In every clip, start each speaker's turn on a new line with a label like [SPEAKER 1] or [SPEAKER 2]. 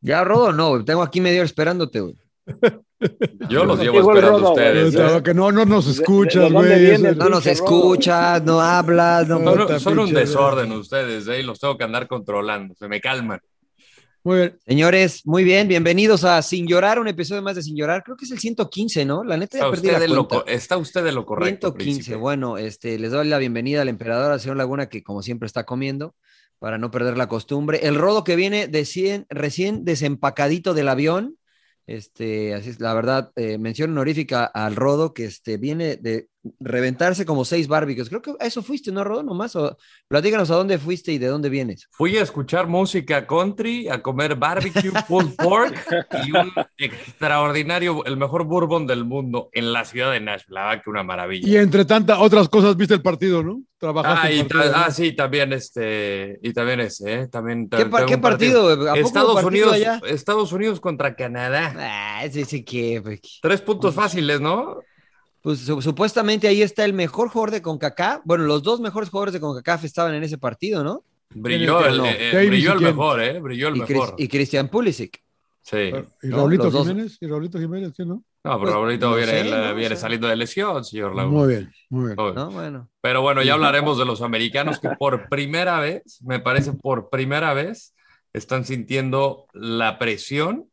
[SPEAKER 1] Ya, Rodo, no, tengo aquí medio esperándote, güey.
[SPEAKER 2] Yo los llevo esperando a ustedes.
[SPEAKER 3] Pero
[SPEAKER 2] ¿eh?
[SPEAKER 3] que no, no nos escuchas, güey. eso es-
[SPEAKER 1] No nos escuchas, no hablas, no.
[SPEAKER 3] No, no.
[SPEAKER 2] Son, son un
[SPEAKER 3] pinche
[SPEAKER 2] desorden ustedes, ¿eh? Y los tengo que andar controlando. Se me calman.
[SPEAKER 3] Muy bien.
[SPEAKER 1] Señores, muy bien, bienvenidos a Sin Llorar, un episodio más de Sin Llorar. Creo que es el 115, ¿no? La neta
[SPEAKER 2] Está
[SPEAKER 1] ya perdí la
[SPEAKER 2] usted, en lo,
[SPEAKER 1] cuenta.
[SPEAKER 2] co- está usted en lo correcto.
[SPEAKER 1] 115,
[SPEAKER 2] príncipe.
[SPEAKER 1] bueno, este, les doy la bienvenida al emperador, al señor Laguna, que como siempre está comiendo, para no perder la costumbre. El rodo que viene de cien- recién desempacadito del avión, este, así es, la verdad, eh, mención honorífica al rodo, que este, viene de reventarse como seis barbecues. Creo que a eso fuiste, ¿no, rodo? Nomás, o, platícanos a dónde fuiste y de dónde vienes.
[SPEAKER 2] Fui a escuchar música country, a comer barbecue, pulled pork y un extraordinario, el mejor bourbon del mundo en la ciudad de Nashville. La verdad que una maravilla.
[SPEAKER 3] Y entre tantas otras cosas, viste el partido, ¿no? Trabajaste.
[SPEAKER 2] Ah,
[SPEAKER 3] el
[SPEAKER 2] y
[SPEAKER 3] partido,
[SPEAKER 2] ta-
[SPEAKER 3] ¿no?
[SPEAKER 2] ah, sí, también este, y también ese, ¿eh? también.
[SPEAKER 1] ¿Qué, pa-
[SPEAKER 2] también
[SPEAKER 1] qué
[SPEAKER 2] un
[SPEAKER 1] partido? eh, ¿A poco hubo
[SPEAKER 2] Estados
[SPEAKER 1] partido
[SPEAKER 2] Unidos,
[SPEAKER 1] allá?
[SPEAKER 2] Estados Unidos contra Canadá.
[SPEAKER 1] Ah, sí, sí que, pues,
[SPEAKER 2] Tres puntos fáciles, ¿no?
[SPEAKER 1] Pues su- supuestamente ahí está el mejor jugador de CONCACAF. Bueno, los dos mejores jugadores de CONCACAF estaban en ese partido, ¿no?
[SPEAKER 2] Brilló
[SPEAKER 3] ¿Quién
[SPEAKER 2] el,
[SPEAKER 3] es que
[SPEAKER 2] eh,
[SPEAKER 3] no? Davis
[SPEAKER 2] brilló
[SPEAKER 3] y
[SPEAKER 2] el
[SPEAKER 3] quién.
[SPEAKER 2] mejor, ¿eh? Brilló el
[SPEAKER 1] Y, Chris-
[SPEAKER 2] mejor.
[SPEAKER 1] y Christian Pulisic.
[SPEAKER 2] Sí.
[SPEAKER 3] ¿Y
[SPEAKER 1] No,
[SPEAKER 3] Raulito
[SPEAKER 1] los dos.
[SPEAKER 3] Jiménez? ¿Y Raulito Jiménez? ¿Qué no?
[SPEAKER 2] No,
[SPEAKER 1] Pues,
[SPEAKER 2] pero ahorita
[SPEAKER 1] no
[SPEAKER 2] viene,
[SPEAKER 1] sé,
[SPEAKER 2] la-
[SPEAKER 1] no
[SPEAKER 2] viene
[SPEAKER 1] sé.
[SPEAKER 2] saliendo de lesión, señor Laguna.
[SPEAKER 3] Muy bien, muy bien.
[SPEAKER 2] Muy bien.
[SPEAKER 1] ¿no? Bueno.
[SPEAKER 2] Pero bueno, ya hablaremos de los americanos que por primera vez, me parece por primera vez, están sintiendo la presión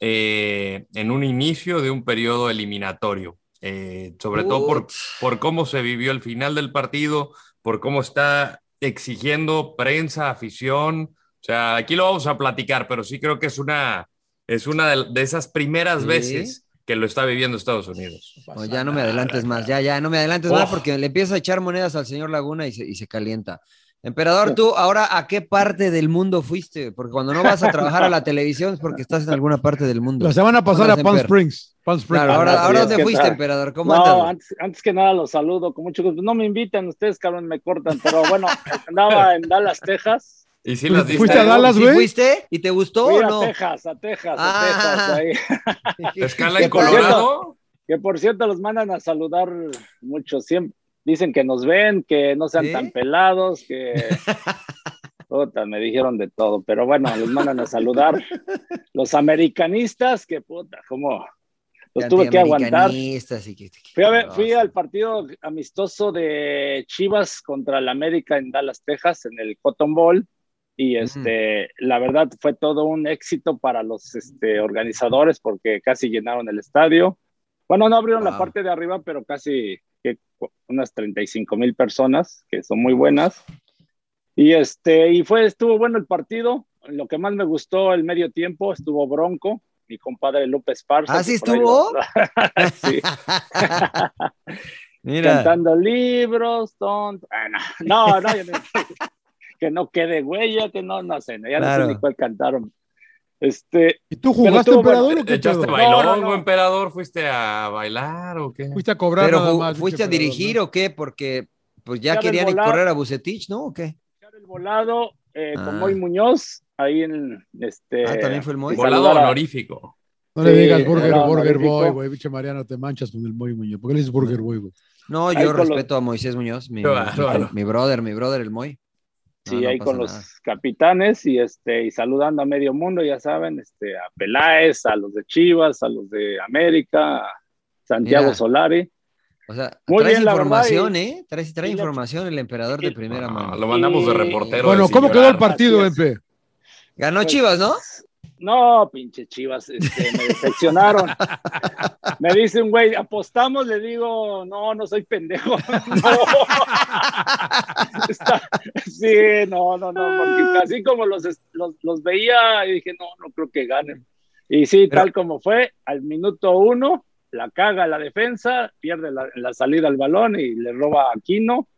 [SPEAKER 2] eh, en un inicio de un periodo eliminatorio. Eh, sobre todo por, por cómo se vivió el final del partido, por cómo está exigiendo prensa, afición. O sea, aquí lo vamos a platicar, pero sí creo que es una, es una de, de esas primeras
[SPEAKER 1] Sí.
[SPEAKER 2] veces que lo está viviendo Estados Unidos.
[SPEAKER 1] No, ya no me adelantes más, ya, ya, no me adelantes más porque le empieza a echar monedas al señor Laguna y se, y se calienta. Emperador, tú ahora a qué parte del mundo fuiste? Porque cuando no vas a trabajar a la televisión es porque estás en alguna parte del mundo.
[SPEAKER 3] La semana pasada
[SPEAKER 1] Hola,
[SPEAKER 3] Palm
[SPEAKER 1] Semper.
[SPEAKER 3] Springs. Palm Springs.
[SPEAKER 1] Claro, ahora,
[SPEAKER 4] Buenos
[SPEAKER 1] ahora
[SPEAKER 4] días,
[SPEAKER 1] ¿dónde
[SPEAKER 4] ¿qué
[SPEAKER 1] fuiste,
[SPEAKER 4] tal?
[SPEAKER 1] emperador? ¿Cómo
[SPEAKER 4] No,
[SPEAKER 1] andas?
[SPEAKER 4] antes, antes que nada los saludo con mucho gusto. No me invitan ustedes, cabrón, me cortan, pero bueno, andaba en Dallas, Texas.
[SPEAKER 2] Y sí las
[SPEAKER 3] ¿Fuiste a
[SPEAKER 2] diste.
[SPEAKER 3] Dallas,
[SPEAKER 1] ¿Sí
[SPEAKER 3] güey?
[SPEAKER 1] fuiste? ¿Y te gustó
[SPEAKER 4] Fui
[SPEAKER 1] o
[SPEAKER 4] a
[SPEAKER 1] no?
[SPEAKER 4] Texas, a Texas,
[SPEAKER 1] Ah.
[SPEAKER 4] a Texas. ahí.
[SPEAKER 2] Escala en
[SPEAKER 4] por cierto-
[SPEAKER 2] Colorado.
[SPEAKER 4] Que por cierto, los mandan a saludar mucho. Siempre dicen que nos ven, que no sean
[SPEAKER 1] ¿Sí?
[SPEAKER 4] tan pelados, que. Puta, me dijeron de todo, pero bueno, los mandan a saludar. Los americanistas, que puta, cómo. Los tuve que aguantar.
[SPEAKER 1] Antiamericanistas y que-
[SPEAKER 4] Fui, a ver- fui
[SPEAKER 1] No,
[SPEAKER 4] al partido amistoso de Chivas contra el América en Dallas, Texas, en el Cotton Bowl. Y este, la verdad fue todo un éxito para los este, organizadores porque casi llenaron el estadio. Bueno, no abrieron la
[SPEAKER 1] Wow.
[SPEAKER 4] parte de arriba, pero casi que cu- unas 35 mil personas, que son muy buenas. Y este, y fue, estuvo bueno el partido. Lo que más me gustó el medio tiempo estuvo Bronco, mi compadre López Parza.
[SPEAKER 1] ¿Ah,
[SPEAKER 4] que
[SPEAKER 1] sí
[SPEAKER 4] por ahí
[SPEAKER 1] estuvo?
[SPEAKER 4] lo- sí.
[SPEAKER 1] Mira,
[SPEAKER 4] cantando libros, tonto. Ah, no, no, no, ya no- que no quede huella, que no, no sé, ya
[SPEAKER 1] Claro.
[SPEAKER 4] no sé ni cuál cantaron. Este,
[SPEAKER 3] ¿Y tú jugaste
[SPEAKER 4] tú,
[SPEAKER 3] emperador o qué
[SPEAKER 2] ¿Echaste
[SPEAKER 3] pedo?
[SPEAKER 2] bailón,
[SPEAKER 4] No, no, no.
[SPEAKER 2] emperador? ¿Fuiste a bailar o qué?
[SPEAKER 3] ¿Fuiste a cobrar
[SPEAKER 1] pero
[SPEAKER 3] nada
[SPEAKER 1] ju-
[SPEAKER 3] más,
[SPEAKER 1] ¿fuiste
[SPEAKER 3] pinche
[SPEAKER 1] a dirigir
[SPEAKER 3] emperador,
[SPEAKER 1] o qué? Porque pues ya
[SPEAKER 4] Ya
[SPEAKER 1] querían
[SPEAKER 4] del volar.
[SPEAKER 1] correr a Bucetich, ¿no? ¿O qué?
[SPEAKER 4] echar el volado eh,
[SPEAKER 1] Ah.
[SPEAKER 4] con Moy Muñoz, ahí en este.
[SPEAKER 1] Ah, también fue el Moy.
[SPEAKER 4] y
[SPEAKER 2] Volado
[SPEAKER 4] saludar a-
[SPEAKER 2] honorífico.
[SPEAKER 3] No le
[SPEAKER 4] Sí,
[SPEAKER 3] digas Burger,
[SPEAKER 4] no,
[SPEAKER 3] Burger
[SPEAKER 4] magnífico.
[SPEAKER 3] Boy, güey. Pinche Mariano, te manchas con el Boy, Muñoz. ¿Por qué le dices Burger Boy, güey?
[SPEAKER 1] No,
[SPEAKER 4] Ahí
[SPEAKER 1] yo
[SPEAKER 4] con los-
[SPEAKER 1] respeto a Moisés Muñoz, mi,
[SPEAKER 2] Qué bárbaro.
[SPEAKER 1] mi- mi brother, mi brother, el Moy. No,
[SPEAKER 4] Sí,
[SPEAKER 1] no
[SPEAKER 4] ahí
[SPEAKER 1] pasa
[SPEAKER 4] con los
[SPEAKER 1] nada.
[SPEAKER 4] capitanes y este y saludando a medio mundo, ya saben, este a Peláez, a los de Chivas, a los de América, a Santiago
[SPEAKER 1] Mira.
[SPEAKER 4] Solari.
[SPEAKER 1] O sea,
[SPEAKER 4] Muy
[SPEAKER 1] traes
[SPEAKER 4] bien, la verdad,
[SPEAKER 1] información,
[SPEAKER 4] y-
[SPEAKER 1] ¿eh? Traes, trae información el emperador de primera mano.
[SPEAKER 2] lo mandamos de reportero.
[SPEAKER 3] Bueno,
[SPEAKER 2] de
[SPEAKER 3] ¿cómo
[SPEAKER 2] sin
[SPEAKER 3] quedó el
[SPEAKER 2] llorar.
[SPEAKER 3] partido, Empe?
[SPEAKER 4] Pues,
[SPEAKER 1] Ganó Chivas, ¿no?
[SPEAKER 4] No, pinche Chivas, este, me decepcionaron. me dice un güey, apostamos, le digo, no, no soy pendejo. No. Está- sí, no, no, no, porque así como los, los, los veía, y dije, no, no creo que ganen. Y sí, tal como fue, al minuto uno, la caga la defensa, pierde la, la salida al balón y le roba a Aquino.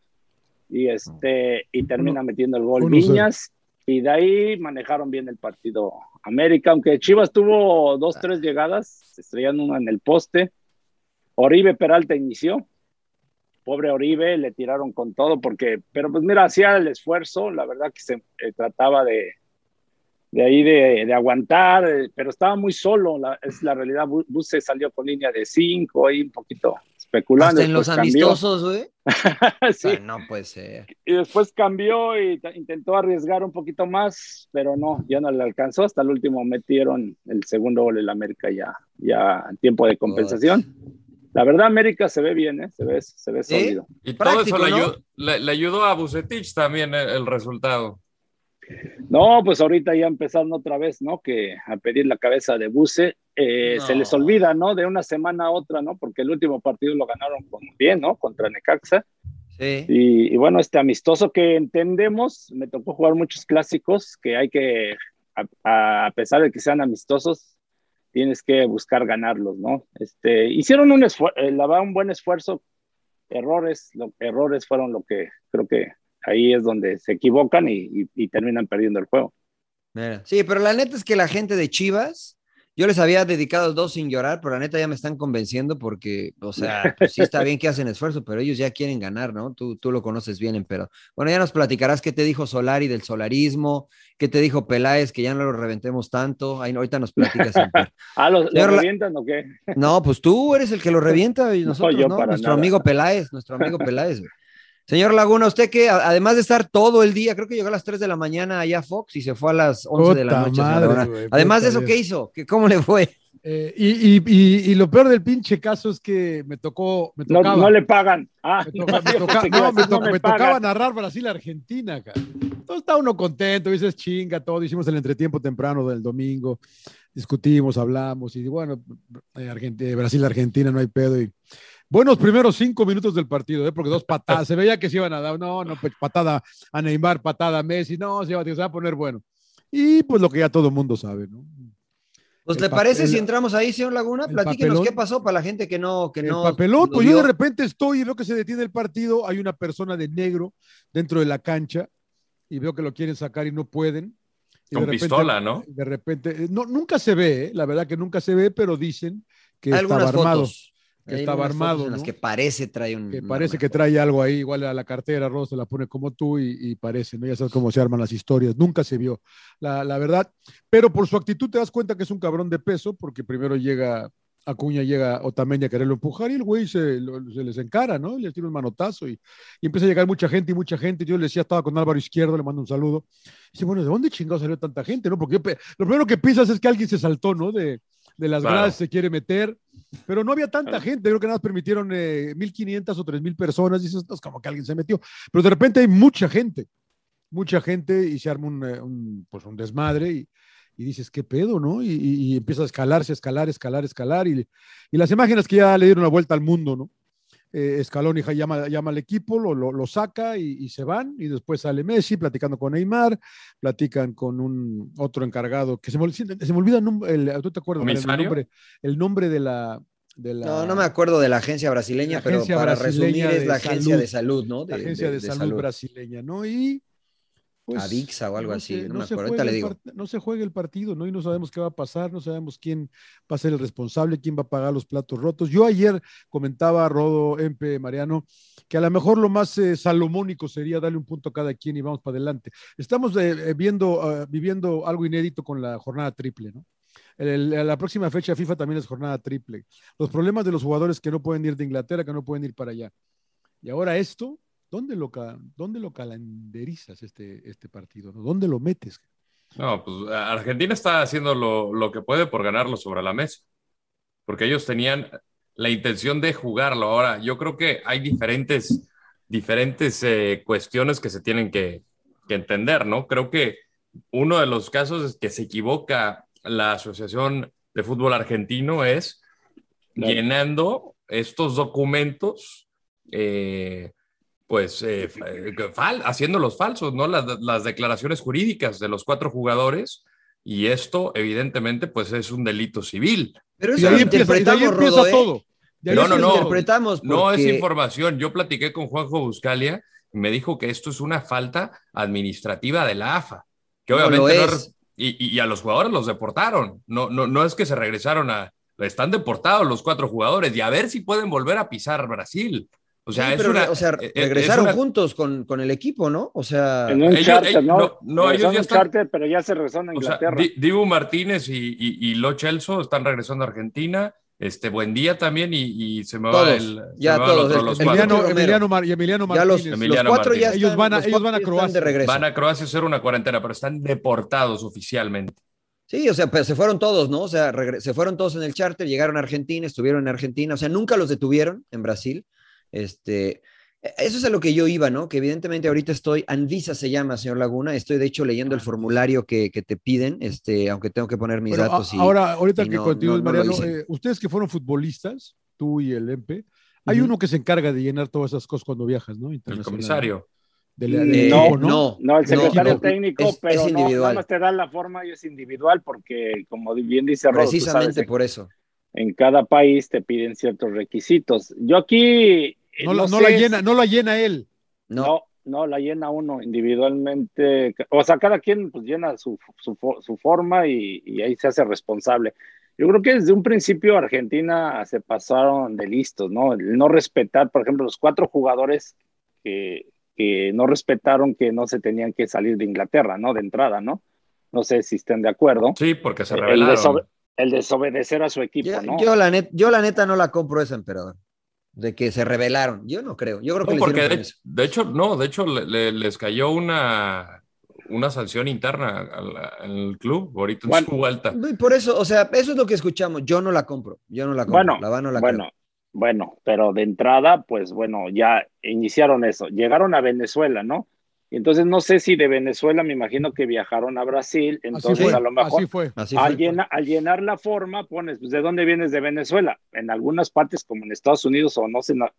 [SPEAKER 4] Y, este, y termina metiendo el gol
[SPEAKER 3] uno cero.
[SPEAKER 4] Viñas. Y de ahí manejaron bien el partido América, aunque Chivas tuvo dos, tres llegadas, estrellando una en el poste. Oribe Peralta inició. Pobre Oribe, le tiraron con todo porque, pero pues mira, hacía el esfuerzo, la verdad que se eh, trataba de, de ahí de, de aguantar, eh, pero estaba muy solo, la- es la realidad. Bu- Bus se salió con línea de cinco, ahí un poquito especulando.
[SPEAKER 1] Hasta en los
[SPEAKER 4] después cambió.
[SPEAKER 1] amistosos, güey. O sea,
[SPEAKER 4] Sí.
[SPEAKER 1] no puede ser.
[SPEAKER 4] Y después cambió y t- intentó arriesgar un poquito más, pero no, ya no le alcanzó. Hasta el último metieron el segundo gol el América ya, ya en tiempo de compensación. La verdad, América se ve bien, ¿eh? se ve, se ve sólido.
[SPEAKER 2] Y todo eso le, ayu- le- le ayudó a Bucetich también eh, el resultado.
[SPEAKER 4] No, pues ahorita ya empezaron otra vez, ¿no? Que a pedir la cabeza de Buse. Eh,
[SPEAKER 2] No.
[SPEAKER 4] Se les olvida, ¿no? De una semana a otra, ¿no? Porque el último partido lo ganaron con bien, ¿no? Contra Necaxa.
[SPEAKER 1] Sí.
[SPEAKER 4] Y, y bueno, este amistoso que entendemos, me tocó jugar muchos clásicos que hay que, a, a pesar de que sean amistosos, tienes que buscar ganarlos, ¿no? Este, hicieron un esfuerzo, la verdad, un buen esfuerzo. Errores, lo- errores fueron lo que creo que ahí es donde se equivocan y, y- y terminan perdiendo el juego.
[SPEAKER 1] Mira, Sí, pero la neta es que la gente de Chivas, yo les había dedicado dos sin llorar, pero la neta ya me están convenciendo porque, o sea, pues sí está bien que hacen esfuerzo, pero ellos ya quieren ganar, ¿no? Tú, tú lo conoces bien, emperador. Bueno, ya nos platicarás qué te dijo Solari del solarismo, qué te dijo Peláez, que ya no lo reventemos tanto. Ahí, ahorita nos platicas. Emperador.
[SPEAKER 4] Ah, ¿lo, lo
[SPEAKER 1] Señor La-
[SPEAKER 4] revientan o qué?
[SPEAKER 1] No, pues tú eres el que lo revienta y
[SPEAKER 4] No,
[SPEAKER 1] nosotros,
[SPEAKER 4] yo
[SPEAKER 1] ¿no?
[SPEAKER 4] para
[SPEAKER 1] Nuestro
[SPEAKER 4] nada.
[SPEAKER 1] amigo Peláez, nuestro amigo Peláez. güey. Señor Laguna, usted que a- además de estar todo el día, creo que llegó a las 3 de la mañana allá a Fox y se fue a las 11 de la
[SPEAKER 3] Puta
[SPEAKER 1] noche. señor
[SPEAKER 3] madre,
[SPEAKER 1] Laguna.
[SPEAKER 3] güey,
[SPEAKER 1] además
[SPEAKER 3] puta
[SPEAKER 1] de eso,
[SPEAKER 3] vida.
[SPEAKER 1] ¿qué hizo? ¿Qué, ¿Cómo le fue?
[SPEAKER 3] Eh, y, y- y- y lo peor del pinche caso es que me tocó. Me
[SPEAKER 4] No,
[SPEAKER 3] tocaba,
[SPEAKER 4] no le pagan. Ah,
[SPEAKER 3] Me toca- me
[SPEAKER 4] yo
[SPEAKER 3] toca-
[SPEAKER 4] pensé que iba a
[SPEAKER 3] no, me
[SPEAKER 4] decir,
[SPEAKER 3] to- me
[SPEAKER 4] pagan.
[SPEAKER 3] tocaba narrar Brasil-Argentina, cara. Entonces está uno contento, dices chinga, todo. Hicimos el entretiempo temprano del domingo, discutimos, hablamos, y bueno, eh, Argent- eh, Brasil-Argentina, no hay pedo. Y buenos primeros cinco minutos del partido, ¿eh? porque dos patadas, se veía que se iban a dar, no, no, pues, patada a Neymar, patada a Messi, no, se iba a, se va a poner bueno. Y pues lo que ya todo el mundo sabe, ¿no?
[SPEAKER 1] Pues,
[SPEAKER 3] El
[SPEAKER 1] ¿le parece
[SPEAKER 3] papel-
[SPEAKER 1] si entramos ahí, señor Laguna?
[SPEAKER 3] el
[SPEAKER 1] Platíquenos
[SPEAKER 3] papelón.
[SPEAKER 1] qué pasó para la gente que no. Que
[SPEAKER 3] el
[SPEAKER 1] no
[SPEAKER 3] papelón,
[SPEAKER 1] lo
[SPEAKER 3] pues yo
[SPEAKER 1] vio.
[SPEAKER 3] de repente estoy y veo que se detiene el partido, hay una persona de negro dentro de la cancha y veo que lo quieren sacar y no pueden. Y
[SPEAKER 2] Con
[SPEAKER 3] de repente-
[SPEAKER 2] pistola, ¿no?
[SPEAKER 3] De repente, eh, no, nunca se ve, eh, la verdad que nunca se ve, pero dicen que
[SPEAKER 1] Hay
[SPEAKER 3] estaba
[SPEAKER 1] algunas
[SPEAKER 3] armado.
[SPEAKER 1] fotos.
[SPEAKER 3] que
[SPEAKER 1] Hay
[SPEAKER 3] estaba
[SPEAKER 1] algunas fotos
[SPEAKER 3] armado,
[SPEAKER 1] En las
[SPEAKER 3] ¿no?
[SPEAKER 1] que parece trae un.
[SPEAKER 3] Que
[SPEAKER 1] un
[SPEAKER 3] parece
[SPEAKER 1] arma.
[SPEAKER 3] que trae algo ahí, igual a la cartera, Ross se la pone como tú y, y parece, ¿no? Ya sabes cómo se arman las historias, nunca se vio, la, la verdad. Pero por su actitud te das cuenta que es un cabrón de peso, porque primero llega Acuña, llega Otamendi a quererlo empujar y el güey se, lo- se les encara, ¿no? Y les tira un manotazo y, y empieza a llegar mucha gente y mucha gente. Yo le decía, estaba con Álvaro Izquierdo, le mando un saludo. Dice, bueno, ¿de dónde chingados salió tanta gente, no? Porque yo pe- lo primero que piensas es que alguien se saltó, ¿no? De, de las
[SPEAKER 2] Claro.
[SPEAKER 3] gradas se quiere meter. Pero no había tanta gente, creo que nada más permitieron eh, 1.500 o 3.000 personas, dices, "No, es como que alguien se metió. Pero de repente hay mucha gente, mucha gente y se arma un, eh, un, pues un desmadre y, y dices, ¿qué pedo, no? Y, y- y empieza a escalarse, a escalar, escalar, escalar. Y, y las imágenes que ya le dieron la vuelta al mundo, ¿no? Eh, Escalón hija, llama, llama al equipo, lo, lo, lo saca y, y se van. Y después sale Messi platicando con Neymar, platican con un otro encargado que se me, ol- se me olvida, el nom- el, ¿tú te acuerdas? Mariano,
[SPEAKER 2] ¿Comisario?
[SPEAKER 3] El nombre, el nombre de la, de la-
[SPEAKER 1] No, no me acuerdo de la agencia brasileña,
[SPEAKER 3] La
[SPEAKER 1] pero
[SPEAKER 3] agencia
[SPEAKER 1] para
[SPEAKER 3] brasileña
[SPEAKER 1] resumir es
[SPEAKER 3] de
[SPEAKER 1] la agencia
[SPEAKER 3] salud.
[SPEAKER 1] de salud, ¿no?
[SPEAKER 3] la agencia de, salud, brasileña, ¿no? Y pues,
[SPEAKER 1] Avixa o algo así,
[SPEAKER 3] se-
[SPEAKER 1] no me
[SPEAKER 3] se
[SPEAKER 1] acuerdo,
[SPEAKER 3] juega
[SPEAKER 1] ahorita le
[SPEAKER 3] el
[SPEAKER 1] digo.
[SPEAKER 3] part- No se juega el partido, ¿no? Y no sabemos qué va a pasar, no sabemos quién va a ser el responsable, quién va a pagar los platos rotos. Yo ayer comentaba, Rodo, Empe, Mariano, que a lo mejor lo más eh, salomónico sería darle un punto a cada quien y vamos para adelante. Estamos eh, eh, viendo, ah, viviendo algo inédito con la jornada triple, ¿no? El- el- la próxima fecha FIFA también es jornada triple. Los problemas de los jugadores que no pueden ir de Inglaterra, que no pueden ir para allá. Y ahora esto, ¿dónde lo, ca- dónde lo calendarizas este, este partido? no? ¿Dónde lo metes?
[SPEAKER 2] No, pues Argentina está haciendo lo, lo que puede por ganarlo sobre la mesa. Porque ellos tenían la intención de jugarlo. Ahora, yo creo que hay diferentes, diferentes eh, cuestiones que se tienen que, que entender, ¿no? Creo que uno de los casos es que se equivoca la Asociación de Fútbol Argentino es
[SPEAKER 5] Claro.
[SPEAKER 2] llenando estos documentos, eh, pues eh, fa- fal- haciéndolos falsos, ¿no? Las, las declaraciones jurídicas de los cuatro jugadores. Y esto, evidentemente, pues es un delito civil.
[SPEAKER 1] Pero eso Y ahí lo empieza- interpretamos, y ahí empieza Rodo, ¿eh? todo. De ahí
[SPEAKER 2] no,
[SPEAKER 1] es
[SPEAKER 2] no,
[SPEAKER 1] que
[SPEAKER 2] no.
[SPEAKER 1] lo interpretamos
[SPEAKER 2] No es
[SPEAKER 1] porque-
[SPEAKER 2] información. Yo platiqué con Juanjo Buscalia y me dijo que esto es una falta administrativa de la AFA. Que
[SPEAKER 1] No lo
[SPEAKER 2] obviamente no
[SPEAKER 1] es.
[SPEAKER 2] re- y, y- y a los jugadores los deportaron. No, no, no es que se regresaron a. Están deportados los cuatro jugadores y a ver si pueden volver a pisar Brasil. O sea,
[SPEAKER 1] Sí,
[SPEAKER 2] es
[SPEAKER 1] pero
[SPEAKER 2] una-
[SPEAKER 1] re- o sea,
[SPEAKER 2] eh, eh,
[SPEAKER 1] regresaron
[SPEAKER 2] es una-
[SPEAKER 1] juntos con, con el equipo, ¿no? O sea,
[SPEAKER 2] En un Ellos- charter, ellos- ¿no? no, no,
[SPEAKER 4] Regresaron
[SPEAKER 2] ellos ya
[SPEAKER 4] en
[SPEAKER 2] están-
[SPEAKER 4] charter, pero ya se regresaron a
[SPEAKER 2] o sea,
[SPEAKER 4] Inglaterra.
[SPEAKER 2] Di- Dibu Martínez y, y, y Lo Celso están regresando a Argentina. Este buen día también y, y se me va
[SPEAKER 3] Todos,
[SPEAKER 2] el. se
[SPEAKER 3] ya
[SPEAKER 2] me va el
[SPEAKER 3] todos,
[SPEAKER 2] otro,
[SPEAKER 3] el-
[SPEAKER 2] los cuatro.
[SPEAKER 3] Emiliano, Emiliano, Mar- y Emiliano
[SPEAKER 2] Ya los-
[SPEAKER 3] Martínez.
[SPEAKER 2] Emiliano Martínez.
[SPEAKER 3] ellos van a, ellos van a Croacia.
[SPEAKER 2] Van a Croacia a hacer una cuarentena, pero están deportados oficialmente.
[SPEAKER 1] Sí, o sea, pero se fueron todos, ¿no? O sea, regre- se fueron todos en el charter, llegaron a Argentina, estuvieron en Argentina, o sea, nunca los detuvieron en Brasil. Este, e- eso es a lo que yo iba, ¿no? Que evidentemente ahorita estoy, Anvisa se llama, señor Laguna, estoy de hecho leyendo el formulario que, que te piden, este, aunque tengo que poner mis
[SPEAKER 3] Bueno, a-
[SPEAKER 1] datos. y-
[SPEAKER 3] ahora, ahorita
[SPEAKER 1] y
[SPEAKER 3] que
[SPEAKER 1] no-
[SPEAKER 3] continúes,
[SPEAKER 1] no- no lo
[SPEAKER 3] Mariano,
[SPEAKER 1] hice.
[SPEAKER 3] eh, ustedes que fueron futbolistas, tú y el MP, hay
[SPEAKER 1] Ujú.
[SPEAKER 3] uno que se encarga de llenar todas esas cosas cuando viajas, ¿no? Internacional.
[SPEAKER 2] comisario.
[SPEAKER 3] Del, del
[SPEAKER 1] Eh,
[SPEAKER 3] equipo,
[SPEAKER 1] no,
[SPEAKER 3] ¿no?
[SPEAKER 4] No, el secretario técnico,
[SPEAKER 1] Es-
[SPEAKER 4] pero
[SPEAKER 1] es
[SPEAKER 4] no,
[SPEAKER 1] individual.
[SPEAKER 4] nada más te da la forma y es individual porque, como bien dice Rodo, tú sabes,
[SPEAKER 1] Precisamente
[SPEAKER 4] en-
[SPEAKER 1] por eso.
[SPEAKER 4] en cada país te piden ciertos requisitos. Yo aquí eh,
[SPEAKER 3] No, la- no la
[SPEAKER 4] sé
[SPEAKER 3] llena, no la llena él.
[SPEAKER 1] No.
[SPEAKER 4] no, la llena uno individualmente. O sea, cada quien pues, llena su, su, fo- su forma y, y ahí se hace responsable. Yo creo que desde un principio Argentina se pasaron de listos, ¿no? El no respetar, por ejemplo, los cuatro jugadores que, que no respetaron que no se tenían que salir de Inglaterra, ¿no? De entrada, ¿no? No sé si pues estén de acuerdo.
[SPEAKER 2] Sí, porque se
[SPEAKER 4] El
[SPEAKER 2] revelaron.
[SPEAKER 4] desobe- El desobedecer a su equipo, ¿no?
[SPEAKER 1] Yo, la net- yo la neta no la compro esa, emperador, de que se rebelaron. Yo no creo. Yo creo que
[SPEAKER 2] No,
[SPEAKER 1] le
[SPEAKER 2] porque
[SPEAKER 1] hicieron
[SPEAKER 2] de,
[SPEAKER 1] permiso.
[SPEAKER 2] de hecho, no, de hecho le- le- les cayó una, una sanción interna al, al club ahorita en su vuelta.
[SPEAKER 1] Y Por eso, o sea, eso es lo que escuchamos. Yo no la compro. Yo no la compro.
[SPEAKER 4] Bueno,
[SPEAKER 1] la va, no la
[SPEAKER 4] bueno,
[SPEAKER 1] creo.
[SPEAKER 4] bueno, pero de entrada, pues bueno, ya iniciaron eso. Llegaron a Venezuela, ¿no? Y Entonces no sé si de Venezuela me imagino que viajaron a Brasil, entonces
[SPEAKER 3] fue,
[SPEAKER 4] a lo mejor
[SPEAKER 3] así fue. Así
[SPEAKER 4] al,
[SPEAKER 3] fue.
[SPEAKER 4] llena- al llenar la forma pones, pues, ¿de dónde vienes de Venezuela? En algunas partes como en Estados Unidos o no sé, no-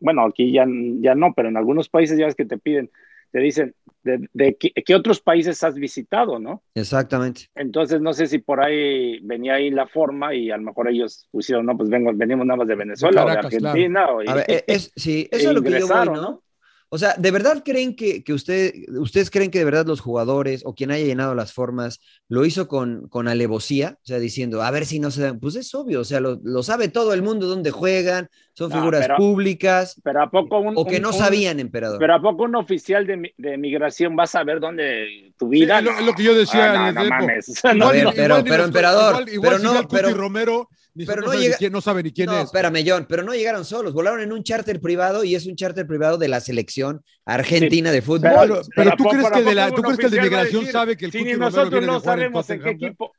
[SPEAKER 4] bueno, aquí ya, ya no, pero en algunos países ya ves que te piden, te dicen, ¿de, de qué, qué otros países has visitado, no?
[SPEAKER 1] Exactamente.
[SPEAKER 4] Entonces, no sé si por ahí venía ahí la forma y a lo mejor ellos pusieron, no, pues vengo, venimos nada más de Venezuela o
[SPEAKER 1] Caracas,
[SPEAKER 4] de Argentina.
[SPEAKER 1] claro.
[SPEAKER 4] O y-
[SPEAKER 1] A ver, eh, es- sí, eso
[SPEAKER 4] e
[SPEAKER 1] es lo que yo voy,
[SPEAKER 4] ingresaron,
[SPEAKER 1] ¿no? O sea, ¿de verdad creen que, que usted, ustedes creen que de verdad los jugadores o quien haya llenado las formas lo hizo con, con alevosía? O sea, diciendo, a ver si no se dan. Pues es obvio, o sea, lo, lo sabe todo el mundo dónde juegan, son
[SPEAKER 4] No,
[SPEAKER 1] figuras
[SPEAKER 4] pero-
[SPEAKER 1] públicas.
[SPEAKER 4] Pero a poco un-
[SPEAKER 1] O que
[SPEAKER 4] un-
[SPEAKER 1] no
[SPEAKER 4] un-
[SPEAKER 1] sabían, emperador.
[SPEAKER 4] Pero ¿a poco un oficial de, mi- de migración va a saber dónde tu vida?
[SPEAKER 3] Sí, es lo-
[SPEAKER 4] No.
[SPEAKER 3] es lo que yo decía
[SPEAKER 4] Ah,
[SPEAKER 3] en
[SPEAKER 4] no,
[SPEAKER 3] el
[SPEAKER 4] no
[SPEAKER 3] tiempo.
[SPEAKER 4] mames.
[SPEAKER 3] Igual
[SPEAKER 4] No,
[SPEAKER 3] ni-
[SPEAKER 4] no.
[SPEAKER 3] igual ni los-
[SPEAKER 1] emperador,
[SPEAKER 3] igual- igual
[SPEAKER 1] pero
[SPEAKER 3] si
[SPEAKER 1] no,
[SPEAKER 3] ve al Cuti
[SPEAKER 1] pero-
[SPEAKER 3] Romero, ni
[SPEAKER 1] pero
[SPEAKER 3] no,
[SPEAKER 1] no
[SPEAKER 3] sabe
[SPEAKER 1] llega-
[SPEAKER 3] ni quién- no sabe ni quién
[SPEAKER 1] no,
[SPEAKER 3] es.
[SPEAKER 1] espérame, John, pero no llegaron solos, volaron en un charter privado y es un charter privado de la selección argentina de fútbol.
[SPEAKER 3] Pero- pero Pero ¿tú ¿a poco- crees que de la- tú crees que el de migración sabe que el
[SPEAKER 4] Si
[SPEAKER 3] Cuti
[SPEAKER 4] ni
[SPEAKER 3] Romero
[SPEAKER 4] nosotros
[SPEAKER 3] viene de
[SPEAKER 4] no
[SPEAKER 3] jugar en
[SPEAKER 4] sabemos en qué
[SPEAKER 3] Tottenham,
[SPEAKER 4] equipo.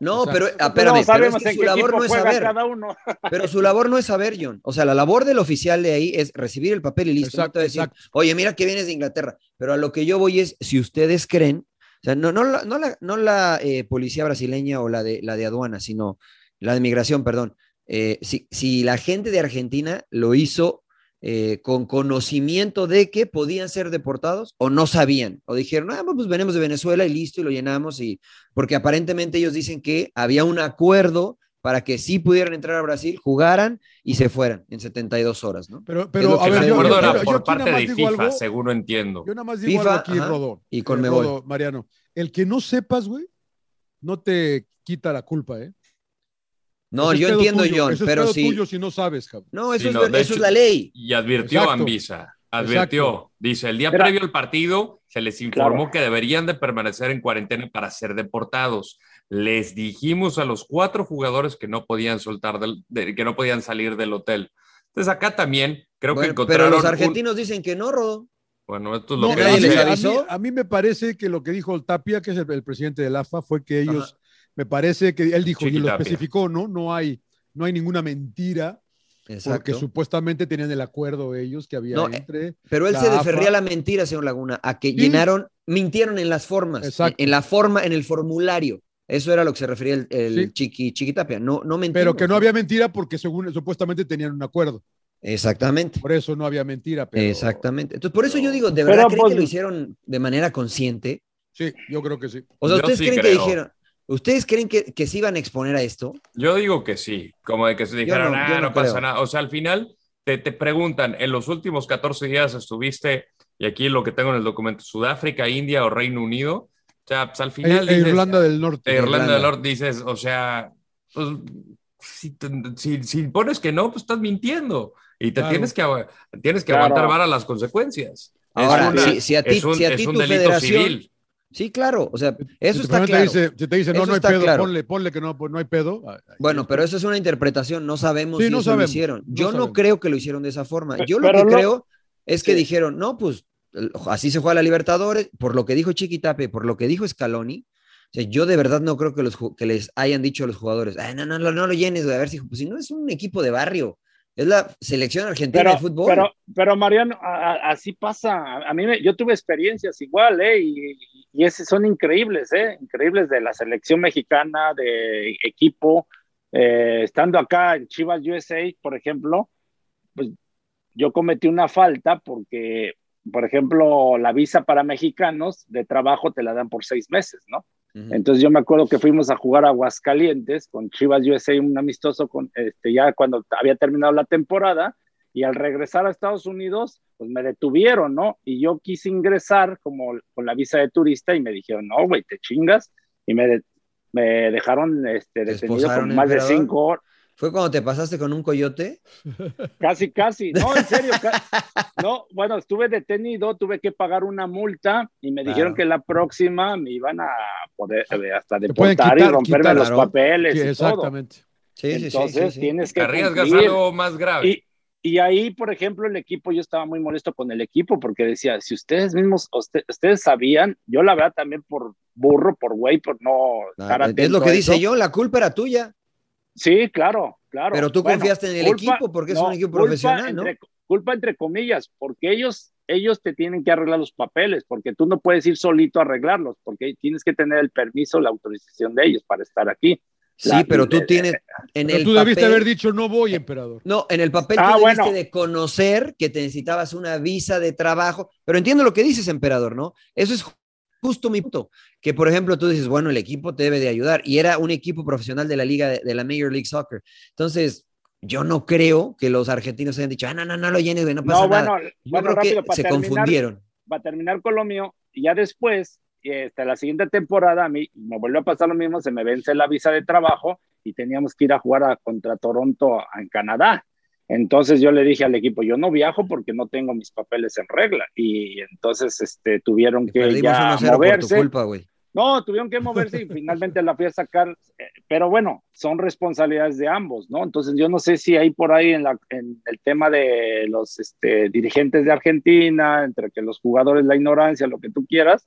[SPEAKER 1] No,
[SPEAKER 3] O sea,
[SPEAKER 1] pero ah,
[SPEAKER 3] no
[SPEAKER 1] espérame, pero es
[SPEAKER 4] sabemos
[SPEAKER 1] que
[SPEAKER 4] en
[SPEAKER 1] su
[SPEAKER 4] qué
[SPEAKER 1] labor
[SPEAKER 4] equipo
[SPEAKER 1] no es
[SPEAKER 4] juega
[SPEAKER 1] saber.
[SPEAKER 4] cada uno.
[SPEAKER 1] Pero su labor no es saber, John. O sea, la labor del oficial de ahí es recibir el papel y listo. no te va a decir, oye, mira que vienes de Inglaterra. Pero a lo que yo voy es, si ustedes creen, o sea, no, no la, no la, no la, eh, policía brasileña o la de, la de aduana, sino la de migración, perdón. Eh, si, si la gente de Argentina lo hizo eh, con conocimiento de que podían ser deportados o no sabían, o dijeron, ah, pues venimos de Venezuela y listo, y lo llenamos, y porque aparentemente ellos dicen que había un acuerdo para que sí pudieran entrar a Brasil, jugaran y se fueran en 72 horas, ¿no?
[SPEAKER 3] Pero,
[SPEAKER 1] Es lo
[SPEAKER 3] pero
[SPEAKER 1] que
[SPEAKER 3] a ver,
[SPEAKER 1] se
[SPEAKER 3] yo-
[SPEAKER 1] acuerda.
[SPEAKER 2] Perdona,
[SPEAKER 3] yo- yo
[SPEAKER 2] por
[SPEAKER 3] aquí nada
[SPEAKER 2] parte
[SPEAKER 3] más
[SPEAKER 2] de
[SPEAKER 3] digo
[SPEAKER 2] FIFA,
[SPEAKER 3] algo.
[SPEAKER 2] seguro entiendo.
[SPEAKER 3] Yo nada más digo
[SPEAKER 1] FIFA,
[SPEAKER 3] algo aquí,
[SPEAKER 1] ajá,
[SPEAKER 3] Rodó.
[SPEAKER 1] y
[SPEAKER 3] eh,
[SPEAKER 1] Conmebol.
[SPEAKER 3] Rodo, Mariano, el que no sepas, güey, no te quita la culpa, ¿eh?
[SPEAKER 1] No,
[SPEAKER 3] Eso es
[SPEAKER 1] yo
[SPEAKER 3] pedo
[SPEAKER 1] entiendo,
[SPEAKER 3] tuyo,
[SPEAKER 1] John,
[SPEAKER 3] eso es
[SPEAKER 1] pero
[SPEAKER 3] pedo
[SPEAKER 1] sí.
[SPEAKER 3] tuyo si no sabes, cabrón.
[SPEAKER 1] No,
[SPEAKER 2] Sí,
[SPEAKER 1] eso,
[SPEAKER 2] no,
[SPEAKER 1] es,
[SPEAKER 2] de
[SPEAKER 1] eso es
[SPEAKER 2] hecho,
[SPEAKER 1] la ley.
[SPEAKER 2] Y advirtió
[SPEAKER 3] Exacto.
[SPEAKER 2] Anvisa, advirtió.
[SPEAKER 3] Exacto.
[SPEAKER 2] Dice, el día
[SPEAKER 3] Era-
[SPEAKER 2] previo al partido se les informó que deberían de permanecer en cuarentena para ser deportados. Les dijimos a los cuatro jugadores que no podían soltar del- de- que no podían salir del hotel. Entonces acá también creo que
[SPEAKER 1] Bueno,
[SPEAKER 2] encontraron
[SPEAKER 1] pero los
[SPEAKER 2] un-
[SPEAKER 1] argentinos dicen que no, Rodo.
[SPEAKER 2] bueno, esto es lo
[SPEAKER 3] No,
[SPEAKER 2] que
[SPEAKER 3] a, mí,
[SPEAKER 2] dice-
[SPEAKER 3] a mí- a mí me parece que lo que dijo el Tapia, que es el, el presidente del AFA, fue que ellos, me parece que él dijo,
[SPEAKER 2] Chiqui
[SPEAKER 3] y lo
[SPEAKER 2] Tapia.
[SPEAKER 3] especificó, ¿no? No hay, no hay ninguna mentira
[SPEAKER 1] Exacto.
[SPEAKER 3] Porque supuestamente tenían el acuerdo ellos que había
[SPEAKER 1] No, eh,
[SPEAKER 3] entre.
[SPEAKER 1] Pero él
[SPEAKER 3] la
[SPEAKER 1] se
[SPEAKER 3] AFA.
[SPEAKER 1] deferría a la mentira, señor Laguna, a que llenaron, mintieron en las formas, en,
[SPEAKER 3] Exacto.
[SPEAKER 1] en la forma, en el formulario. Eso era a lo que se refería el, el chiqui, Chiquitapia. No,
[SPEAKER 3] Pero
[SPEAKER 1] no mintieron.
[SPEAKER 3] que no había mentira porque según supuestamente tenían un acuerdo.
[SPEAKER 1] Exactamente.
[SPEAKER 3] Por eso no había mentira. Pero,
[SPEAKER 1] Exactamente. Entonces, por eso yo digo, ¿de
[SPEAKER 3] Pero,
[SPEAKER 1] verdad creen
[SPEAKER 3] pues,
[SPEAKER 1] que lo hicieron de manera consciente?
[SPEAKER 3] Sí, yo creo que sí.
[SPEAKER 1] O sea,
[SPEAKER 2] Yo
[SPEAKER 1] ¿ustedes
[SPEAKER 2] sí
[SPEAKER 1] creen que
[SPEAKER 2] creo.
[SPEAKER 1] dijeron, ustedes creen que, que se iban a exponer a esto?
[SPEAKER 2] Yo digo que sí, como de que se dijeron,
[SPEAKER 1] no,
[SPEAKER 2] ah,
[SPEAKER 1] yo
[SPEAKER 2] no,
[SPEAKER 1] no
[SPEAKER 2] pasa
[SPEAKER 1] creo".
[SPEAKER 2] nada. O sea, al final te, te preguntan, en los últimos 14 días estuviste, y aquí lo que tengo en el documento, Sudáfrica, India o Reino Unido. O sea, pues al final.
[SPEAKER 3] Eh,
[SPEAKER 2] dices,
[SPEAKER 3] Irlanda del Norte.
[SPEAKER 2] eh, Irlanda del Norte dices, o sea, pues, si, te- si- si pones que no, pues estás mintiendo. Y te
[SPEAKER 3] Claro.
[SPEAKER 2] tienes que, agu- tienes que
[SPEAKER 1] Claro.
[SPEAKER 2] aguantar vara las consecuencias. Es
[SPEAKER 1] Ahora,
[SPEAKER 2] una-
[SPEAKER 1] si, si a ti,
[SPEAKER 2] es un-
[SPEAKER 1] si a
[SPEAKER 2] es
[SPEAKER 1] ti
[SPEAKER 2] un
[SPEAKER 1] tu
[SPEAKER 2] delito
[SPEAKER 1] federación.
[SPEAKER 2] civil.
[SPEAKER 1] Sí, claro. O sea,
[SPEAKER 3] Si
[SPEAKER 1] eso
[SPEAKER 3] tu
[SPEAKER 1] está
[SPEAKER 3] familia
[SPEAKER 1] claro.
[SPEAKER 3] Te dice, si te dice, no,
[SPEAKER 1] Eso
[SPEAKER 3] no hay
[SPEAKER 1] está
[SPEAKER 3] pedo,
[SPEAKER 1] claro.
[SPEAKER 3] ponle, ponle que no, pues, no hay pedo. Ah,
[SPEAKER 1] Bueno, pero eso es una interpretación, no sabemos
[SPEAKER 3] Sí,
[SPEAKER 1] si
[SPEAKER 3] no
[SPEAKER 1] eso
[SPEAKER 3] sabemos,
[SPEAKER 1] lo hicieron.
[SPEAKER 3] no
[SPEAKER 1] Yo no
[SPEAKER 3] sabemos.
[SPEAKER 1] creo que lo hicieron de esa forma.
[SPEAKER 3] Pe-
[SPEAKER 1] Yo lo
[SPEAKER 3] pero
[SPEAKER 1] que
[SPEAKER 3] no-
[SPEAKER 1] creo es que dijeron, no, pues el- así se juega la Libertadores, por lo que dijo Chiquitape, por lo que dijo Scaloni. O sea, yo de verdad no creo que, los, ju- que les hayan dicho a los jugadores, "Ay, no, no, no, no lo llenes, güey, a ver si, pues, si no es un equipo de barrio, es la selección argentina
[SPEAKER 4] Pero,
[SPEAKER 1] de fútbol.
[SPEAKER 4] pero, pero Mariano, a- a- así pasa. A a mí me- yo tuve experiencias igual, ¿eh? Y, y ese- son increíbles, ¿eh? Increíbles de la selección mexicana, de equipo. Eh, estando acá en Chivas USA, por ejemplo, pues yo cometí una falta porque, por ejemplo, la visa para mexicanos de trabajo te la dan por seis meses, ¿no? Entonces yo me acuerdo que fuimos a jugar a Aguascalientes con Chivas USA, un amistoso con este ya cuando t- había terminado la temporada y al regresar a Estados Unidos pues me detuvieron, ¿no? Y yo quise ingresar como con la visa de turista y me dijeron, "No, güey, te chingas." Y me, de- me dejaron este detenido
[SPEAKER 1] esposaron,
[SPEAKER 4] con más de
[SPEAKER 1] emperador?
[SPEAKER 4] cinco horas.
[SPEAKER 1] ¿Fue cuando te pasaste con un coyote?
[SPEAKER 4] Casi, casi. No, en serio. ca- no, bueno, estuve detenido, tuve que pagar una multa y me
[SPEAKER 1] Claro.
[SPEAKER 4] dijeron que la próxima me iban a poder eh, hasta
[SPEAKER 3] Te pueden
[SPEAKER 4] deportar y
[SPEAKER 3] quitar,
[SPEAKER 4] romperme
[SPEAKER 3] quitar,
[SPEAKER 4] los
[SPEAKER 3] claro.
[SPEAKER 4] papeles
[SPEAKER 3] Sí,
[SPEAKER 4] y todo.
[SPEAKER 3] exactamente.
[SPEAKER 1] Sí, sí, sí,
[SPEAKER 4] Entonces
[SPEAKER 1] sí, sí.
[SPEAKER 4] tienes que
[SPEAKER 2] Te arriesgas
[SPEAKER 4] cumplir.
[SPEAKER 2] algo más grave.
[SPEAKER 4] Y, y ahí, por ejemplo, el equipo, yo estaba muy molesto con el equipo porque decía, si ustedes mismos, uste- ustedes sabían, yo la verdad también por burro, por güey, por no estar
[SPEAKER 1] Ah, es
[SPEAKER 4] atento
[SPEAKER 1] lo que
[SPEAKER 4] a
[SPEAKER 1] dice
[SPEAKER 4] eso.
[SPEAKER 1] yo, la culpa era tuya.
[SPEAKER 4] Sí, claro, claro.
[SPEAKER 1] Pero tú
[SPEAKER 4] Bueno,
[SPEAKER 1] confiaste en el
[SPEAKER 4] culpa-
[SPEAKER 1] equipo porque es
[SPEAKER 4] no,
[SPEAKER 1] un equipo
[SPEAKER 4] culpa
[SPEAKER 1] profesional, ¿no?
[SPEAKER 4] entre- culpa entre comillas, porque ellos, ellos te tienen que arreglar los papeles, porque tú no puedes ir solito a arreglarlos, porque tienes que tener el permiso, la autorización de ellos para estar aquí.
[SPEAKER 1] Sí,
[SPEAKER 4] La-
[SPEAKER 1] pero tú
[SPEAKER 4] eh,
[SPEAKER 1] tienes en
[SPEAKER 3] Pero
[SPEAKER 1] el
[SPEAKER 3] tú debiste
[SPEAKER 1] papel- Eh,
[SPEAKER 3] haber dicho, no voy, emperador.
[SPEAKER 1] No, en el papel
[SPEAKER 4] Ah,
[SPEAKER 1] tú debiste
[SPEAKER 4] bueno.
[SPEAKER 1] de conocer que te necesitabas una visa de trabajo, pero entiendo lo que dices, emperador, ¿no? Eso es ju- justo mi punto, que por ejemplo tú dices, bueno, el equipo te debe de ayudar, y era un equipo profesional de la liga, de, de la Major League Soccer. Entonces, yo no creo que los argentinos hayan dicho, ah, no, no, no lo llenes, güey, no pasa
[SPEAKER 4] No, bueno,
[SPEAKER 1] nada. Yo
[SPEAKER 4] bueno,
[SPEAKER 1] creo
[SPEAKER 4] rápido,
[SPEAKER 1] que
[SPEAKER 4] para
[SPEAKER 1] se
[SPEAKER 4] terminar.
[SPEAKER 1] confundieron.
[SPEAKER 4] para terminar con lo mío, y ya después, eh, hasta la siguiente temporada, a mí me vuelve a pasar lo mismo, se me vence la visa de trabajo y teníamos que ir a jugar a- contra Toronto a- en Canadá. Entonces yo le dije al equipo, yo no viajo porque no tengo mis papeles en regla. Y entonces este, tuvieron que
[SPEAKER 1] Perdimos
[SPEAKER 4] ya
[SPEAKER 1] 1-0 por tu
[SPEAKER 4] moverse.
[SPEAKER 1] culpa, güey.
[SPEAKER 4] No, tuvieron que moverse y finalmente la fui a sacar. eh, Pero bueno, son responsabilidades de ambos, ¿no? Entonces yo no sé si hay por ahí en, la- en el tema de los este, dirigentes de Argentina, entre que los jugadores, la ignorancia, lo que tú quieras,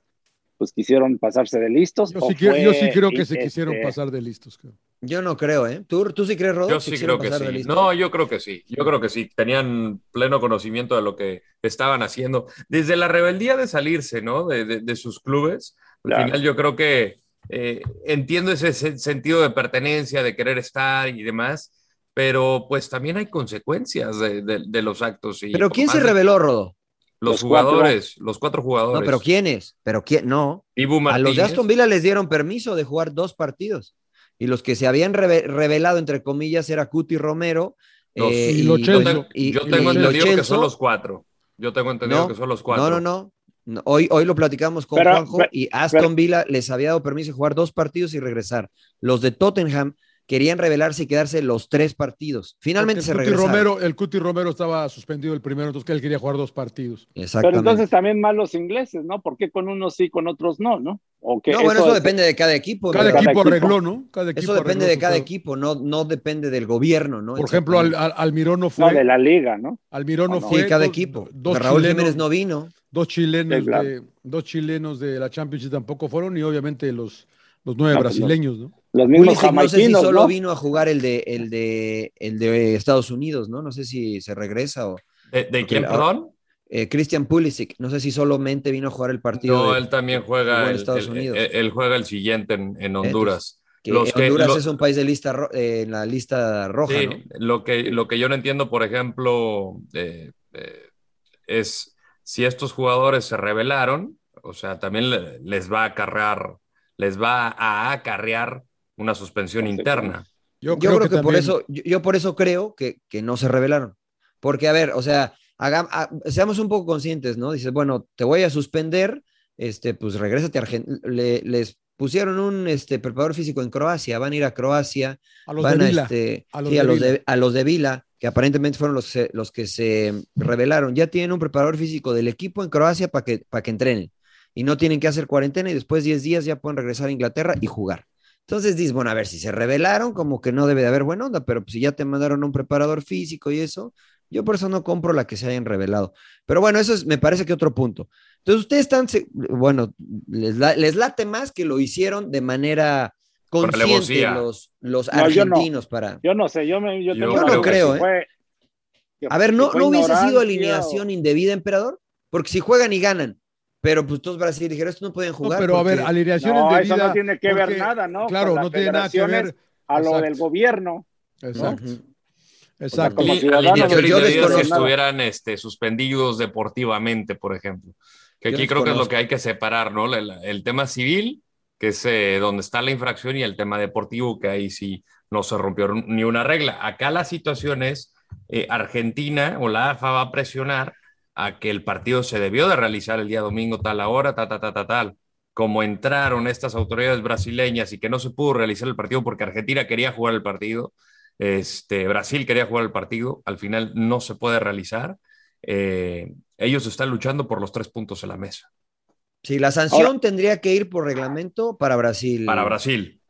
[SPEAKER 4] pues quisieron pasarse de listos.
[SPEAKER 3] Yo
[SPEAKER 4] o
[SPEAKER 3] sí, quiero- yo
[SPEAKER 4] fue,
[SPEAKER 3] sí creo que se
[SPEAKER 4] este,
[SPEAKER 3] quisieron pasar de listos. cabrón.
[SPEAKER 1] Yo no creo, ¿eh? ¿Tú, tú sí crees, Rodolfo?
[SPEAKER 2] Yo sí creo que sí. No, yo creo que sí. Yo creo que sí. Tenían pleno conocimiento de lo que estaban haciendo. Desde la rebeldía de salirse, ¿no? De, de- de sus clubes. Al
[SPEAKER 4] Claro.
[SPEAKER 2] final yo creo que eh, entiendo ese se- sentido de pertenencia, de querer estar y demás, pero pues también hay consecuencias de, de- de los actos. y
[SPEAKER 1] Pero
[SPEAKER 2] por
[SPEAKER 1] ¿quién se
[SPEAKER 2] más de-
[SPEAKER 1] reveló, Rodo?
[SPEAKER 2] Los,
[SPEAKER 1] Los cuatro.
[SPEAKER 2] jugadores, los cuatro jugadores.
[SPEAKER 1] No, pero ¿quiénes? Pero quién, no.
[SPEAKER 2] Dibu
[SPEAKER 1] A los de
[SPEAKER 2] Martínez.
[SPEAKER 1] Aston Villa les dieron permiso de jugar dos partidos. Y los que se habían reve- revelado, entre comillas, era Cuti Romero.
[SPEAKER 2] Los-
[SPEAKER 1] eh,
[SPEAKER 3] Y Lo
[SPEAKER 2] yo,
[SPEAKER 3] Celso.
[SPEAKER 2] tengo-
[SPEAKER 1] y-
[SPEAKER 2] yo
[SPEAKER 1] y
[SPEAKER 2] tengo
[SPEAKER 1] Lo
[SPEAKER 2] entendido que
[SPEAKER 1] Celso.
[SPEAKER 2] son los cuatro. Yo tengo entendido
[SPEAKER 1] No,
[SPEAKER 2] que son los cuatro.
[SPEAKER 1] No, no, no. No, Hoy, hoy lo platicamos con
[SPEAKER 4] Pero-
[SPEAKER 1] Juanjo
[SPEAKER 4] pero-
[SPEAKER 1] y Aston Villa les había dado permiso de jugar dos partidos y regresar. Los de Tottenham querían revelarse y quedarse los tres partidos. Finalmente
[SPEAKER 3] Porque
[SPEAKER 1] se
[SPEAKER 3] el Cuti
[SPEAKER 1] regresaron.
[SPEAKER 3] Romero, El Cuti Romero estaba suspendido el primero, entonces que él quería jugar dos partidos.
[SPEAKER 4] Pero
[SPEAKER 1] Exactamente.
[SPEAKER 4] entonces también más los ingleses, ¿no? ¿Por qué con unos sí, con otros no, no? ¿O que
[SPEAKER 1] no, bueno, eso
[SPEAKER 4] es-
[SPEAKER 1] depende de cada equipo.
[SPEAKER 3] Cada
[SPEAKER 1] ¿no?
[SPEAKER 3] equipo
[SPEAKER 4] equipo.
[SPEAKER 3] arregló, ¿no? Cada equipo
[SPEAKER 1] Eso depende
[SPEAKER 3] arregló
[SPEAKER 1] de
[SPEAKER 3] su
[SPEAKER 1] cada
[SPEAKER 3] pedo.
[SPEAKER 1] equipo, no, no depende del gobierno, ¿no?
[SPEAKER 3] Por ejemplo, al, al- Almirón no
[SPEAKER 4] No,
[SPEAKER 3] fue.
[SPEAKER 4] de la liga, ¿no?
[SPEAKER 3] Almirón no
[SPEAKER 4] Sí,
[SPEAKER 3] fue.
[SPEAKER 1] Ah, cada
[SPEAKER 3] dos-
[SPEAKER 1] equipo.
[SPEAKER 3] Dos
[SPEAKER 1] Raúl
[SPEAKER 3] chilenos,
[SPEAKER 1] Jiménez no vino.
[SPEAKER 3] dos chilenos
[SPEAKER 4] Sí, claro.
[SPEAKER 3] de dos chilenos de la Championship tampoco fueron y obviamente los Los nueve
[SPEAKER 4] Ah,
[SPEAKER 1] No, pues los-
[SPEAKER 3] brasileños, ¿no?
[SPEAKER 4] Los
[SPEAKER 1] Pulisic, no sé si solo vino a jugar el de, el de el de Estados Unidos, ¿no? No sé si se regresa o.
[SPEAKER 2] ¿De, de
[SPEAKER 1] porque
[SPEAKER 2] quién,
[SPEAKER 1] la-
[SPEAKER 2] perdón?
[SPEAKER 1] eh, Christian Pulisic, no sé si solamente vino a jugar el partido.
[SPEAKER 2] No,
[SPEAKER 1] de-
[SPEAKER 2] él también
[SPEAKER 1] jugó
[SPEAKER 2] juega.
[SPEAKER 1] en
[SPEAKER 2] el-
[SPEAKER 1] Estados
[SPEAKER 2] el-
[SPEAKER 1] Unidos.
[SPEAKER 2] el- él juega el siguiente en, en Honduras.
[SPEAKER 1] que
[SPEAKER 2] Los que-
[SPEAKER 1] Honduras
[SPEAKER 2] lo-
[SPEAKER 1] es un país de lista ro- eh, en la lista roja,
[SPEAKER 2] Sí,
[SPEAKER 1] ¿no?
[SPEAKER 2] lo que, lo que yo no entiendo, por ejemplo, eh, eh, es si estos jugadores se rebelaron, o sea, también le- les va a acarrear, les va a acarrear una suspensión interna.
[SPEAKER 1] Yo creo, que, por
[SPEAKER 2] también-
[SPEAKER 1] eso, yo, yo por eso creo que, que no se revelaron. Porque, a ver, o sea, haga- ha- seamos un poco conscientes, ¿no? Dices, bueno, te voy a suspender, este, pues regrésate a Argentina. les pusieron un este, preparador físico en Croacia, van a ir a Croacia,
[SPEAKER 3] A los
[SPEAKER 1] van
[SPEAKER 3] de Vila,
[SPEAKER 1] este,
[SPEAKER 3] a los
[SPEAKER 1] sí,
[SPEAKER 3] de
[SPEAKER 1] a los de-
[SPEAKER 3] Vila.
[SPEAKER 1] a los de Vila, que aparentemente fueron los, que se- los que se revelaron. Ya tienen un preparador físico del equipo en Croacia para que, para que entrenen. Y no tienen que hacer cuarentena y después 10 días ya pueden regresar a Inglaterra y jugar. Entonces dices, bueno, a ver, si se revelaron, como que no debe de haber buena onda, pero pues, si ya te mandaron un preparador físico y eso, yo por eso no compro la que se hayan revelado. Pero bueno, eso es, me parece que otro punto. Entonces ustedes están, se- bueno, les, la- les late más que lo hicieron de manera
[SPEAKER 2] Con
[SPEAKER 1] consciente
[SPEAKER 2] alevosía.
[SPEAKER 1] los, los
[SPEAKER 4] No, yo no.
[SPEAKER 1] argentinos para...
[SPEAKER 4] Yo no sé, yo, me, yo,
[SPEAKER 1] Yo
[SPEAKER 4] tengo
[SPEAKER 1] no
[SPEAKER 4] la duda
[SPEAKER 1] creo,
[SPEAKER 4] que
[SPEAKER 1] ¿eh?
[SPEAKER 4] fue- que-
[SPEAKER 1] A ver, ¿no,
[SPEAKER 4] que fue
[SPEAKER 1] ¿no hubiese sido
[SPEAKER 4] ignorancia o-
[SPEAKER 1] alineación indebida, emperador? Porque si juegan y ganan, pero pues todos Brasil dijeron, estos no pueden jugar.
[SPEAKER 3] pero a ver,
[SPEAKER 1] porque-
[SPEAKER 3] alineación
[SPEAKER 4] No,
[SPEAKER 3] indebida.
[SPEAKER 4] eso no tiene que ver
[SPEAKER 3] porque,
[SPEAKER 4] nada, ¿no?
[SPEAKER 3] Claro,
[SPEAKER 4] Con las
[SPEAKER 3] no tiene nada que ver.
[SPEAKER 4] federaciones A lo
[SPEAKER 3] Exacto.
[SPEAKER 4] del gobierno. ¿no?
[SPEAKER 3] Exacto.
[SPEAKER 2] Li-
[SPEAKER 3] Exacto.
[SPEAKER 2] alineación
[SPEAKER 4] yo- yo
[SPEAKER 2] indebida si
[SPEAKER 4] desconozco.
[SPEAKER 2] estuvieran este, suspendidos deportivamente, por ejemplo. Que
[SPEAKER 1] Yo
[SPEAKER 2] aquí creo que es lo
[SPEAKER 1] desconozco.
[SPEAKER 2] que hay que separar, ¿no? La- la- El, tema civil, que es eh, donde está la infracción, y el tema deportivo, que ahí sí no se rompió ni una regla. Acá la situación es, eh, Argentina o la AFA va a presionar a que el partido se debió de realizar el día domingo tal hora, ta, ta, ta, ta, tal. Como entraron estas autoridades brasileñas y que no se pudo realizar el partido porque Argentina quería jugar el partido, este, Brasil quería jugar el partido, al final no se puede realizar. Eh, ellos están luchando por los tres puntos en la mesa.
[SPEAKER 1] Sí, la sanción tendría que ir por reglamento para Brasil.
[SPEAKER 2] Para Brasil.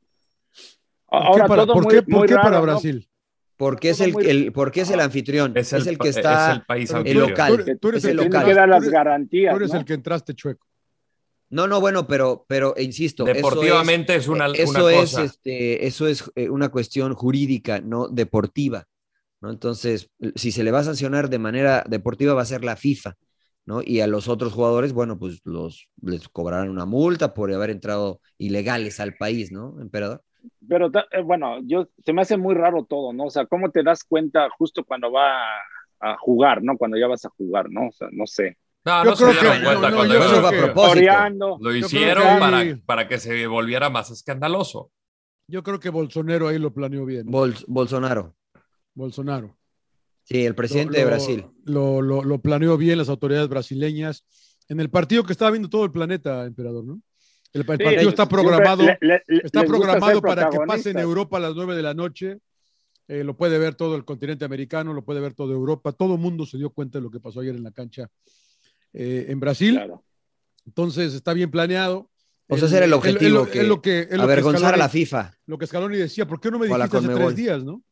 [SPEAKER 3] ¿Por qué para, por qué- por qué para Brasil?
[SPEAKER 1] Porque es
[SPEAKER 3] Todo
[SPEAKER 1] el,
[SPEAKER 3] muy-
[SPEAKER 1] el- porque
[SPEAKER 4] Ah.
[SPEAKER 1] es el anfitrión, es el,
[SPEAKER 2] el pa-
[SPEAKER 1] que está,
[SPEAKER 2] es el país anfitrión.
[SPEAKER 1] local,
[SPEAKER 3] Tú- tú eres
[SPEAKER 1] es
[SPEAKER 3] el
[SPEAKER 1] el
[SPEAKER 3] que
[SPEAKER 1] local.
[SPEAKER 3] tiene que dar las Tú eres-
[SPEAKER 4] garantías,
[SPEAKER 3] Tú eres el que entraste chueco.
[SPEAKER 1] No, no, bueno, pero, pero eh, insisto, eso
[SPEAKER 2] Deportivamente es una-
[SPEAKER 1] eh,
[SPEAKER 2] una
[SPEAKER 1] eso es,
[SPEAKER 2] cosa.
[SPEAKER 1] este, eso es eh, una cuestión jurídica, no deportiva, ¿no? Entonces, l- si se le va a sancionar de manera deportiva va a ser la FIFA, ¿no? Y a los otros jugadores, bueno, pues los les cobrarán una multa por haber entrado ilegales al país, ¿no, emperador?
[SPEAKER 4] Pero ta- eh, bueno, yo se me hace muy raro todo, ¿no? O sea, ¿cómo te das cuenta justo cuando va a- a jugar, ¿no? Cuando ya vas a jugar, ¿no? O sea, no sé.
[SPEAKER 2] No,
[SPEAKER 4] Yo
[SPEAKER 2] no se
[SPEAKER 4] creo
[SPEAKER 2] dieron
[SPEAKER 4] que-
[SPEAKER 2] cuenta
[SPEAKER 4] no, no,
[SPEAKER 2] cuando
[SPEAKER 4] yo
[SPEAKER 2] iban
[SPEAKER 4] creo
[SPEAKER 2] a
[SPEAKER 4] que-
[SPEAKER 2] jugar.
[SPEAKER 4] Coreando.
[SPEAKER 2] Lo
[SPEAKER 4] Yo creo
[SPEAKER 2] hicieron
[SPEAKER 4] que-
[SPEAKER 2] para, para que se volviera más escandaloso.
[SPEAKER 3] Yo creo que Bolsonaro ahí lo planeó bien.
[SPEAKER 1] Bol- Bolsonaro,
[SPEAKER 3] Bolsonaro.
[SPEAKER 1] sí, el presidente de
[SPEAKER 3] lo-
[SPEAKER 1] Brasil.
[SPEAKER 3] Lo, lo- lo planeó bien las autoridades brasileñas en el partido que estaba viendo todo el planeta, emperador, ¿no? El, pa- el
[SPEAKER 4] Sí,
[SPEAKER 3] partido
[SPEAKER 4] ellos
[SPEAKER 3] está
[SPEAKER 4] siempre
[SPEAKER 3] programado,
[SPEAKER 4] le- le- le-
[SPEAKER 3] está
[SPEAKER 4] les gusta
[SPEAKER 3] programado
[SPEAKER 4] ser
[SPEAKER 3] para que pase
[SPEAKER 4] protagonistas.
[SPEAKER 3] en Europa a las 9 de la noche. Eh, lo puede ver todo el continente americano, lo puede ver toda Europa. Todo el mundo se dio cuenta de lo que pasó ayer en la cancha eh, en Brasil. Entonces está bien planeado.
[SPEAKER 1] O sea, Pues ese era el
[SPEAKER 3] Él- él- él-
[SPEAKER 1] objetivo,
[SPEAKER 3] él-
[SPEAKER 1] que
[SPEAKER 3] él lo que- él lo que eh,
[SPEAKER 1] avergonzar a la
[SPEAKER 3] Scaloni-
[SPEAKER 1] FIFA.
[SPEAKER 3] Lo que Scaloni decía, ¿por qué no me
[SPEAKER 1] O a la
[SPEAKER 3] dijiste hace tres
[SPEAKER 1] Conmebol.
[SPEAKER 3] días, no?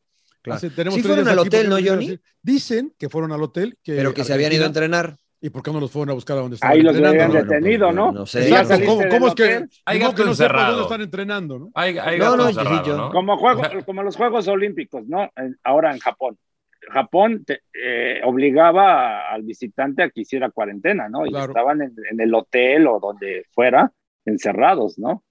[SPEAKER 1] Claro.
[SPEAKER 3] Hace- tenemos
[SPEAKER 1] Sí
[SPEAKER 3] tres
[SPEAKER 1] fueron
[SPEAKER 3] días
[SPEAKER 1] al
[SPEAKER 3] aquí, ¿por qué
[SPEAKER 1] hotel,
[SPEAKER 3] no
[SPEAKER 1] ¿no,
[SPEAKER 3] vinieron
[SPEAKER 1] Johnny?
[SPEAKER 3] así? Dicen que fueron al hotel. Que
[SPEAKER 1] Pero que se habían ido a
[SPEAKER 3] Argentina-
[SPEAKER 1] entrenar.
[SPEAKER 3] ¿Y por qué no los fueron a buscar a donde estaban
[SPEAKER 4] Ahí los
[SPEAKER 3] entrenando?
[SPEAKER 4] habían detenido, ¿no?
[SPEAKER 1] no sé.
[SPEAKER 4] Ya
[SPEAKER 3] Exacto,
[SPEAKER 4] saliste
[SPEAKER 3] ¿cómo,
[SPEAKER 4] del
[SPEAKER 3] cómo es que,
[SPEAKER 4] hotel.
[SPEAKER 3] ni
[SPEAKER 2] Hay
[SPEAKER 3] modo que
[SPEAKER 2] gato
[SPEAKER 3] no sepas
[SPEAKER 2] encerrado.
[SPEAKER 3] dónde están entrenando, no?
[SPEAKER 2] Hay, hay
[SPEAKER 3] No,
[SPEAKER 2] gato
[SPEAKER 3] no,
[SPEAKER 2] encerrado,
[SPEAKER 3] sí, yo-
[SPEAKER 2] ¿no?
[SPEAKER 4] Como, juego- como los Juegos Olímpicos, ¿no? En- Ahora en Japón. Japón te- eh, obligaba a- al visitante a que hiciera cuarentena, ¿no? Y estaban en, en el hotel o donde fuera, encerrados, ¿no?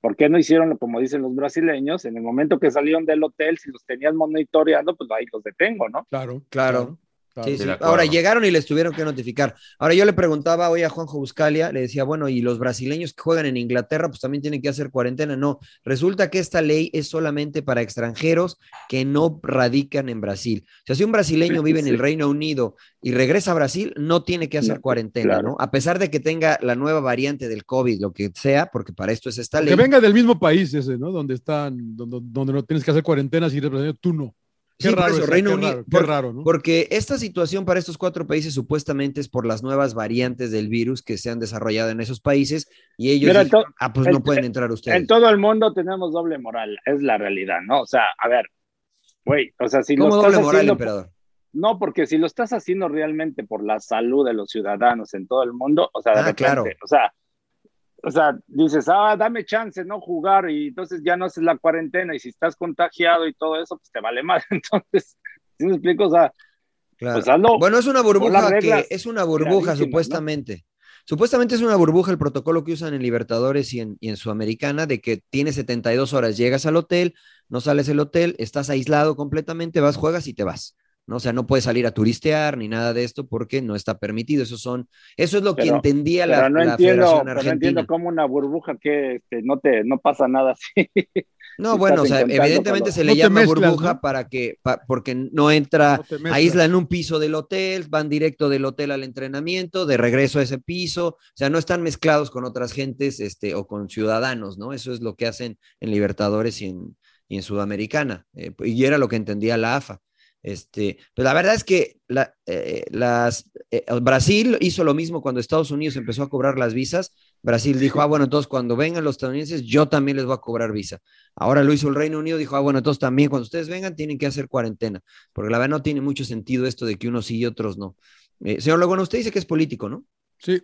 [SPEAKER 4] ¿Por qué no hicieron lo como dicen los brasileños? En el momento que salieron del hotel, si los tenían monitoreando, pues ahí los detengo, ¿no?
[SPEAKER 3] Claro.
[SPEAKER 1] Claro.
[SPEAKER 3] claro.
[SPEAKER 1] Sí,
[SPEAKER 4] Sí,
[SPEAKER 1] sí.
[SPEAKER 4] de acuerdo.
[SPEAKER 1] Ahora llegaron y les tuvieron que notificar. Ahora yo le preguntaba hoy a Juanjo Buscalia, le decía, bueno, y los brasileños que juegan en Inglaterra, pues también tienen que hacer cuarentena. No, resulta que esta ley es solamente para extranjeros que no radican en Brasil. O sea, si un brasileño vive en el
[SPEAKER 4] Sí.
[SPEAKER 1] Reino Unido y regresa a Brasil, no tiene que hacer
[SPEAKER 4] No,
[SPEAKER 1] cuarentena,
[SPEAKER 4] claro.
[SPEAKER 1] ¿no? A pesar de que tenga la nueva variante del COVID, lo que sea, porque para esto es esta ley.
[SPEAKER 3] Que venga del mismo país ese, ¿no? Donde están, donde, donde no tienes que hacer cuarentena si eres brasileño, tú no. Qué
[SPEAKER 1] Sí, por
[SPEAKER 3] raro,
[SPEAKER 1] eso,
[SPEAKER 3] eso,
[SPEAKER 1] Reino
[SPEAKER 3] qué
[SPEAKER 1] Unido.
[SPEAKER 3] raro, qué
[SPEAKER 1] por-
[SPEAKER 3] raro, ¿no?
[SPEAKER 1] Porque esta situación para estos cuatro países supuestamente es por las nuevas variantes del virus que se han desarrollado en esos países y ellos
[SPEAKER 4] Mira,
[SPEAKER 1] dijeron,
[SPEAKER 4] to-
[SPEAKER 1] ah, pues
[SPEAKER 4] en-
[SPEAKER 1] no pueden entrar ustedes.
[SPEAKER 4] En todo el mundo tenemos doble moral, es la realidad, ¿no? O sea, a ver, güey, o sea, si lo
[SPEAKER 1] ¿Cómo
[SPEAKER 4] estás
[SPEAKER 1] doble moral,
[SPEAKER 4] haciendo-
[SPEAKER 1] emperador?
[SPEAKER 4] No, porque si lo estás haciendo realmente por la salud de los ciudadanos en todo el mundo, o sea, de
[SPEAKER 1] Ah,
[SPEAKER 4] repente,
[SPEAKER 1] claro.
[SPEAKER 4] o sea, o sea, dices, ah, dame chance, no jugar, y entonces ya no haces la cuarentena, y si estás contagiado y todo eso, pues te vale más. Entonces, ¿sí me explico? O sea,
[SPEAKER 1] Claro.
[SPEAKER 4] pues hazlo.
[SPEAKER 1] Bueno, es una
[SPEAKER 4] Pon
[SPEAKER 1] burbuja
[SPEAKER 4] las
[SPEAKER 1] que
[SPEAKER 4] reglas
[SPEAKER 1] es una burbuja
[SPEAKER 4] clarísimas, ¿no?
[SPEAKER 1] supuestamente. Supuestamente es una burbuja el protocolo que usan en Libertadores y en, y en Sudamericana de que tienes 72 horas, llegas al hotel, no sales del hotel, estás aislado completamente, vas, juegas y te vas. ¿no? O sea, no puedes salir a turistear ni nada de esto porque no está permitido. Eso, son, eso es lo que
[SPEAKER 4] Pero-
[SPEAKER 1] entendía la,
[SPEAKER 4] pero no
[SPEAKER 1] la
[SPEAKER 4] entiendo,
[SPEAKER 1] Federación
[SPEAKER 4] pero no
[SPEAKER 1] Argentina.
[SPEAKER 4] entiendo cómo una burbuja que este, no te no pasa nada así.
[SPEAKER 1] No, bueno, o sea, evidentemente se le llama burbuja para que, pa- porque no entra,
[SPEAKER 4] te mezclas.
[SPEAKER 1] aíslan un piso del hotel, van directo del hotel al entrenamiento, de regreso a ese piso, o sea, no están mezclados con otras gentes este, o con ciudadanos, ¿no? Eso es lo que hacen en Libertadores y en, y en Sudamericana, eh, y era lo que entendía la AFA. Este, pero la verdad es que la- eh, las, eh, Brasil hizo lo mismo cuando Estados Unidos empezó a cobrar las visas. Brasil dijo, ah, bueno, entonces cuando vengan los estadounidenses, yo también les voy a cobrar visa. Ahora lo hizo el Reino Unido, dijo, ah, bueno, entonces también cuando ustedes vengan tienen que hacer cuarentena, porque la verdad no tiene mucho sentido esto de que unos sí y otros no. Eh, señor Logano, usted dice que es político, ¿no?
[SPEAKER 3] Sí,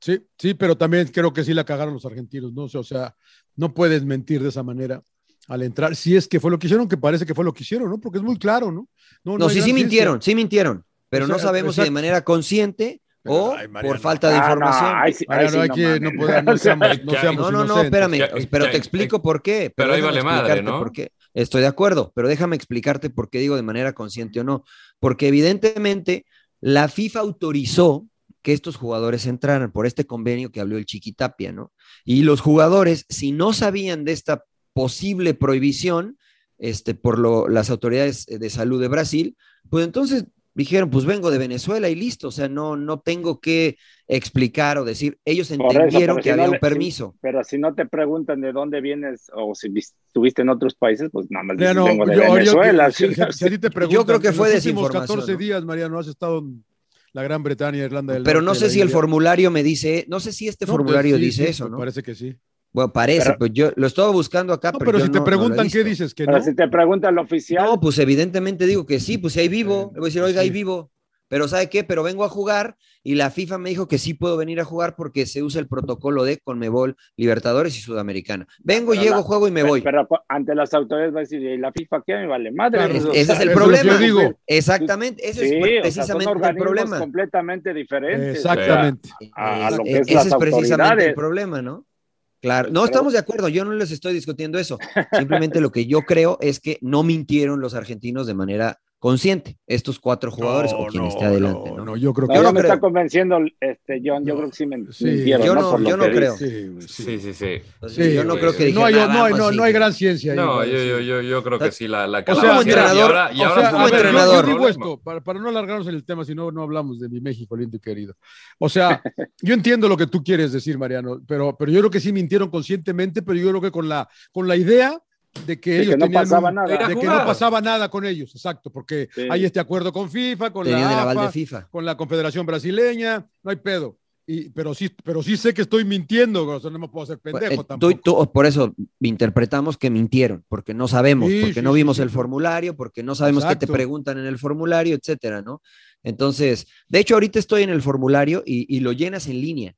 [SPEAKER 3] sí, sí, pero también creo que sí la cagaron los argentinos, ¿no? O sea, o sea, no puedes mentir de esa manera al entrar, si es que fue lo que hicieron, que parece que fue lo que hicieron, ¿no? Porque es muy claro, ¿no?
[SPEAKER 1] No,
[SPEAKER 3] hay
[SPEAKER 1] sí, sí
[SPEAKER 3] gran
[SPEAKER 1] mintieron,
[SPEAKER 3] ciencia.
[SPEAKER 1] sí mintieron, pero no
[SPEAKER 3] Exacto,
[SPEAKER 1] sabemos si de
[SPEAKER 3] exacto.
[SPEAKER 1] manera consciente o por falta de
[SPEAKER 3] Ah, no,
[SPEAKER 1] información.
[SPEAKER 3] ahí sí- ahí Mariano, sí no aquí mames. no podemos- no seamos- no seamos
[SPEAKER 1] no, no, no,
[SPEAKER 3] inocentes.
[SPEAKER 1] espérame,
[SPEAKER 3] Ya- ya-
[SPEAKER 1] pero te explico por qué.
[SPEAKER 2] Pero ahí
[SPEAKER 1] déjame
[SPEAKER 2] vale madre,
[SPEAKER 1] explicarte
[SPEAKER 2] ¿no?
[SPEAKER 1] por qué. Estoy de acuerdo, pero déjame explicarte por qué digo de manera consciente o no. Porque evidentemente la FIFA autorizó que estos jugadores entraran por este convenio que habló el Chiquitapia, ¿no? Y los jugadores, si no sabían de esta posible prohibición este, por lo- las autoridades eh, de salud de Brasil, pues entonces dijeron, pues vengo de Venezuela y listo, o sea, no, no tengo que explicar o decir, ellos
[SPEAKER 4] Por eso, pero
[SPEAKER 1] entendieron que
[SPEAKER 4] si no
[SPEAKER 1] había
[SPEAKER 4] le-
[SPEAKER 1] un permiso.
[SPEAKER 4] si- pero si no te preguntan de dónde vienes o si vis- estuviste en otros países, pues nada más dices,
[SPEAKER 3] Mariano,
[SPEAKER 4] vengo de
[SPEAKER 3] yo- yo-
[SPEAKER 4] Venezuela.
[SPEAKER 3] si- si- si a ti te preguntan,
[SPEAKER 1] creo que
[SPEAKER 3] en
[SPEAKER 1] fue
[SPEAKER 3] los últimos
[SPEAKER 1] desinformación,
[SPEAKER 3] 14
[SPEAKER 1] ¿no?
[SPEAKER 3] días, Mariano, has estado en la Gran Bretaña, Irlanda del
[SPEAKER 1] Pero
[SPEAKER 3] Norte,
[SPEAKER 1] no sé
[SPEAKER 3] la
[SPEAKER 1] si el
[SPEAKER 3] India.
[SPEAKER 1] formulario me dice, no sé si este
[SPEAKER 3] No, pues,
[SPEAKER 1] formulario
[SPEAKER 3] sí,
[SPEAKER 1] dice
[SPEAKER 3] sí,
[SPEAKER 1] eso,
[SPEAKER 3] me
[SPEAKER 1] ¿no?
[SPEAKER 3] Parece que sí.
[SPEAKER 1] Bueno, parece,
[SPEAKER 3] Pero-
[SPEAKER 1] pues yo lo estaba buscando acá,
[SPEAKER 3] No,
[SPEAKER 1] pero,
[SPEAKER 3] pero
[SPEAKER 1] yo
[SPEAKER 3] si te
[SPEAKER 1] no- no lo he
[SPEAKER 3] preguntan qué
[SPEAKER 1] visto.
[SPEAKER 3] dices, que
[SPEAKER 4] Pero
[SPEAKER 3] no.
[SPEAKER 4] si te pregunta el oficial,
[SPEAKER 1] No, pues evidentemente digo que sí, pues si ahí vivo. Le voy a decir, oiga, ahí vivo. Pero ¿sabe qué? Pero vengo a jugar y la FIFA me dijo que sí puedo venir a jugar porque se usa el protocolo de Conmebol, Libertadores y Sudamericana. Vengo,
[SPEAKER 4] Pero
[SPEAKER 1] llego,
[SPEAKER 4] la-
[SPEAKER 1] juego y me voy.
[SPEAKER 4] pero cu- ante las autoridades va a decir, ¿y la FIFA qué? Me vale madre.
[SPEAKER 1] Claro,
[SPEAKER 4] Pues, o
[SPEAKER 1] ese
[SPEAKER 4] sea,
[SPEAKER 1] es el
[SPEAKER 4] eso lo que
[SPEAKER 1] problema.
[SPEAKER 4] yo digo.
[SPEAKER 1] Exactamente, ese
[SPEAKER 4] Sí, o
[SPEAKER 1] es
[SPEAKER 4] sea, son
[SPEAKER 1] precisamente el
[SPEAKER 4] organismos
[SPEAKER 1] problema.
[SPEAKER 4] completamente diferentes.
[SPEAKER 1] Exactamente.
[SPEAKER 4] o sea, A, a lo que
[SPEAKER 1] E-
[SPEAKER 4] es
[SPEAKER 1] ese
[SPEAKER 4] las
[SPEAKER 1] es precisamente el
[SPEAKER 4] autoridades.
[SPEAKER 1] problema, ¿no? Claro, no
[SPEAKER 4] Pero-
[SPEAKER 1] estamos de acuerdo, yo no les estoy discutiendo eso. Simplemente lo que yo creo es que no mintieron los argentinos de manera consciente, estos cuatro jugadores o quien esté adelante. No,
[SPEAKER 3] yo creo
[SPEAKER 4] No,
[SPEAKER 1] yo
[SPEAKER 4] ya
[SPEAKER 1] no
[SPEAKER 4] me
[SPEAKER 1] creo.
[SPEAKER 4] está convenciendo este John, yo creo que sí me mintieron,
[SPEAKER 1] yo
[SPEAKER 4] ¿no?
[SPEAKER 1] no,
[SPEAKER 4] Por lo
[SPEAKER 1] yo no
[SPEAKER 4] que dice.
[SPEAKER 1] creo.
[SPEAKER 2] Sí, sí, sí.
[SPEAKER 3] Sí,
[SPEAKER 1] yo no
[SPEAKER 2] güey.
[SPEAKER 1] creo que
[SPEAKER 3] No hay,
[SPEAKER 1] dijeron,
[SPEAKER 3] no,
[SPEAKER 1] "Ah,
[SPEAKER 3] hay,
[SPEAKER 1] pues
[SPEAKER 3] no,
[SPEAKER 1] sí".
[SPEAKER 3] no hay gran ciencia ahí.
[SPEAKER 2] No,
[SPEAKER 3] güey.
[SPEAKER 2] yo, yo, yo, yo creo que sí, la, la
[SPEAKER 3] O sea,
[SPEAKER 2] calabacera.
[SPEAKER 3] como entrenador,
[SPEAKER 2] y ahora, y
[SPEAKER 3] o
[SPEAKER 2] ahora
[SPEAKER 3] sea,
[SPEAKER 2] somos
[SPEAKER 3] a ver, yo-
[SPEAKER 2] entrenador.
[SPEAKER 3] Yo, digo esto, para, para no alargarnos en el tema, si no, no hablamos de mi México lindo y querido. O sea, yo entiendo lo que tú quieres decir, Mariano, pero, pero yo creo que sí mintieron conscientemente, pero yo creo que con la, con la idea de que
[SPEAKER 4] De que
[SPEAKER 3] ellos
[SPEAKER 4] no
[SPEAKER 3] tenían
[SPEAKER 4] pasaba
[SPEAKER 3] un-
[SPEAKER 4] nada.
[SPEAKER 3] de que no pasaba nada con ellos, exacto, porque
[SPEAKER 4] Sí.
[SPEAKER 3] hay este acuerdo con FIFA, con
[SPEAKER 1] Tenían el
[SPEAKER 3] la,
[SPEAKER 1] aval de
[SPEAKER 3] AFA,
[SPEAKER 1] FIFA.
[SPEAKER 3] con la Confederación Brasileña, no hay pedo. Y, pero sí, pero sí sé que estoy mintiendo, o sea, no me puedo hacer pendejo
[SPEAKER 1] Eh,
[SPEAKER 3] tampoco.
[SPEAKER 1] tú- tú- por eso interpretamos que mintieron, porque no sabemos,
[SPEAKER 3] Sí,
[SPEAKER 1] porque
[SPEAKER 3] sí,
[SPEAKER 1] no
[SPEAKER 3] sí,
[SPEAKER 1] vimos
[SPEAKER 3] sí,
[SPEAKER 1] el
[SPEAKER 3] sí.
[SPEAKER 1] formulario, porque no sabemos qué te
[SPEAKER 3] Exacto.
[SPEAKER 1] preguntan en el formulario, etcétera, ¿no? Entonces, de hecho, ahorita estoy en el formulario y, y lo llenas en línea,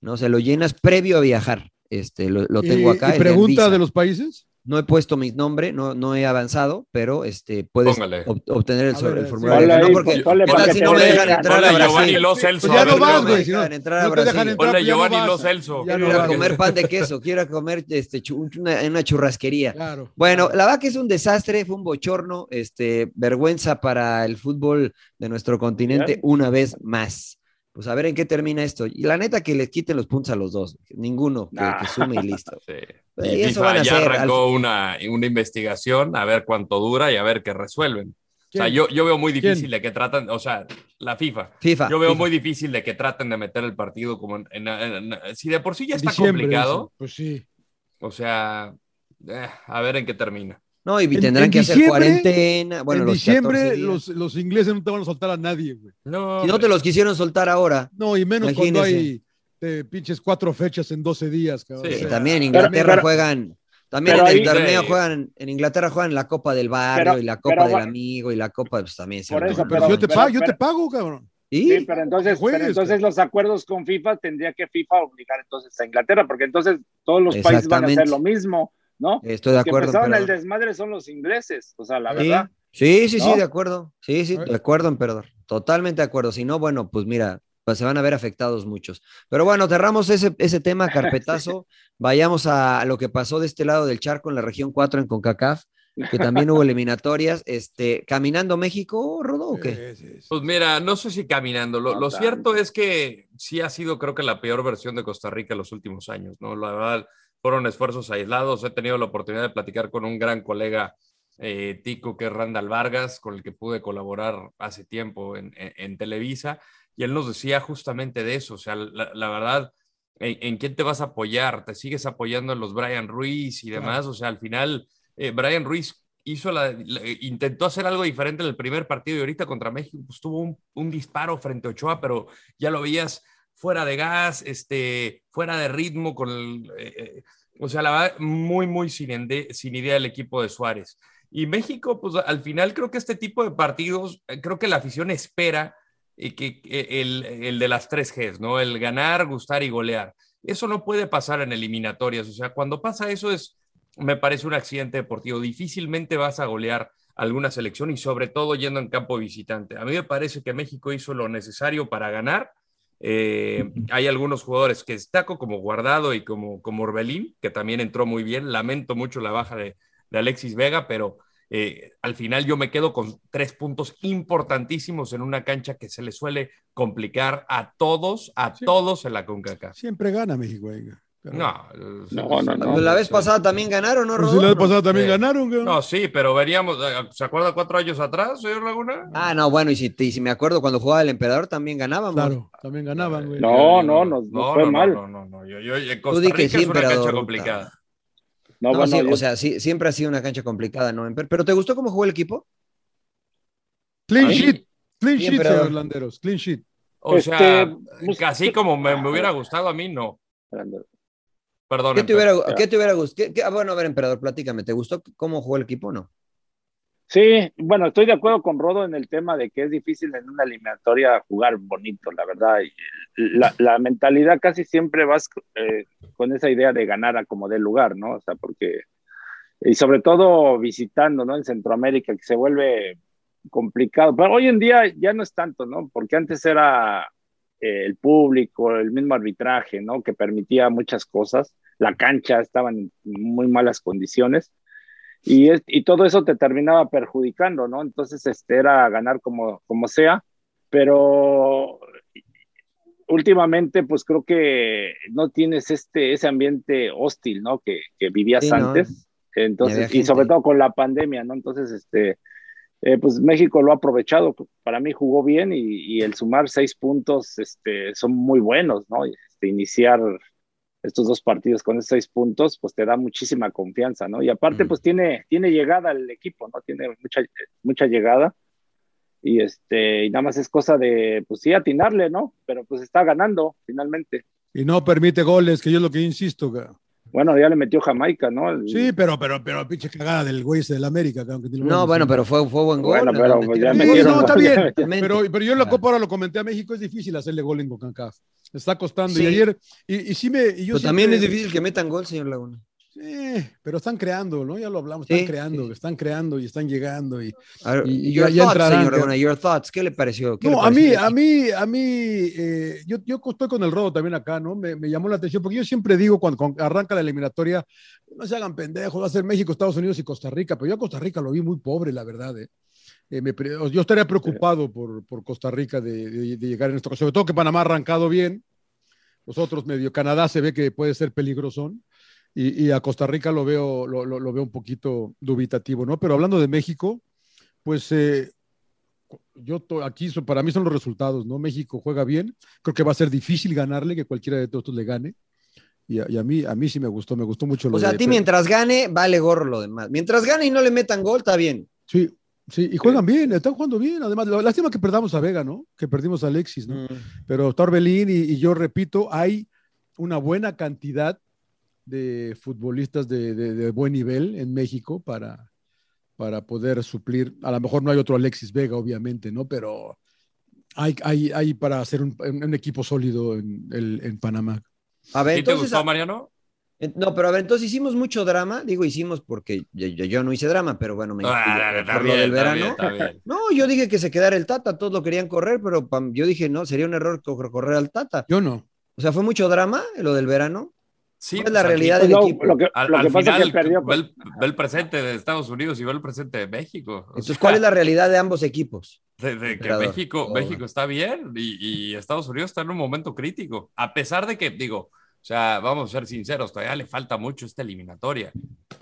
[SPEAKER 1] ¿no? O sea, lo llenas previo a viajar. Este, lo, lo tengo
[SPEAKER 3] Y-
[SPEAKER 1] acá.
[SPEAKER 3] ¿Y
[SPEAKER 1] es de
[SPEAKER 3] pregunta
[SPEAKER 1] Anvisa.
[SPEAKER 3] de los países?
[SPEAKER 1] No he puesto mi nombre, no, no he avanzado, pero este, puedes
[SPEAKER 2] Póngale.
[SPEAKER 1] ob- obtener el,
[SPEAKER 3] A
[SPEAKER 1] sobre-
[SPEAKER 3] ver,
[SPEAKER 1] el
[SPEAKER 3] sí.
[SPEAKER 1] formulario.
[SPEAKER 2] Ponle
[SPEAKER 1] No,
[SPEAKER 2] ahí,
[SPEAKER 1] porque,
[SPEAKER 2] ponle
[SPEAKER 1] ¿qué
[SPEAKER 2] para
[SPEAKER 1] tal
[SPEAKER 2] que
[SPEAKER 1] si
[SPEAKER 2] te
[SPEAKER 1] no me
[SPEAKER 2] dejen
[SPEAKER 1] dejan entrar
[SPEAKER 2] Ponle
[SPEAKER 1] a
[SPEAKER 2] Giovanni
[SPEAKER 1] Brasil?
[SPEAKER 2] Lo Celso,
[SPEAKER 3] Pues ya
[SPEAKER 2] a ver,
[SPEAKER 3] no vas,
[SPEAKER 2] Giovanni.
[SPEAKER 3] güey. Si no,
[SPEAKER 1] dejan entrar a
[SPEAKER 3] no te dejan
[SPEAKER 1] Brasil.
[SPEAKER 3] entrar,
[SPEAKER 2] Ponle
[SPEAKER 3] pues ya no
[SPEAKER 2] Giovanni
[SPEAKER 3] vas.
[SPEAKER 2] Lo Celso.
[SPEAKER 3] Ya no
[SPEAKER 1] Quiero ir a
[SPEAKER 3] vas.
[SPEAKER 1] comer pan de queso, quiero ir a comer este, chu- una, en una churrasquería.
[SPEAKER 3] Claro.
[SPEAKER 1] Bueno, la verdad que es un desastre, fue un bochorno, este, vergüenza para el fútbol de nuestro continente
[SPEAKER 4] Bien.
[SPEAKER 1] una vez más. Pues a ver en qué termina esto. Y la neta que les quiten los puntos a los dos, ninguno que,
[SPEAKER 2] Nah.
[SPEAKER 1] que sume y listo.
[SPEAKER 2] Sí.
[SPEAKER 1] Y
[SPEAKER 2] Y FIFA
[SPEAKER 1] eso van a
[SPEAKER 2] ya
[SPEAKER 1] hacer,
[SPEAKER 2] arrancó una, una investigación a ver cuánto dura y a ver qué resuelven. O sea,
[SPEAKER 3] ¿Quién?
[SPEAKER 2] yo, yo veo muy difícil
[SPEAKER 3] ¿Quién?
[SPEAKER 2] de que tratan, o sea, la FIFA.
[SPEAKER 1] FIFA,
[SPEAKER 2] yo veo
[SPEAKER 1] Ah, FIFA.
[SPEAKER 2] muy difícil de que traten de meter el partido como en, en- en- si de por sí ya está
[SPEAKER 3] Diciembre,
[SPEAKER 2] complicado,
[SPEAKER 3] eso. Pues sí.
[SPEAKER 2] o sea, eh, a ver en qué termina.
[SPEAKER 1] No, y
[SPEAKER 3] En-
[SPEAKER 1] tendrán
[SPEAKER 3] en
[SPEAKER 1] que hacer
[SPEAKER 3] diciembre-
[SPEAKER 1] cuarentena. Bueno,
[SPEAKER 3] en
[SPEAKER 1] los 14
[SPEAKER 3] diciembre
[SPEAKER 1] días.
[SPEAKER 3] los, los ingleses no te van a soltar a nadie, güey.
[SPEAKER 2] No,
[SPEAKER 1] Si no te los quisieron soltar ahora,
[SPEAKER 3] No, y menos cuando
[SPEAKER 1] Imagínese.
[SPEAKER 3] hay eh, pinches cuatro fechas en 12 días, cabrón.
[SPEAKER 2] Sí.
[SPEAKER 3] O sea,
[SPEAKER 1] eh, también en Inglaterra
[SPEAKER 4] pero-
[SPEAKER 1] juegan. También en
[SPEAKER 4] pero
[SPEAKER 1] el
[SPEAKER 4] ahí-
[SPEAKER 1] torneo
[SPEAKER 2] Sí.
[SPEAKER 1] juegan, en Inglaterra juegan la Copa del Barrio
[SPEAKER 4] Pero-
[SPEAKER 1] y la Copa
[SPEAKER 4] pero
[SPEAKER 1] del
[SPEAKER 4] va-
[SPEAKER 1] Amigo y la Copa, pues también. se
[SPEAKER 4] Por
[SPEAKER 1] arman.
[SPEAKER 4] eso,
[SPEAKER 3] pero, yo te
[SPEAKER 4] pero-
[SPEAKER 3] pago, yo te
[SPEAKER 4] pero-
[SPEAKER 3] pago, cabrón.
[SPEAKER 4] Sí, pero entonces,
[SPEAKER 3] Pues,
[SPEAKER 4] pero entonces los acuerdos con FIFA tendría que FIFA obligar entonces a Inglaterra, porque entonces todos los países van a hacer
[SPEAKER 1] Exactamente.
[SPEAKER 4] lo mismo, ¿no?
[SPEAKER 1] Estoy de
[SPEAKER 4] Los que
[SPEAKER 1] acuerdo,
[SPEAKER 4] empezaron
[SPEAKER 1] pero-
[SPEAKER 4] el desmadre son los ingleses, o sea, la
[SPEAKER 1] Sí,
[SPEAKER 4] verdad.
[SPEAKER 1] Sí, sí, sí,
[SPEAKER 4] ¿No?
[SPEAKER 1] de acuerdo. Sí, sí, de acuerdo, emperador. Totalmente de acuerdo. Si no, bueno, pues mira, pues se van a ver afectados muchos. Pero bueno, cerramos ese, ese tema, carpetazo. Vayamos a lo que pasó de este lado del charco en la región 4 en CONCACAF, que también hubo eliminatorias. Este, ¿Caminando México, Rodo, o
[SPEAKER 3] Eh,
[SPEAKER 1] qué?
[SPEAKER 2] Pues mira, no sé si caminando. Lo,
[SPEAKER 1] No
[SPEAKER 2] lo
[SPEAKER 1] tanto.
[SPEAKER 2] cierto es que sí ha sido, creo que, la peor versión de Costa Rica en los últimos años, ¿no? La verdad, fueron esfuerzos aislados. He tenido la oportunidad de platicar con un gran colega eh, tico, que es Randall Vargas, con el que pude colaborar hace tiempo en, en- en Televisa, y él nos decía justamente de eso. O sea, la, la verdad, ¿en, en quién te vas a apoyar? ¿Te sigues apoyando en los Brian Ruiz y demás? O sea, al final, eh, Brian Ruiz hizo la, la- intentó hacer algo diferente en el primer partido y ahorita contra México pues, tuvo un, un disparo frente a Ochoa, pero ya lo veías fuera de gas, este, fuera de ritmo, con el, eh, eh, o sea, la verdad, muy, muy sin, ende- sin idea el equipo de Suárez. Y México, pues al final creo que este tipo de partidos, eh, creo que la afición espera eh, que, que el, el de las tres Gs, ¿no? El ganar, gustar y golear. Eso no puede pasar en eliminatorias. O sea, cuando pasa eso es, me parece un accidente deportivo. Difícilmente vas a golear a alguna selección y sobre todo yendo en campo visitante. A mí me parece que México hizo lo necesario para ganar. Eh, hay algunos jugadores que destaco, como Guardado y como, como Orbelín, que también entró muy bien. Lamento mucho la baja de, de Alexis Vega, pero eh, al final yo me quedo con tres puntos importantísimos en una cancha que se le suele complicar a todos, a todos en la CONCACAF.
[SPEAKER 3] Siempre gana México, venga.
[SPEAKER 2] No,
[SPEAKER 3] No, no, no.
[SPEAKER 1] La vez pasada también ganaron, ¿no,
[SPEAKER 3] Pues
[SPEAKER 1] Rodo?
[SPEAKER 3] si la vez pasada también
[SPEAKER 2] Sí.
[SPEAKER 3] ganaron, güey.
[SPEAKER 2] No, sí, pero veríamos, eh, ¿se acuerda cuatro años atrás, señor Laguna?
[SPEAKER 1] Ah, no, bueno, y si, y si me acuerdo, cuando jugaba el emperador también ganábamos.
[SPEAKER 3] Claro, también ganaban, güey.
[SPEAKER 4] No, no, nos, nos
[SPEAKER 2] Eh, No,
[SPEAKER 4] fue
[SPEAKER 2] no, no,
[SPEAKER 4] mal.
[SPEAKER 2] no, no, no, yo, yo, en
[SPEAKER 1] Tú di
[SPEAKER 2] Costa
[SPEAKER 1] que
[SPEAKER 2] Rica
[SPEAKER 1] sí,
[SPEAKER 2] es una cancha
[SPEAKER 1] emperador,
[SPEAKER 2] complicada.
[SPEAKER 1] No,
[SPEAKER 4] No, bueno,
[SPEAKER 1] sí,
[SPEAKER 4] yo-
[SPEAKER 1] O sea, sí, siempre ha sido una cancha complicada, ¿no? Emper? Pero ¿te gustó cómo jugó el equipo?
[SPEAKER 3] Clean
[SPEAKER 1] Sí.
[SPEAKER 3] sheet, clean
[SPEAKER 1] Sí,
[SPEAKER 3] sheet,
[SPEAKER 1] emperador.
[SPEAKER 3] señor Landeros, clean sheet.
[SPEAKER 2] O
[SPEAKER 3] Este,
[SPEAKER 2] sea, pues,
[SPEAKER 3] bus-
[SPEAKER 2] así como me, me hubiera gustado a mí, no. Perdón.
[SPEAKER 1] ¿Qué te hubiera,
[SPEAKER 2] emperador.
[SPEAKER 1] qué te hubiera gustado? bueno, a ver, emperador, platícame. ¿Te gustó cómo jugó el equipo o no?
[SPEAKER 4] Sí, bueno, estoy de acuerdo con Rodo en el tema de que es difícil en una eliminatoria jugar bonito, la verdad. Y La, la mentalidad casi siempre vas eh, con esa idea de ganar a como dé lugar, ¿no? O sea, porque, y sobre todo visitando, ¿no? En Centroamérica, que se vuelve complicado. Pero hoy en día ya no es tanto, ¿no? Porque antes era eh, el público, el mismo arbitraje, ¿no? Que permitía muchas cosas. La cancha estaba en muy malas condiciones y, es- y todo eso te terminaba perjudicando, ¿no? Entonces, este era ganar como, como sea, pero últimamente, pues creo que no tienes este, ese ambiente hostil, ¿no? Que, que vivías
[SPEAKER 1] Sí, ¿no?
[SPEAKER 4] antes.
[SPEAKER 1] Y
[SPEAKER 4] Entonces,
[SPEAKER 1] había
[SPEAKER 4] y sobre todo con la pandemia, ¿no? Entonces, este, eh, pues México lo ha aprovechado. Para mí jugó bien y, y el sumar seis puntos este, son muy buenos, ¿no? Y, Este, iniciar estos dos partidos con esos seis puntos, pues te da muchísima confianza, ¿no? Y aparte, pues tiene, tiene llegada el equipo, ¿no? Tiene mucha, mucha llegada. Y este, y nada más es cosa de, pues sí, atinarle, ¿no? Pero pues está ganando finalmente.
[SPEAKER 3] Y no permite goles, que yo es lo que insisto, güey.
[SPEAKER 4] Bueno, ya le metió Jamaica, ¿no? El-
[SPEAKER 3] Sí, pero, pero, pero, pinche cagada del güey ese del América. que aunque te lo voy a
[SPEAKER 1] No,
[SPEAKER 3] decir.
[SPEAKER 1] bueno, pero fue, fue buen gol.
[SPEAKER 4] Bueno,
[SPEAKER 1] ¿no?
[SPEAKER 4] pero pues ya
[SPEAKER 3] Sí,
[SPEAKER 4] metieron
[SPEAKER 3] no,
[SPEAKER 4] gol,
[SPEAKER 3] está
[SPEAKER 4] ya
[SPEAKER 3] bien.
[SPEAKER 4] metieron.
[SPEAKER 3] Pero, pero yo en
[SPEAKER 1] Ah.
[SPEAKER 3] la Copa ahora lo comenté a México, es difícil hacerle gol en CONCACAF. Está costando.
[SPEAKER 1] Sí.
[SPEAKER 3] Y ayer, y, y sí me. y yo
[SPEAKER 1] Pero también es
[SPEAKER 3] siempre-
[SPEAKER 1] difícil que metan gol, señor Laguna.
[SPEAKER 3] Sí, pero están creando, ¿no? Ya lo hablamos,
[SPEAKER 1] Sí,
[SPEAKER 3] están creando, están creando y están llegando. Y,
[SPEAKER 1] A ver,
[SPEAKER 3] y- y
[SPEAKER 1] your
[SPEAKER 3] ya- ya
[SPEAKER 1] thoughts,
[SPEAKER 3] entrarán,
[SPEAKER 1] señor
[SPEAKER 3] ya-
[SPEAKER 1] Laguna, your thoughts. ¿Qué le pareció? ¿Qué le
[SPEAKER 3] No, a mí,
[SPEAKER 1] pareció?
[SPEAKER 3] a mí, a mí, eh, yo, yo estoy con el rodo también acá, ¿no? Me, me llamó la atención, porque yo siempre digo cuando, cuando arranca la eliminatoria, no se hagan pendejos, va a ser México, Estados Unidos y Costa Rica, pero yo a Costa Rica lo vi muy pobre, la verdad, ¿eh? Eh, me pre- yo estaría preocupado por, por Costa Rica de, de- de llegar en esta ocasión, sobre todo que Panamá ha arrancado bien, los otros medio, Canadá se ve que puede ser peligrosón, y, y a Costa Rica lo veo, lo, lo- lo veo un poquito dubitativo, ¿no? Pero hablando de México, pues eh, yo to- aquí so- para mí son los resultados, ¿no? México juega bien, creo que va a ser difícil ganarle, que cualquiera de todos le gane. Y a, y a mí, a mí sí me gustó, me gustó mucho lo
[SPEAKER 1] O sea, a
[SPEAKER 3] de-
[SPEAKER 1] ti mientras gane, vale gorro lo demás. Mientras gane y no le metan gol, está bien.
[SPEAKER 3] Sí, sí, y juegan
[SPEAKER 1] Eh.
[SPEAKER 3] bien, están jugando bien. Además, lo- lástima que perdamos a Vega, ¿no? Que perdimos a Alexis, ¿no? Pero Torbelín y, y yo repito, hay una buena cantidad de futbolistas de, de- de buen nivel en México para, para poder suplir. A lo mejor no hay otro Alexis Vega, obviamente, ¿no? Pero hay, hay, hay para hacer un, un equipo sólido en, el- en Panamá.
[SPEAKER 1] A ver, entonces, ah, a-
[SPEAKER 2] Mariano?
[SPEAKER 1] en- No, pero a ver, entonces hicimos mucho drama, digo hicimos porque yo, yo- yo no hice drama, pero bueno, me
[SPEAKER 2] Ah,
[SPEAKER 1] inspiré
[SPEAKER 2] está
[SPEAKER 1] por lo
[SPEAKER 2] bien,
[SPEAKER 1] del
[SPEAKER 2] está
[SPEAKER 1] verano.
[SPEAKER 2] bien, está bien.
[SPEAKER 1] No, yo dije que se quedara el Tata, todos lo querían correr, pero pam, yo dije, no, sería un error co- correr al Tata.
[SPEAKER 3] Yo no.
[SPEAKER 1] O sea, fue mucho drama lo del verano.
[SPEAKER 2] Sí,
[SPEAKER 1] ¿Cuál es la
[SPEAKER 2] pues,
[SPEAKER 1] realidad
[SPEAKER 2] aquí-
[SPEAKER 1] del equipo?
[SPEAKER 2] al, al final,
[SPEAKER 4] pues.
[SPEAKER 2] pues, ve, el, ve el presente de Estados Unidos y ve el presente de México. O
[SPEAKER 1] Entonces,
[SPEAKER 2] sea,
[SPEAKER 1] ¿cuál es la realidad de ambos equipos?
[SPEAKER 2] de- de que
[SPEAKER 1] Emperador?
[SPEAKER 2] México,
[SPEAKER 1] Oh,
[SPEAKER 2] México está bien y, y Estados Unidos está en un momento crítico. A pesar de que, digo, o sea, vamos a ser sinceros, todavía le falta mucho esta eliminatoria.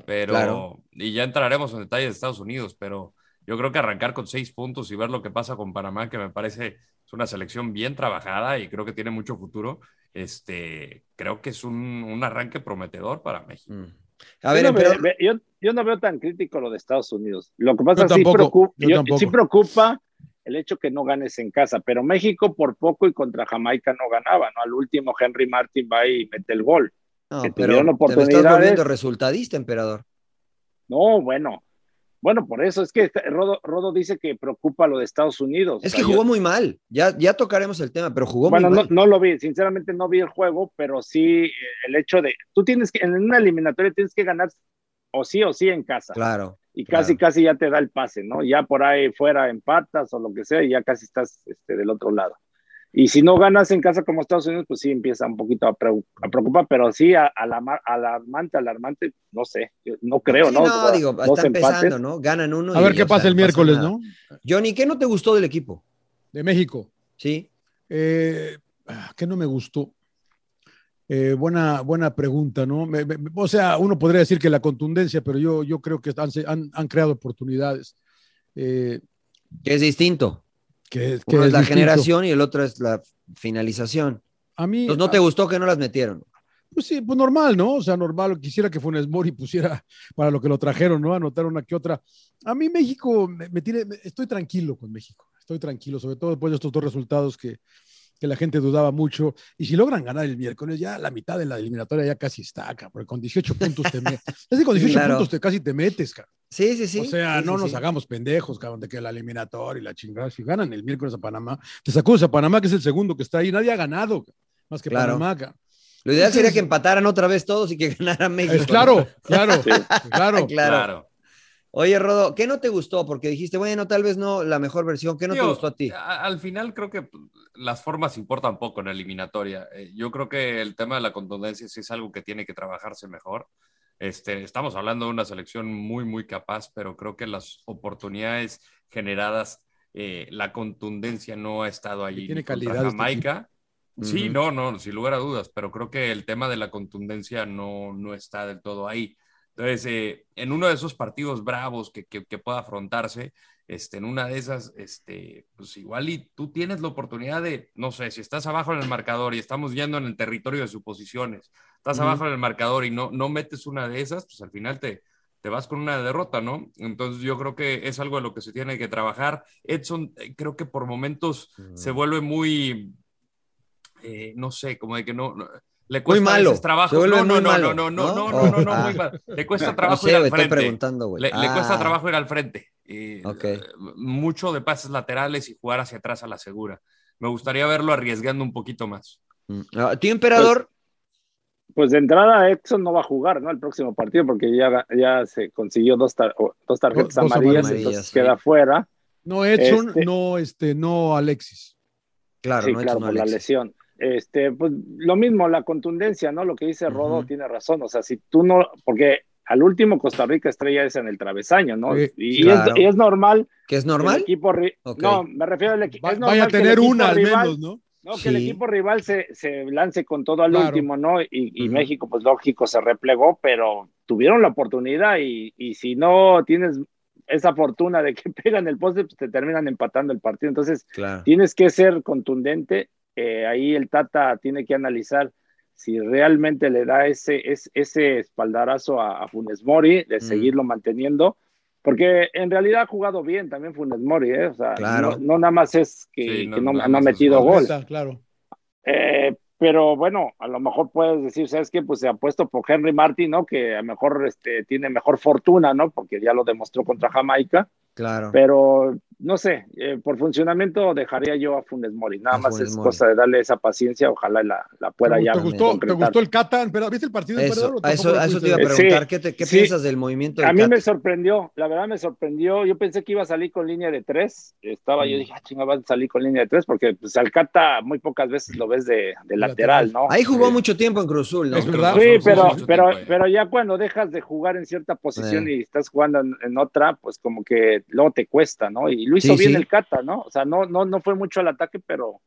[SPEAKER 2] Pero,
[SPEAKER 1] Claro.
[SPEAKER 2] y ya entraremos en detalles de Estados Unidos, pero yo creo que arrancar con seis puntos y ver lo que pasa con Panamá, que me parece es una selección bien trabajada y creo que tiene mucho futuro. Este, creo que es un, un arranque prometedor para México.
[SPEAKER 1] A
[SPEAKER 2] ver,
[SPEAKER 4] yo, Mm. no
[SPEAKER 2] emperador.
[SPEAKER 4] ve- ve- yo, yo no veo tan crítico lo de Estados Unidos. Lo que pasa
[SPEAKER 2] Yo
[SPEAKER 4] sí,
[SPEAKER 2] tampoco,
[SPEAKER 4] preocupa,
[SPEAKER 2] yo
[SPEAKER 4] yo-
[SPEAKER 2] tampoco.
[SPEAKER 4] sí preocupa el hecho que no ganes en casa, pero México por poco y contra Jamaica no ganaba, ¿no? Al último Henry Martin va y mete el gol.
[SPEAKER 1] No,
[SPEAKER 4] que
[SPEAKER 1] pero
[SPEAKER 4] tuvieron
[SPEAKER 1] te lo estás volviendo
[SPEAKER 4] oportunidades.
[SPEAKER 1] resultadista, emperador.
[SPEAKER 4] No, bueno. Bueno, por eso es que está- Rodo, Rodo dice que preocupa lo de Estados Unidos.
[SPEAKER 1] Es
[SPEAKER 4] O sea,
[SPEAKER 1] que
[SPEAKER 4] yo-
[SPEAKER 1] jugó muy mal. Ya, ya tocaremos el tema, pero jugó
[SPEAKER 4] bueno,
[SPEAKER 1] muy
[SPEAKER 4] no,
[SPEAKER 1] mal.
[SPEAKER 4] no lo vi, sinceramente no vi el juego, pero sí eh, el hecho de, tú tienes que, en una eliminatoria tienes que ganar o sí o sí en casa.
[SPEAKER 1] Claro.
[SPEAKER 4] Y casi, casi ya te da el pase, ¿no? Ya por ahí fuera empatas o lo que sea y ya casi estás este, del otro lado. Y si no ganas en casa como Estados Unidos, pues sí empieza un poquito a, preu- a preocupar, pero sí a, a la, mar- alarmante, alarmante, no sé, yo no creo,
[SPEAKER 1] Sí,
[SPEAKER 4] ¿no?
[SPEAKER 1] no, digo,
[SPEAKER 4] Dos
[SPEAKER 1] está empezando,
[SPEAKER 4] empates.
[SPEAKER 1] ¿no? Ganan uno.
[SPEAKER 3] A
[SPEAKER 1] y
[SPEAKER 3] ver qué
[SPEAKER 1] ya, o
[SPEAKER 3] pasa
[SPEAKER 1] sea,
[SPEAKER 3] el
[SPEAKER 1] no
[SPEAKER 3] miércoles,
[SPEAKER 1] nada.
[SPEAKER 3] ¿no?
[SPEAKER 1] Johnny, ¿qué no te gustó del equipo?
[SPEAKER 3] De México.
[SPEAKER 1] Sí.
[SPEAKER 3] Eh, ah, ¿Qué no me gustó? Eh, buena, buena pregunta, ¿no? Me- me- o sea, uno podría decir que la contundencia, pero yo, yo creo que han, se- han- han creado oportunidades. Eh,
[SPEAKER 1] Que es distinto.
[SPEAKER 3] que,
[SPEAKER 1] Uno es,
[SPEAKER 3] es
[SPEAKER 1] la
[SPEAKER 3] distinto.
[SPEAKER 1] generación y el otro es la finalización.
[SPEAKER 3] a mí,
[SPEAKER 1] Entonces, ¿no te gustó que no las metieron?
[SPEAKER 3] Pues sí, pues normal, ¿no? O sea, normal. Quisiera que Funes Mori pusiera para lo que lo trajeron, ¿no? Anotar una que otra. A mí México me, me tiene, me- estoy tranquilo con México. Estoy tranquilo, sobre todo después de estos dos resultados que, que la gente dudaba mucho. Y si logran ganar el miércoles, ya la mitad de la eliminatoria ya casi está acá, porque con 18 puntos te metes. Es que con 18
[SPEAKER 1] Claro.
[SPEAKER 3] puntos te casi te metes, cabrón.
[SPEAKER 1] Sí, sí, sí.
[SPEAKER 3] O sea,
[SPEAKER 1] Sí,
[SPEAKER 3] no
[SPEAKER 1] sí,
[SPEAKER 3] nos
[SPEAKER 1] sí.
[SPEAKER 3] hagamos pendejos, cabrón, de que la eliminatoria y la chingada. Si ganan el miércoles a Panamá, te sacudes a Panamá, que es el segundo que está ahí. Nadie ha ganado, cabrón, más que
[SPEAKER 1] Claro.
[SPEAKER 3] Panamá, cabrón.
[SPEAKER 1] Lo ideal sería
[SPEAKER 3] Entonces-
[SPEAKER 1] que empataran otra vez todos y que ganara México.
[SPEAKER 3] Es claro,
[SPEAKER 1] ¿no?
[SPEAKER 3] claro, claro.
[SPEAKER 1] Claro. Oye, Rodo, ¿qué no te gustó? Porque dijiste, bueno, tal vez no la mejor versión. ¿Qué no te
[SPEAKER 2] Digo,
[SPEAKER 1] gustó a ti?
[SPEAKER 2] a- al final creo que pues, las formas importan poco en la eliminatoria. Eh, yo creo que el tema de la contundencia sí es algo que tiene que trabajarse mejor. Este, estamos hablando de una selección muy, muy capaz, pero creo que las oportunidades generadas, eh, la contundencia no ha estado ahí.
[SPEAKER 3] tiene
[SPEAKER 2] ni contra
[SPEAKER 3] calidad este
[SPEAKER 2] Jamaica.
[SPEAKER 3] equipo.
[SPEAKER 2] Sí,
[SPEAKER 3] Ujú.
[SPEAKER 2] no, no, sin lugar a dudas, pero creo que el tema de la contundencia no, no está del todo ahí. Entonces, eh, en uno de esos partidos bravos que, que- que pueda afrontarse, este, en una de esas, este, pues igual y tú tienes la oportunidad de, no sé, si estás abajo en el marcador y estamos yendo en el territorio de suposiciones, estás
[SPEAKER 3] Ujú.
[SPEAKER 2] abajo en el marcador y no, no metes una de esas, pues al final te, te vas con una derrota, ¿no? Entonces yo creo que es algo de lo que se tiene que trabajar. Edson, eh, creo que por momentos
[SPEAKER 1] Mm.
[SPEAKER 2] se vuelve muy, eh, no sé, como de que no... no- le cuesta a
[SPEAKER 1] malo,
[SPEAKER 2] veces trabajo.
[SPEAKER 1] se vuelve
[SPEAKER 2] no, no,
[SPEAKER 1] muy
[SPEAKER 2] no,
[SPEAKER 1] malo,
[SPEAKER 2] no, no, no,
[SPEAKER 1] ¿no?
[SPEAKER 2] no, no, no,
[SPEAKER 1] Ah.
[SPEAKER 2] muy mal. Le
[SPEAKER 1] No
[SPEAKER 2] cuesta trabajo
[SPEAKER 1] sé,
[SPEAKER 2] ir al
[SPEAKER 1] me estoy
[SPEAKER 2] frente.
[SPEAKER 1] preguntando, güey.
[SPEAKER 2] Le, le cuesta
[SPEAKER 1] Ah.
[SPEAKER 2] trabajo ir al frente. Eh,
[SPEAKER 1] Ok.
[SPEAKER 2] mucho de pases laterales y jugar hacia atrás a la segura. Me gustaría verlo arriesgando un poquito más.
[SPEAKER 1] mm, ¿Tú, emperador?
[SPEAKER 4] Pues de entrada Edson no va a jugar, ¿no? El próximo partido porque ya, ya se consiguió dos, tar- o- dos tarjetas
[SPEAKER 3] Dos- dos
[SPEAKER 4] amarillas,
[SPEAKER 3] amarillas,
[SPEAKER 4] entonces
[SPEAKER 3] sí.
[SPEAKER 4] queda fuera.
[SPEAKER 3] No Edson,
[SPEAKER 4] Este-
[SPEAKER 3] no este, no Alexis.
[SPEAKER 1] Claro,
[SPEAKER 4] sí, claro, por la lesión. Este, pues lo mismo, la contundencia, ¿no? Lo que dice Rodo tiene razón. O sea, si tú no, porque al último Costa Rica estrella es en el travesaño, ¿no?
[SPEAKER 1] Sí,
[SPEAKER 4] y,
[SPEAKER 1] claro.
[SPEAKER 4] es, y es normal.
[SPEAKER 1] ¿Que es
[SPEAKER 4] que el
[SPEAKER 1] normal?
[SPEAKER 4] equipo ri-
[SPEAKER 1] Ok.
[SPEAKER 4] No, me refiero al equipo.
[SPEAKER 3] Vaya a tener una al menos, ¿no?
[SPEAKER 4] No, que el
[SPEAKER 3] Sí.
[SPEAKER 4] equipo rival se, se lance con todo al
[SPEAKER 3] Claro.
[SPEAKER 4] último, ¿no? Y, y México, pues lógico, se replegó, pero tuvieron la oportunidad y, y si no tienes esa fortuna de que pegan el poste, pues te terminan empatando el partido. Entonces,
[SPEAKER 1] Claro.
[SPEAKER 4] tienes que ser contundente. eh, ahí el Tata tiene que analizar si realmente le da ese, es- ese espaldarazo a, a Funes Mori, de seguirlo manteniendo. Porque en realidad ha jugado bien también Funes Mori, ¿eh? O sea,
[SPEAKER 1] Claro.
[SPEAKER 4] no, no nada más es que,
[SPEAKER 3] Sí, no
[SPEAKER 4] que no-
[SPEAKER 3] nada
[SPEAKER 4] no ha
[SPEAKER 3] más es
[SPEAKER 4] metido gol.
[SPEAKER 3] Está, Claro.
[SPEAKER 4] Eh, pero bueno, a lo mejor puedes decir, ¿sabes qué? Pues se ha puesto por Henry Martin, ¿no? Que a lo mejor este, tiene mejor fortuna, ¿no? Porque ya lo demostró contra Jamaica.
[SPEAKER 1] Claro.
[SPEAKER 4] Pero no sé, eh, por funcionamiento dejaría yo a Funes Mori. Nada
[SPEAKER 3] A
[SPEAKER 4] más
[SPEAKER 3] Funes
[SPEAKER 4] es
[SPEAKER 3] Mori.
[SPEAKER 4] cosa de darle esa paciencia, ojalá la, la pueda ya.
[SPEAKER 3] ¿Te gustó, ¿Te
[SPEAKER 4] concretar.
[SPEAKER 3] gustó el Catán? Pero, ¿Viste el partido del
[SPEAKER 4] Eso,
[SPEAKER 3] Emperador o
[SPEAKER 4] a eso-
[SPEAKER 3] tampoco lo
[SPEAKER 4] a eso
[SPEAKER 3] pudiste
[SPEAKER 4] te iba a
[SPEAKER 3] ver?
[SPEAKER 4] preguntar, Sí. ¿qué te- qué Sí. piensas
[SPEAKER 1] del movimiento
[SPEAKER 4] A mí me sorprendió, la verdad me sorprendió. Yo pensé que iba a salir con línea de tres. Estaba
[SPEAKER 3] Mm.
[SPEAKER 4] yo, dije, ah, chinga, va a salir con línea de tres, porque pues, al Cata muy pocas veces lo ves de, de lateral, ¿no?
[SPEAKER 1] Ahí jugó mucho tiempo en Cruzul, ¿no?
[SPEAKER 4] Sí, pero, pero, pero ya cuando dejas de jugar en cierta posición
[SPEAKER 1] Eh.
[SPEAKER 4] y estás jugando en, en otra, pues como que luego te cuesta, ¿no? Y lo hizo
[SPEAKER 1] Sí,
[SPEAKER 4] bien
[SPEAKER 1] sí.
[SPEAKER 4] el Cata, ¿no? O sea, no, no, no fue mucho al ataque, pero,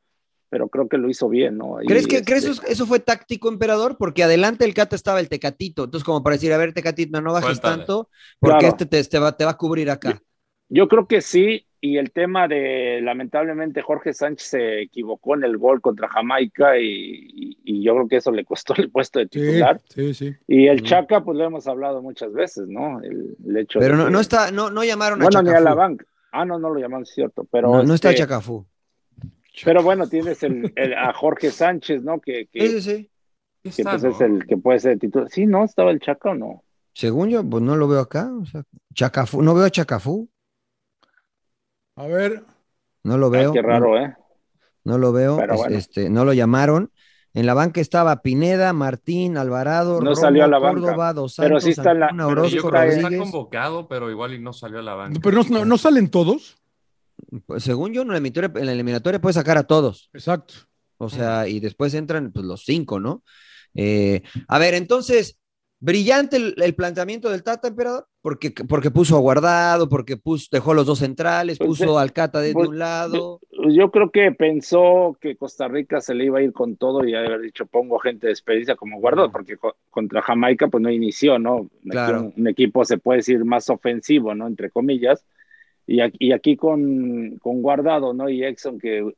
[SPEAKER 4] pero creo que lo hizo bien, ¿no? Ahí,
[SPEAKER 1] ¿Crees que
[SPEAKER 4] este,
[SPEAKER 1] crees eso, eso fue táctico, emperador? Porque adelante el Cata estaba el Tecatito. Entonces, como para decir, a ver, Tecatito, no, no bajes
[SPEAKER 4] Suéltale.
[SPEAKER 1] tanto, porque
[SPEAKER 4] Claro.
[SPEAKER 1] este te, te va, te va a cubrir acá.
[SPEAKER 4] Yo creo que sí, y el tema de lamentablemente Jorge Sánchez se equivocó en el gol contra Jamaica y, y- y yo creo que eso le costó el puesto de titular.
[SPEAKER 3] Sí, sí.
[SPEAKER 4] Y el
[SPEAKER 3] Mm.
[SPEAKER 4] Chaca, pues lo hemos hablado muchas veces, ¿no? El, el hecho
[SPEAKER 1] Pero
[SPEAKER 4] de
[SPEAKER 1] no,
[SPEAKER 4] que-
[SPEAKER 1] no está, no, no llamaron a
[SPEAKER 4] bueno, ni a
[SPEAKER 1] Chacafú.
[SPEAKER 4] la banca. Ah, no, no lo llaman, cierto, pero...
[SPEAKER 1] no, no está
[SPEAKER 4] este,
[SPEAKER 1] Chacafú.
[SPEAKER 4] Pero bueno, tienes el, el- a Jorge Sánchez, ¿no? Que, que,
[SPEAKER 1] Sí, sí, sí.
[SPEAKER 4] que,
[SPEAKER 1] Está,
[SPEAKER 4] pues,
[SPEAKER 1] ¿no?
[SPEAKER 4] es el que puede ser titular. Sí, ¿no? ¿Estaba el Chaca o no?
[SPEAKER 1] Según yo, pues no lo veo acá. o sea, Chacafú, no veo a Chacafú,
[SPEAKER 3] A ver,
[SPEAKER 1] no lo veo.
[SPEAKER 4] Qué raro, ¿eh?
[SPEAKER 1] No lo veo,
[SPEAKER 4] Pero
[SPEAKER 1] es-
[SPEAKER 4] bueno.
[SPEAKER 1] este, no lo llamaron. En la banca estaba Pineda, Martín, Alvarado,
[SPEAKER 4] No
[SPEAKER 1] Romo,
[SPEAKER 4] salió a la banca,
[SPEAKER 1] Córdoba, Dos
[SPEAKER 4] pero
[SPEAKER 1] Santos,
[SPEAKER 4] sí está en la-
[SPEAKER 1] Antuna,
[SPEAKER 4] pero sí
[SPEAKER 1] Orozco,
[SPEAKER 4] está en-
[SPEAKER 1] Rodríguez.
[SPEAKER 2] Está convocado, pero igual y no salió a la banca.
[SPEAKER 3] pero no, no- no salen todos.
[SPEAKER 1] Pues, según yo, en la eliminatoria, en la eliminatoria puedes sacar a todos.
[SPEAKER 3] Exacto.
[SPEAKER 1] O sea, y después entran pues, los cinco, ¿no? Eh, a ver, entonces, brillante el, el planteamiento del Tata, emperador, porque, porque puso a Guardado, porque puso, dejó los dos centrales, puso al Cata de, de
[SPEAKER 4] pues,
[SPEAKER 1] un lado.
[SPEAKER 4] Yo creo que pensó que Costa Rica se le iba a ir con todo y haber dicho, pongo gente de experiencia como guardó, porque co- contra Jamaica pues no inició, ¿no? Aquí
[SPEAKER 1] Claro.
[SPEAKER 4] Un, un equipo se puede decir más ofensivo, ¿no? Entre comillas. Y aquí, y aquí con, con Guardado, ¿no? Y Exxon, que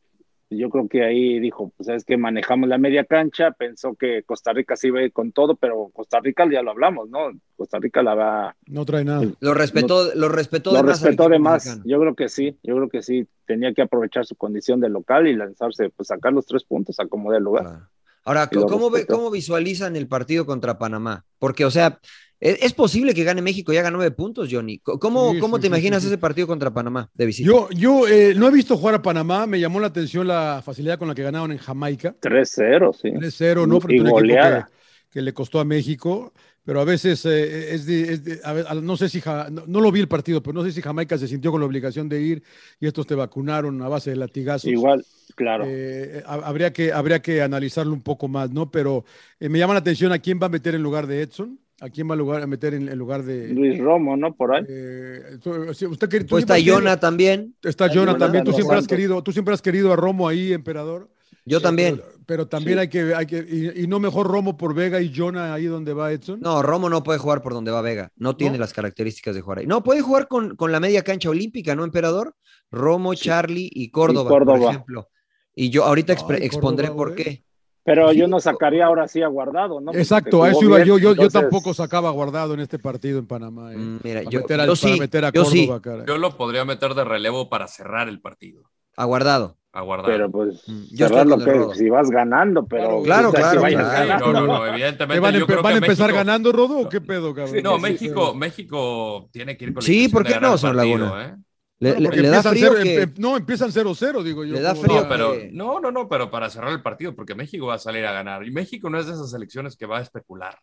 [SPEAKER 4] yo creo que ahí dijo, pues sabes que manejamos la media cancha, pensó que Costa Rica se iba a ir con todo, pero Costa Rica ya lo hablamos, ¿no? Costa Rica la va,
[SPEAKER 3] No trae nada.
[SPEAKER 1] Lo respetó, lo respetó
[SPEAKER 4] lo
[SPEAKER 1] de más al
[SPEAKER 4] respetó
[SPEAKER 1] equipo
[SPEAKER 4] de más.
[SPEAKER 1] mexicano.
[SPEAKER 4] Yo creo que sí, yo creo que sí. Tenía que aprovechar su condición de local y lanzarse, pues sacar los tres puntos, acomodar el lugar.
[SPEAKER 1] Ahora,
[SPEAKER 4] Y lo
[SPEAKER 1] ¿cómo, ve-
[SPEAKER 4] respetó.
[SPEAKER 1] cómo visualizan el partido contra Panamá? Porque, o sea, ¿es, es posible que gane México? Ya ganó nueve puntos, Johnny. ¿Cómo,
[SPEAKER 3] Sí,
[SPEAKER 1] cómo
[SPEAKER 3] sí, sí,
[SPEAKER 1] te imaginas
[SPEAKER 3] sí, sí.
[SPEAKER 1] ese partido contra Panamá de visita?
[SPEAKER 3] Yo, yo eh, no he visto jugar a Panamá, me llamó la atención la facilidad con la que ganaron en Jamaica.
[SPEAKER 4] 3-0, sí.
[SPEAKER 3] 3-0, ¿no? Frente
[SPEAKER 4] Y
[SPEAKER 3] a un equipo
[SPEAKER 4] goleada.
[SPEAKER 3] Que, que le costó a México, pero a veces eh, es, de- es de- a ve- a- no sé si, Ja- no, no lo vi el partido, pero no sé si Jamaica se sintió con la obligación de ir y estos te vacunaron a base de latigazos.
[SPEAKER 4] Igual, claro.
[SPEAKER 3] Eh, ha- habría, que, habría que analizarlo un poco más, ¿no? Pero eh, me llama la atención a quién va a meter en lugar de Edson, a quién va a, lugar, a meter en, en lugar de...
[SPEAKER 4] Luis Romo, ¿no? Por ahí.
[SPEAKER 3] Eh, tú- sí, usted, que- tú
[SPEAKER 1] Pues está
[SPEAKER 3] siempre has
[SPEAKER 1] Yona
[SPEAKER 3] querido-
[SPEAKER 1] también.
[SPEAKER 3] Está
[SPEAKER 1] Está
[SPEAKER 3] Jonah
[SPEAKER 1] Yona,
[SPEAKER 3] también. Tú
[SPEAKER 1] Dos
[SPEAKER 3] siempre, has
[SPEAKER 1] Santos.
[SPEAKER 3] querido, tú siempre has querido a Romo ahí, emperador.
[SPEAKER 1] Yo también.
[SPEAKER 3] Pero, pero también
[SPEAKER 1] Sí.
[SPEAKER 3] hay que. Hay que y, y no mejor Romo por Vega y Jonah ahí donde va Edson.
[SPEAKER 1] No, Romo no puede jugar por donde va Vega. No tiene las características de jugar ahí. No, puede jugar con, con la media cancha olímpica, ¿no, emperador? Romo, Charlie y Córdoba, por
[SPEAKER 4] Córdoba.
[SPEAKER 1] ejemplo. Y yo ahorita expre-
[SPEAKER 4] Ay,
[SPEAKER 1] expondré
[SPEAKER 4] Córdoba,
[SPEAKER 1] por qué.
[SPEAKER 4] Pero yo no sacaría ahora sí a Guardado, ¿no?
[SPEAKER 1] pues,
[SPEAKER 4] Porque
[SPEAKER 3] Exacto, a
[SPEAKER 4] jugó
[SPEAKER 3] eso iba
[SPEAKER 4] bien,
[SPEAKER 3] yo. Yo, yo
[SPEAKER 4] entonces,
[SPEAKER 3] tampoco sacaba guardado en este partido en Panamá. eh,
[SPEAKER 1] Mira,
[SPEAKER 3] para
[SPEAKER 1] Mm, yo,
[SPEAKER 3] meter al-
[SPEAKER 1] yo
[SPEAKER 3] para
[SPEAKER 1] sí,
[SPEAKER 3] meter a
[SPEAKER 1] yo sí,
[SPEAKER 3] Córdoba, cara.
[SPEAKER 2] Yo lo podría meter de relevo para cerrar el partido.
[SPEAKER 1] aguardado.
[SPEAKER 2] Aguardar.
[SPEAKER 4] Pero pues,
[SPEAKER 1] yo estoy
[SPEAKER 4] cerrar lo
[SPEAKER 1] Mm, con el
[SPEAKER 4] que-
[SPEAKER 1] Rodo.
[SPEAKER 4] si vas ganando, pero.
[SPEAKER 1] Claro,
[SPEAKER 4] quizás
[SPEAKER 1] claro,
[SPEAKER 4] si vayas
[SPEAKER 1] claro.
[SPEAKER 4] ganando.
[SPEAKER 2] No, no, no,
[SPEAKER 3] ¿Te
[SPEAKER 2] evidentemente.
[SPEAKER 3] van, a
[SPEAKER 2] yo
[SPEAKER 3] empe-
[SPEAKER 2] creo
[SPEAKER 3] van a
[SPEAKER 2] que
[SPEAKER 3] empezar
[SPEAKER 2] México-
[SPEAKER 3] ganando, Rodo, o qué pedo, cabrón?
[SPEAKER 2] No, México, México tiene que ir con la
[SPEAKER 1] Sí,
[SPEAKER 2] intención
[SPEAKER 1] ¿por
[SPEAKER 2] de
[SPEAKER 1] qué
[SPEAKER 2] ganar
[SPEAKER 1] no,
[SPEAKER 2] el
[SPEAKER 1] señor
[SPEAKER 2] partido,
[SPEAKER 1] Laguna?
[SPEAKER 2] ¿eh?
[SPEAKER 1] Le, le-
[SPEAKER 3] Porque
[SPEAKER 1] le da
[SPEAKER 3] empiezan
[SPEAKER 1] frío
[SPEAKER 3] cero-
[SPEAKER 1] que...
[SPEAKER 3] em- no, empiezan 0-0, digo yo.
[SPEAKER 1] Le da
[SPEAKER 3] ¿cómo
[SPEAKER 1] frío
[SPEAKER 3] va?
[SPEAKER 2] No,
[SPEAKER 1] que-
[SPEAKER 2] pero, eh, no, no, no, pero para cerrar el partido, porque México va a salir a ganar. Y México no es de esas selecciones que va a especular.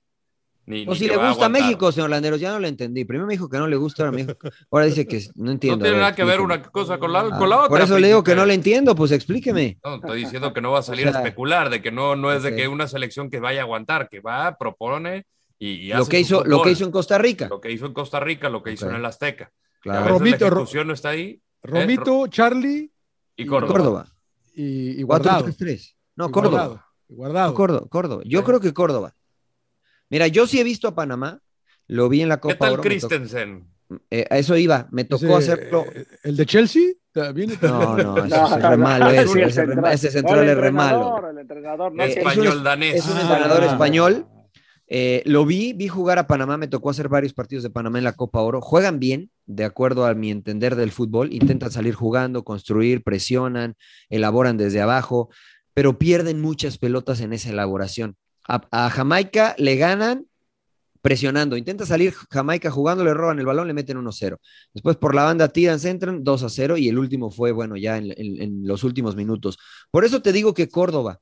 [SPEAKER 2] Ni,
[SPEAKER 1] O
[SPEAKER 2] ni
[SPEAKER 1] si
[SPEAKER 2] que
[SPEAKER 1] le
[SPEAKER 2] va a
[SPEAKER 1] gusta a
[SPEAKER 2] aguantar.
[SPEAKER 1] México, señor Landeros, ya no lo entendí. Primero me dijo que no le gusta, ahora, me dijo- ahora dice que no
[SPEAKER 2] No
[SPEAKER 1] entiendo.
[SPEAKER 2] tiene
[SPEAKER 1] A ver,
[SPEAKER 2] nada que ver
[SPEAKER 1] explíqueme.
[SPEAKER 2] una cosa con la,
[SPEAKER 1] Ah,
[SPEAKER 2] con la otra.
[SPEAKER 1] por eso le digo que no
[SPEAKER 2] príncipe.
[SPEAKER 1] le entiendo, pues explíqueme.
[SPEAKER 2] No, estoy diciendo que no va a salir
[SPEAKER 1] O sea,
[SPEAKER 2] a especular, de que no, no es
[SPEAKER 1] ok.
[SPEAKER 2] de que una selección que vaya a aguantar, que va, propone y, y
[SPEAKER 1] Lo
[SPEAKER 2] hace
[SPEAKER 1] que,
[SPEAKER 2] su
[SPEAKER 1] hizo, lo
[SPEAKER 2] fútbol.
[SPEAKER 1] que hizo en Costa Rica.
[SPEAKER 2] Lo que hizo en Costa Rica, lo que hizo
[SPEAKER 1] Ok.
[SPEAKER 2] en el Azteca.
[SPEAKER 1] Claro.
[SPEAKER 2] A veces
[SPEAKER 3] Romito,
[SPEAKER 2] la
[SPEAKER 3] Ro-
[SPEAKER 2] ejecución no está ahí. ¿eh?
[SPEAKER 3] Romito, Charlie
[SPEAKER 2] y
[SPEAKER 1] Mm, Córdoba.
[SPEAKER 2] Córdoba.
[SPEAKER 3] y, y
[SPEAKER 1] Cuatro,
[SPEAKER 3] Guardado.
[SPEAKER 1] tres, tres. No,
[SPEAKER 3] Y
[SPEAKER 1] Córdoba.
[SPEAKER 3] Guardado, y Guardado.
[SPEAKER 1] Córdoba, Córdoba. Yo creo que Córdoba. Mira, yo sí he visto a Panamá. Lo vi en la Copa
[SPEAKER 2] ¿Qué tal
[SPEAKER 1] Oro, me tocó-
[SPEAKER 2] Christensen?
[SPEAKER 1] eh, a eso iba. Me tocó
[SPEAKER 3] Ese,
[SPEAKER 1] hacerlo.
[SPEAKER 3] ¿El de Chelsea? ¿También?
[SPEAKER 1] No, no, ese es
[SPEAKER 4] no,
[SPEAKER 1] re malo.
[SPEAKER 4] sí,
[SPEAKER 1] ese,
[SPEAKER 4] el
[SPEAKER 1] ese re-
[SPEAKER 4] central.
[SPEAKER 1] ese
[SPEAKER 4] No,
[SPEAKER 1] central
[SPEAKER 4] el
[SPEAKER 1] es re malo.
[SPEAKER 4] entrenador, El entrenador, no,
[SPEAKER 1] Eh,
[SPEAKER 4] que-
[SPEAKER 1] es un-
[SPEAKER 2] Español danés.
[SPEAKER 1] Es un
[SPEAKER 3] Ah.
[SPEAKER 1] entrenador español. Eh, lo vi, vi jugar a Panamá, me tocó hacer varios partidos de Panamá en la Copa Oro. Juegan bien, de acuerdo a mi entender del fútbol. Intentan salir jugando, construir, presionan, elaboran desde abajo, pero pierden muchas pelotas en esa elaboración. A, a Jamaica le ganan presionando. Intenta salir Jamaica jugando, le roban el balón, le meten 1-0. Después por la banda tiran, se entran 2-0 y el último fue, bueno, ya en, en- en los últimos minutos. Por eso te digo que Córdoba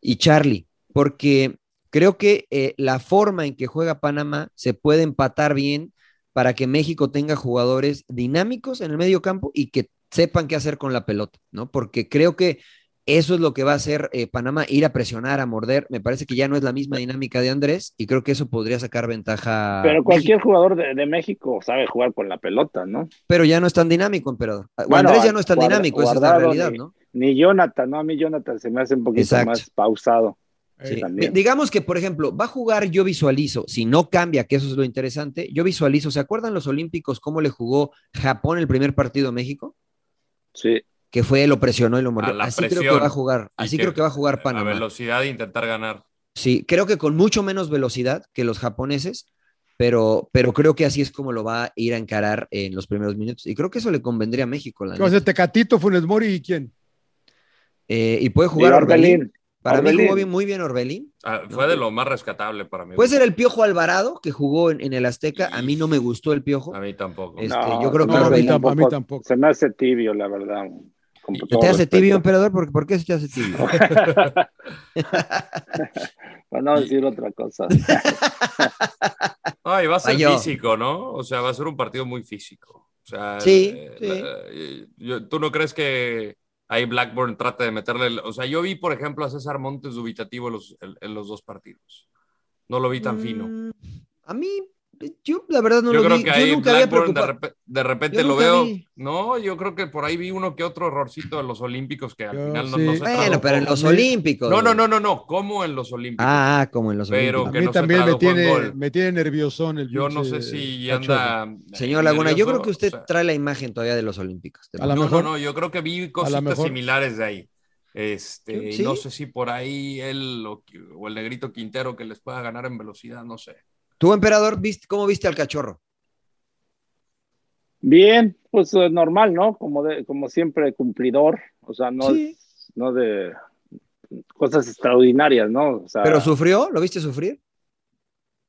[SPEAKER 1] y Charlie, porque creo que eh, la forma en que juega Panamá se puede empatar bien para que México tenga jugadores dinámicos en el medio campo y que sepan qué hacer con la pelota, ¿no? Porque creo que eso es lo que va a hacer eh, Panamá, ir a presionar, a morder. Me parece que ya no es la misma dinámica de Andrés y creo que eso podría sacar ventaja.
[SPEAKER 4] Pero
[SPEAKER 1] México.
[SPEAKER 4] cualquier jugador de, de México sabe jugar con la pelota, ¿no?
[SPEAKER 1] Pero ya no es tan dinámico, emperador.
[SPEAKER 4] Bueno,
[SPEAKER 1] Andrés ya no es tan
[SPEAKER 4] Guarda-
[SPEAKER 1] dinámico, esa es la
[SPEAKER 4] Guardado
[SPEAKER 1] realidad,
[SPEAKER 4] ni,
[SPEAKER 1] ¿no?
[SPEAKER 4] Ni Jonathan, ¿no? A mí Jonathan se me hace un poquito
[SPEAKER 1] Exacto.
[SPEAKER 4] más pausado.
[SPEAKER 1] Sí.
[SPEAKER 4] también.
[SPEAKER 1] Eh, Di- Digamos que, por ejemplo, va a jugar, yo visualizo, si no cambia, que eso es lo interesante, yo visualizo, ¿se acuerdan los Olímpicos cómo le jugó Japón el primer partido a México?
[SPEAKER 4] Sí.
[SPEAKER 1] Que fue, lo presionó y lo mordió.
[SPEAKER 2] la
[SPEAKER 1] Así creo que
[SPEAKER 2] presión.
[SPEAKER 1] va a jugar,
[SPEAKER 2] Y
[SPEAKER 1] así
[SPEAKER 2] que-
[SPEAKER 1] creo que va a jugar
[SPEAKER 2] A
[SPEAKER 1] Panamá.
[SPEAKER 2] velocidad e intentar ganar.
[SPEAKER 1] Sí, creo que con mucho menos velocidad que los japoneses, pero, pero creo que así es como lo va a ir a encarar en los primeros minutos. Y creo que eso le convendría a México. la
[SPEAKER 3] ¿Qué va a
[SPEAKER 1] neta.
[SPEAKER 3] ser Tecatito, Funes Mori y quién?
[SPEAKER 1] Eh, y puede jugar
[SPEAKER 3] Y
[SPEAKER 1] Orbelín.
[SPEAKER 3] Orbelín.
[SPEAKER 1] Para mí
[SPEAKER 3] Orbelín.
[SPEAKER 1] jugó bien- muy bien Orbelín.
[SPEAKER 2] Ah, fue de lo más rescatable para mí.
[SPEAKER 1] Puede ser el Piojo Alvarado que jugó en, en el Azteca. A mí no me gustó el Piojo.
[SPEAKER 2] A mí tampoco.
[SPEAKER 1] Este,
[SPEAKER 4] No,
[SPEAKER 1] yo creo que
[SPEAKER 4] no,
[SPEAKER 1] Orbelín-
[SPEAKER 4] tampoco. Se me hace tibio, la verdad. con
[SPEAKER 1] ¿Se
[SPEAKER 4] todo
[SPEAKER 1] te hace
[SPEAKER 4] respeto.
[SPEAKER 1] tibio, emperador? ¿Por, por qué se te hace tibio?
[SPEAKER 4] Para no decir otra cosa.
[SPEAKER 2] Ay, va a ser
[SPEAKER 4] Falló.
[SPEAKER 2] físico, ¿no? O sea, va a ser un partido muy físico. O sea,
[SPEAKER 1] Sí,
[SPEAKER 2] eh,
[SPEAKER 1] sí.
[SPEAKER 2] la- eh, yo- ¿tú no crees que ahí Blackburn trate de meterle? el- o sea, yo vi, por ejemplo, a César Montes dubitativo en los, en- en los dos partidos. No lo vi tan fino.
[SPEAKER 1] a mí, yo la verdad no
[SPEAKER 2] yo
[SPEAKER 1] Mm, lo
[SPEAKER 2] creo
[SPEAKER 1] vi.
[SPEAKER 2] que ahí
[SPEAKER 1] yo nunca había
[SPEAKER 2] Blackburn de,
[SPEAKER 1] preocupado.
[SPEAKER 2] repe- de repente
[SPEAKER 1] Yo
[SPEAKER 2] lo
[SPEAKER 1] nunca
[SPEAKER 2] veo.
[SPEAKER 1] vi.
[SPEAKER 2] No, yo creo que por ahí vi uno que otro errorcito de los Olímpicos que al
[SPEAKER 1] Yo
[SPEAKER 2] final no,
[SPEAKER 1] sí.
[SPEAKER 2] no se
[SPEAKER 1] Bueno,
[SPEAKER 2] tradujo.
[SPEAKER 1] pero en los Olímpicos.
[SPEAKER 2] No, no, no, no, no. ¿Cómo en los Olímpicos?
[SPEAKER 1] Ah, ah, como en los
[SPEAKER 2] Pero
[SPEAKER 1] Olímpicos.
[SPEAKER 2] que
[SPEAKER 3] A mí
[SPEAKER 2] no se
[SPEAKER 3] también me
[SPEAKER 2] tradujo en
[SPEAKER 3] tiene,
[SPEAKER 2] gol.
[SPEAKER 3] me tiene nerviosón el
[SPEAKER 2] Yo no
[SPEAKER 3] pinche
[SPEAKER 2] sé si
[SPEAKER 3] cachorro.
[SPEAKER 2] anda. eh,
[SPEAKER 1] Señor Laguna, yo
[SPEAKER 2] nervioso,
[SPEAKER 1] creo que usted
[SPEAKER 2] o sea.
[SPEAKER 1] trae la imagen todavía de los Olímpicos.
[SPEAKER 3] A lo
[SPEAKER 2] no,
[SPEAKER 3] mejor-
[SPEAKER 2] no, no, yo creo que vi
[SPEAKER 3] a
[SPEAKER 2] cositas
[SPEAKER 3] lo mejor-
[SPEAKER 2] similares de ahí. Este,
[SPEAKER 3] ¿Sí?
[SPEAKER 2] No sé si por ahí él o, o el negrito Quintero que les pueda ganar en velocidad, no sé.
[SPEAKER 1] Tú, emperador, viste, ¿cómo viste al cachorro?
[SPEAKER 4] Bien, pues eh, normal, ¿no? Como, de, como siempre, cumplidor. O sea, no,
[SPEAKER 1] Sí.
[SPEAKER 4] es- no de cosas extraordinarias, ¿no? O sea,
[SPEAKER 1] ¿Pero sufrió? ¿Lo viste sufrir?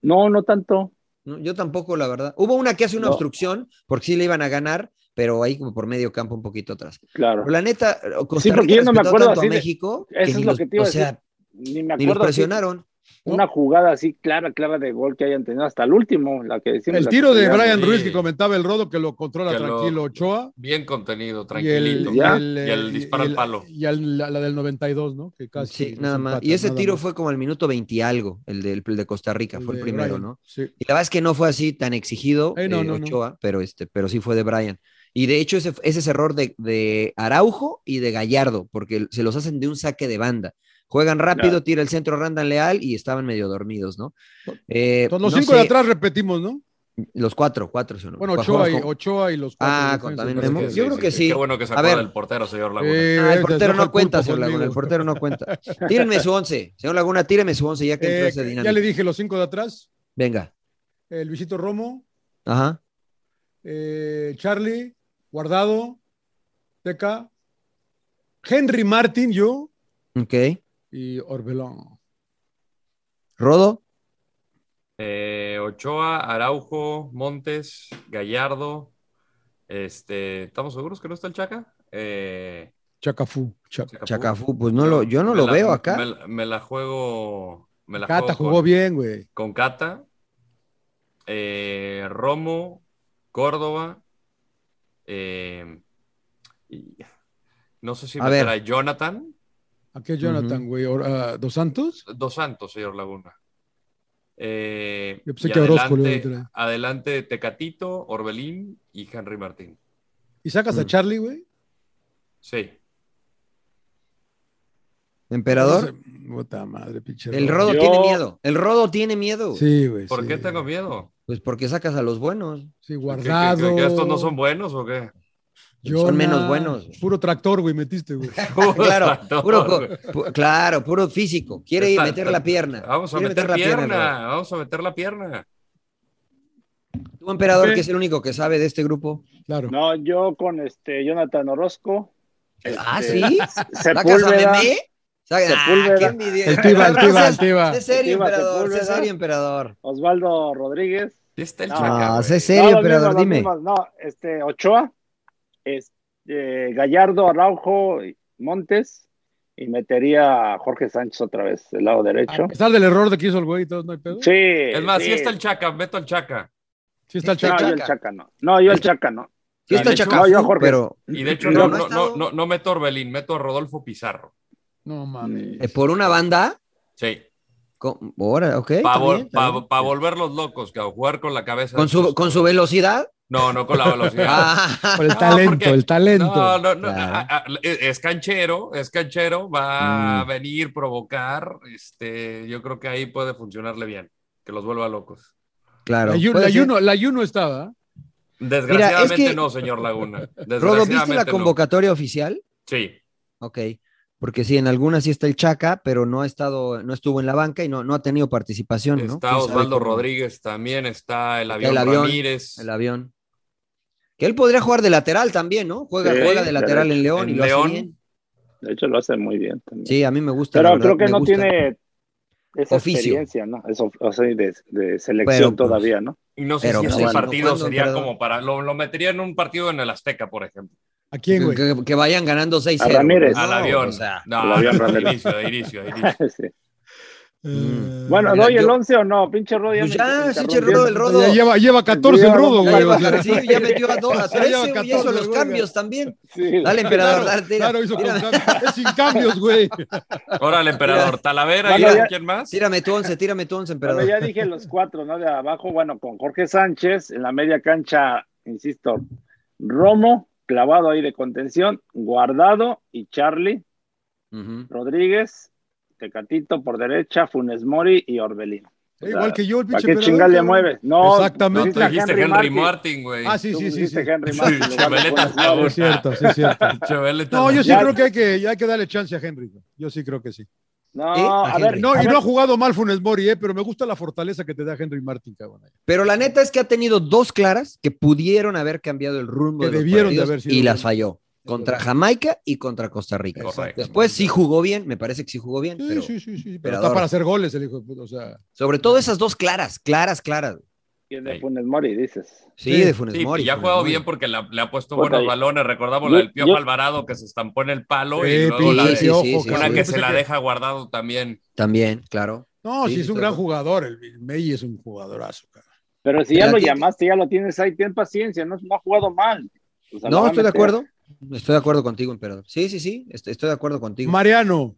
[SPEAKER 4] No, no tanto.
[SPEAKER 1] yo tampoco, la verdad. Hubo una que hace una
[SPEAKER 4] No.
[SPEAKER 1] obstrucción porque sí le iban a ganar, pero ahí como por medio campo un poquito atrás.
[SPEAKER 4] Claro.
[SPEAKER 1] Pero la neta, Costa
[SPEAKER 4] Sí, porque
[SPEAKER 1] Rica
[SPEAKER 4] yo no me
[SPEAKER 1] respetó
[SPEAKER 4] acuerdo
[SPEAKER 1] tanto a
[SPEAKER 4] así de-
[SPEAKER 1] México que
[SPEAKER 4] Eso
[SPEAKER 1] ni
[SPEAKER 4] es lo
[SPEAKER 1] los-
[SPEAKER 4] que te iba
[SPEAKER 1] o
[SPEAKER 4] a decir.
[SPEAKER 1] sea,
[SPEAKER 4] Ni me
[SPEAKER 1] ni los
[SPEAKER 4] acuerdo. así-
[SPEAKER 1] presionaron.
[SPEAKER 4] Una jugada así clara, clara de gol que hayan tenido hasta el último, la que decimos.
[SPEAKER 3] El
[SPEAKER 4] la
[SPEAKER 3] tiro
[SPEAKER 4] que
[SPEAKER 3] de
[SPEAKER 4] teníamos.
[SPEAKER 3] Brian Ruiz que
[SPEAKER 2] Sí.
[SPEAKER 3] comentaba el rodo que lo controla
[SPEAKER 2] Que lo-
[SPEAKER 3] tranquilo Ochoa.
[SPEAKER 2] Bien contenido,
[SPEAKER 3] Y el-
[SPEAKER 2] tranquilito.
[SPEAKER 3] y el,
[SPEAKER 2] Y el disparo
[SPEAKER 3] y
[SPEAKER 2] al
[SPEAKER 3] el-
[SPEAKER 2] palo.
[SPEAKER 3] Y al- la, la del 92, ¿no? Que casi
[SPEAKER 1] Sí,
[SPEAKER 3] nos
[SPEAKER 1] nada más.
[SPEAKER 3] empatan,
[SPEAKER 1] Y ese
[SPEAKER 3] nada
[SPEAKER 1] tiro
[SPEAKER 3] más.
[SPEAKER 1] fue como al minuto 20 y algo, el de, el de Costa Rica,
[SPEAKER 3] El
[SPEAKER 1] fue el
[SPEAKER 3] de
[SPEAKER 1] primero,
[SPEAKER 3] Brian,
[SPEAKER 1] ¿no? Eh,
[SPEAKER 3] sí.
[SPEAKER 1] Y la verdad es que no fue así tan exigido
[SPEAKER 3] Eh, no,
[SPEAKER 1] eh,
[SPEAKER 3] no, no.
[SPEAKER 1] Ochoa, Pero, este, pero sí fue de Brian. Y de hecho, ese, ese es error de, de Araujo y de Gallardo, porque se los hacen de un saque de banda. Juegan rápido,
[SPEAKER 3] Claro.
[SPEAKER 1] tira el centro Randan Leal y estaban medio dormidos, ¿no? Eh,
[SPEAKER 3] Entonces, los
[SPEAKER 1] no
[SPEAKER 3] cinco
[SPEAKER 1] sé,
[SPEAKER 3] de atrás repetimos, ¿no?
[SPEAKER 1] Los cuatro, cuatro. son-
[SPEAKER 3] Bueno,
[SPEAKER 1] cuatro
[SPEAKER 3] Ochoa y,
[SPEAKER 1] con-
[SPEAKER 3] Ochoa y los cuatro.
[SPEAKER 1] Ah,
[SPEAKER 3] defensas,
[SPEAKER 1] con también
[SPEAKER 3] me parece
[SPEAKER 1] Memo.
[SPEAKER 3] que
[SPEAKER 1] Yo creo que sí.
[SPEAKER 2] Qué bueno que se
[SPEAKER 1] A ver.
[SPEAKER 2] acuerda del portero, señor Laguna.
[SPEAKER 3] Eh,
[SPEAKER 1] Ah, el
[SPEAKER 3] te
[SPEAKER 1] portero
[SPEAKER 3] dejo
[SPEAKER 1] no
[SPEAKER 3] el
[SPEAKER 1] cuenta,
[SPEAKER 3] culpa
[SPEAKER 1] señor Laguna, el
[SPEAKER 3] conmigo.
[SPEAKER 1] portero no cuenta. Tírenme su once, señor Laguna, tíreme su once ya que entró
[SPEAKER 3] Eh,
[SPEAKER 1] ese dinámico.
[SPEAKER 3] ya le dije los cinco de atrás.
[SPEAKER 1] Venga,
[SPEAKER 3] eh, Luisito Romo,
[SPEAKER 1] ajá.
[SPEAKER 3] eh, Charlie, Guardado, Teca, Henry Martin, yo
[SPEAKER 1] Ok.
[SPEAKER 3] y Orbelón.
[SPEAKER 1] Rodo,
[SPEAKER 2] Eh, Ochoa, Araujo, Montes, Gallardo. Este, ¿estamos seguros que no está el Chaca? Eh,
[SPEAKER 3] Chacafú. Chac-
[SPEAKER 1] Chacafú, pues no lo, yo no
[SPEAKER 2] me
[SPEAKER 1] lo
[SPEAKER 2] la-
[SPEAKER 1] veo acá.
[SPEAKER 2] Me, la- me la juego. Me la
[SPEAKER 3] Cata
[SPEAKER 2] juego
[SPEAKER 3] jugó
[SPEAKER 2] con-
[SPEAKER 3] bien, güey.
[SPEAKER 2] con Cata, eh, Romo, Córdoba, eh, y- no sé si
[SPEAKER 3] A
[SPEAKER 2] meter
[SPEAKER 3] ver.
[SPEAKER 2] a Jonathan,
[SPEAKER 3] Aquí es Jonathan, güey. Or- ah, ¿Dos Santos?
[SPEAKER 2] Dos Santos, señor Laguna. Eh,
[SPEAKER 3] Yo pensé
[SPEAKER 2] y
[SPEAKER 3] que Orozco le iba a
[SPEAKER 2] adelante,
[SPEAKER 3] meter ahí.
[SPEAKER 2] adelante Tecatito, Orbelín y Henry Martín.
[SPEAKER 3] ¿Y sacas a Charlie, güey?
[SPEAKER 2] Sí.
[SPEAKER 1] Emperador.
[SPEAKER 3] Puta madre, pinche.
[SPEAKER 1] El Rodo
[SPEAKER 3] Yo-
[SPEAKER 1] tiene miedo. El Rodo tiene miedo.
[SPEAKER 3] Sí, güey.
[SPEAKER 2] ¿Por
[SPEAKER 3] sí.
[SPEAKER 2] qué tengo miedo?
[SPEAKER 1] Pues porque sacas a los buenos.
[SPEAKER 2] ¿Que,
[SPEAKER 3] Sí,
[SPEAKER 2] que-
[SPEAKER 3] guardado.
[SPEAKER 2] que- que estos no son buenos o qué?
[SPEAKER 1] Son
[SPEAKER 3] Jonah,
[SPEAKER 1] menos buenos.
[SPEAKER 3] Puro tractor, güey, metiste, güey.
[SPEAKER 1] Claro,
[SPEAKER 2] Todo,
[SPEAKER 1] puro, co-
[SPEAKER 2] güey.
[SPEAKER 1] pu- claro, puro físico. Quiere
[SPEAKER 2] Está-
[SPEAKER 1] meter la pierna.
[SPEAKER 2] Vamos a
[SPEAKER 1] Quiere
[SPEAKER 2] meter, la pierna,
[SPEAKER 1] Rodo.
[SPEAKER 2] vamos a meter la pierna.
[SPEAKER 1] Tú, emperador,
[SPEAKER 4] Ok.
[SPEAKER 1] que es el único que sabe de este grupo.
[SPEAKER 3] Claro.
[SPEAKER 4] No, yo con este Jonathan Orozco.
[SPEAKER 1] Ah,
[SPEAKER 4] este,
[SPEAKER 1] sí. ¿Sacas a
[SPEAKER 4] Sepúlveda.
[SPEAKER 1] Memé?
[SPEAKER 4] Sepúlveda.
[SPEAKER 1] El Tiba, el Tiba, el Tiba. Sé serio, emperador, sé serio, emperador.
[SPEAKER 4] Osvaldo Rodríguez.
[SPEAKER 2] Está
[SPEAKER 4] Ah,
[SPEAKER 1] el Chaca, güey. sé serio,
[SPEAKER 4] los
[SPEAKER 1] emperador,
[SPEAKER 4] los
[SPEAKER 1] dime.
[SPEAKER 4] no, este, Ochoa, este, Gallardo, Araujo, y Montes, y metería a Jorge Sánchez otra vez, del lado derecho.
[SPEAKER 3] A pesar del error de que hizo el güey, y todo, no hay pedo.
[SPEAKER 4] Sí.
[SPEAKER 2] Ah, Es más,
[SPEAKER 4] sí.
[SPEAKER 2] sí está el Chaca, meto al Chaca.
[SPEAKER 3] Sí está el
[SPEAKER 4] No,
[SPEAKER 3] Chaca.
[SPEAKER 4] yo el Chaca no. No,
[SPEAKER 1] Este-
[SPEAKER 4] yo el Chaca no.
[SPEAKER 1] Sí está
[SPEAKER 2] De hecho,
[SPEAKER 1] Chaca,
[SPEAKER 4] no, yo
[SPEAKER 1] sí,
[SPEAKER 4] Jorge.
[SPEAKER 1] pero
[SPEAKER 2] Y de hecho, no,
[SPEAKER 1] Pero no ha
[SPEAKER 2] no,
[SPEAKER 1] estado-
[SPEAKER 2] no, no, no meto a Orbelín, meto a Rodolfo Pizarro.
[SPEAKER 3] No mames.
[SPEAKER 1] eh, por una banda,
[SPEAKER 2] Sí.
[SPEAKER 1] con, ahora, ok. está
[SPEAKER 2] Para
[SPEAKER 1] bien, está bien.
[SPEAKER 2] volverlos locos, cabrón. Jugar con la cabeza.
[SPEAKER 1] Con su, con su velocidad.
[SPEAKER 2] No, no con la velocidad.
[SPEAKER 1] Ah,
[SPEAKER 3] Por el
[SPEAKER 2] No,
[SPEAKER 3] talento,
[SPEAKER 2] porque-
[SPEAKER 3] el talento.
[SPEAKER 2] No, no, no.
[SPEAKER 1] Claro.
[SPEAKER 2] a- a- es es canchero, es canchero,
[SPEAKER 1] Mm.
[SPEAKER 2] va a venir, provocar. Este, yo creo que ahí puede funcionarle bien, que los vuelva locos.
[SPEAKER 1] claro.
[SPEAKER 3] la, Yu-
[SPEAKER 1] puede
[SPEAKER 3] la
[SPEAKER 1] ser.
[SPEAKER 3] Yuno, la Yuno estaba.
[SPEAKER 2] Desgraciadamente
[SPEAKER 1] Mira, es que-
[SPEAKER 2] no, señor Laguna.
[SPEAKER 1] Rodo, ¿viste la
[SPEAKER 2] Desgraciadamente no.
[SPEAKER 1] convocatoria oficial?
[SPEAKER 2] Sí.
[SPEAKER 1] Ok. Porque sí, en algunas sí está el Chaca, pero no ha estado, no estuvo en la banca y no, no ha tenido participación, ¿no?
[SPEAKER 2] Está
[SPEAKER 1] ¿Quién sabe
[SPEAKER 2] Osvaldo
[SPEAKER 1] cómo-
[SPEAKER 2] Rodríguez también, está el avión,
[SPEAKER 1] el avión,
[SPEAKER 2] Ramírez.
[SPEAKER 1] El avión. Que él podría jugar de lateral también, ¿no? Juega,
[SPEAKER 4] Sí,
[SPEAKER 1] juega de
[SPEAKER 4] claro.
[SPEAKER 1] lateral en
[SPEAKER 2] En
[SPEAKER 1] León y lo hace
[SPEAKER 2] León.
[SPEAKER 1] bien.
[SPEAKER 4] De hecho, lo hacen muy bien también.
[SPEAKER 1] Sí, a mí me gusta. la
[SPEAKER 4] Pero
[SPEAKER 1] verdad,
[SPEAKER 4] creo que
[SPEAKER 1] me
[SPEAKER 4] no
[SPEAKER 1] gusta.
[SPEAKER 4] tiene esa
[SPEAKER 1] Oficio.
[SPEAKER 4] experiencia, ¿no? Es of- o sea, de, de selección
[SPEAKER 1] Pero, pues,
[SPEAKER 4] todavía, ¿no?
[SPEAKER 2] Y no sé
[SPEAKER 1] Pero,
[SPEAKER 2] si
[SPEAKER 1] pues,
[SPEAKER 2] ese
[SPEAKER 1] bueno,
[SPEAKER 2] partido
[SPEAKER 1] ¿cuándo,
[SPEAKER 2] sería
[SPEAKER 1] emperador?
[SPEAKER 2] como para. Lo, lo metería en un partido en el Azteca, por ejemplo.
[SPEAKER 3] ¿A quién, güey?
[SPEAKER 1] Que, que vayan ganando 6-0.
[SPEAKER 4] A Ramírez.
[SPEAKER 1] ¿no?
[SPEAKER 2] al avión.
[SPEAKER 1] O sea,
[SPEAKER 2] no,
[SPEAKER 4] al avión,
[SPEAKER 2] de
[SPEAKER 4] Ramírez.
[SPEAKER 2] inicio, de inicio, de inicio.
[SPEAKER 4] Sí.
[SPEAKER 3] Eh,
[SPEAKER 4] Bueno,
[SPEAKER 1] Mira,
[SPEAKER 4] ¿doy el
[SPEAKER 1] yo-
[SPEAKER 4] 11 o no? Pinche Rodo ya
[SPEAKER 1] Pues
[SPEAKER 4] me
[SPEAKER 1] ya,
[SPEAKER 4] está
[SPEAKER 1] pinche Rodo, el Rodo.
[SPEAKER 3] ya lleva, lleva 14 en
[SPEAKER 4] Ya,
[SPEAKER 3] rodo,
[SPEAKER 1] ya,
[SPEAKER 3] güey.
[SPEAKER 1] iba
[SPEAKER 3] o
[SPEAKER 1] a
[SPEAKER 3] sea.
[SPEAKER 1] decir, ya metió a dos, a
[SPEAKER 3] Ya lleva
[SPEAKER 1] 13, güey, hizo
[SPEAKER 3] 14,
[SPEAKER 1] los
[SPEAKER 3] güey.
[SPEAKER 1] cambios también.
[SPEAKER 4] Sí.
[SPEAKER 1] Dale, emperador,
[SPEAKER 3] Claro,
[SPEAKER 1] dale, tira,
[SPEAKER 3] claro, hizo
[SPEAKER 1] tírame,
[SPEAKER 3] con cambios. Es sin cambios, güey.
[SPEAKER 2] Ahora el emperador. Talavera,
[SPEAKER 4] Bueno,
[SPEAKER 2] ¿y
[SPEAKER 4] ya-
[SPEAKER 2] quién más?
[SPEAKER 1] tírame tu once, tírame tu once,
[SPEAKER 4] Bueno,
[SPEAKER 1] emperador.
[SPEAKER 4] ya dije los cuatro, ¿no? De abajo, bueno, con Jorge Sánchez, en la media cancha, insisto, Romo, clavado ahí de contención, Guardado y Charlie,
[SPEAKER 1] Ujú.
[SPEAKER 4] Rodríguez, Tecatito por derecha, Funes Mori y Orbelín.
[SPEAKER 3] Igual que yo, el
[SPEAKER 4] ¿Para
[SPEAKER 3] pinche
[SPEAKER 4] qué
[SPEAKER 3] emperador,
[SPEAKER 4] chingas le
[SPEAKER 3] cabrón.
[SPEAKER 4] mueves? No,
[SPEAKER 2] No,
[SPEAKER 3] Exactamente.
[SPEAKER 2] tú dijiste Henry, Martin, güey.
[SPEAKER 3] Ah, sí,
[SPEAKER 4] Tú
[SPEAKER 3] sí, sí. sí.
[SPEAKER 4] dijiste Henry
[SPEAKER 2] Sí,
[SPEAKER 4] Martin, luego
[SPEAKER 2] Chevele
[SPEAKER 4] Funes
[SPEAKER 2] Tata,
[SPEAKER 4] Mori.
[SPEAKER 3] Sí, es cierto, sí, es cierto.
[SPEAKER 2] Chabelo
[SPEAKER 3] No, yo sí
[SPEAKER 4] Ya.
[SPEAKER 3] creo que hay que, hay que darle chance a Henry. güey. Yo sí creo que sí.
[SPEAKER 4] No,
[SPEAKER 1] ¿Eh?
[SPEAKER 4] a
[SPEAKER 1] A
[SPEAKER 4] ver,
[SPEAKER 1] Henry.
[SPEAKER 3] No,
[SPEAKER 4] a
[SPEAKER 3] y
[SPEAKER 4] ver,
[SPEAKER 3] no ha jugado mal Funes Mori, eh, pero me gusta la fortaleza que te da Henry Martin, cabrón.
[SPEAKER 1] Pero la neta es que ha tenido dos claras que pudieron haber cambiado el rumbo
[SPEAKER 3] Que
[SPEAKER 1] de los
[SPEAKER 3] debieron de
[SPEAKER 1] partidos
[SPEAKER 3] haber sido
[SPEAKER 1] y las
[SPEAKER 3] buenas.
[SPEAKER 1] falló. Contra Jamaica y contra Costa Rica.
[SPEAKER 2] Correcto.
[SPEAKER 1] Después sí jugó bien, me parece que sí jugó bien,
[SPEAKER 3] Sí,
[SPEAKER 1] pero
[SPEAKER 3] sí, sí, sí. Pero
[SPEAKER 1] emperador.
[SPEAKER 3] está para hacer goles el hijo de puta. O sea,
[SPEAKER 1] sobre todo esas dos claras, claras, claras.
[SPEAKER 4] ¿quién de Funes Mori dices?
[SPEAKER 1] Sí,
[SPEAKER 3] Sí.
[SPEAKER 1] de Funes
[SPEAKER 2] Sí,
[SPEAKER 1] Mori.
[SPEAKER 2] ya ha
[SPEAKER 1] Funes
[SPEAKER 2] jugado
[SPEAKER 1] Mori.
[SPEAKER 2] bien porque la- le ha puesto
[SPEAKER 4] Puta,
[SPEAKER 2] buenos
[SPEAKER 4] yo-
[SPEAKER 2] balones. Recordamos
[SPEAKER 4] yo-
[SPEAKER 2] la del Piojo
[SPEAKER 4] yo-
[SPEAKER 2] Alvarado que se estampó en el palo
[SPEAKER 3] eh,
[SPEAKER 2] y luego la
[SPEAKER 3] pinche
[SPEAKER 2] de-
[SPEAKER 1] sí,
[SPEAKER 3] ojo,
[SPEAKER 1] sí, sí,
[SPEAKER 3] cabrón.
[SPEAKER 2] una
[SPEAKER 1] sí.
[SPEAKER 2] que
[SPEAKER 3] Yo
[SPEAKER 2] se
[SPEAKER 3] pensé
[SPEAKER 2] la deja guardado también.
[SPEAKER 1] También, claro.
[SPEAKER 3] No,
[SPEAKER 1] Sí,
[SPEAKER 3] sí, es un
[SPEAKER 1] estoy
[SPEAKER 3] gran
[SPEAKER 1] de acuerdo.
[SPEAKER 3] jugador. El May es un jugadorazo, cabrón.
[SPEAKER 4] Pero si ya
[SPEAKER 1] Pero
[SPEAKER 4] lo
[SPEAKER 1] ti-
[SPEAKER 4] llamaste, ya lo tienes ahí, ten paciencia, no, no ha jugado mal. O sea, eh. lo
[SPEAKER 1] No,
[SPEAKER 4] va a
[SPEAKER 1] estoy de
[SPEAKER 4] meter.
[SPEAKER 1] acuerdo. Estoy de acuerdo contigo, emperador. Sí, sí, sí, est- estoy de acuerdo contigo.
[SPEAKER 3] Mariano.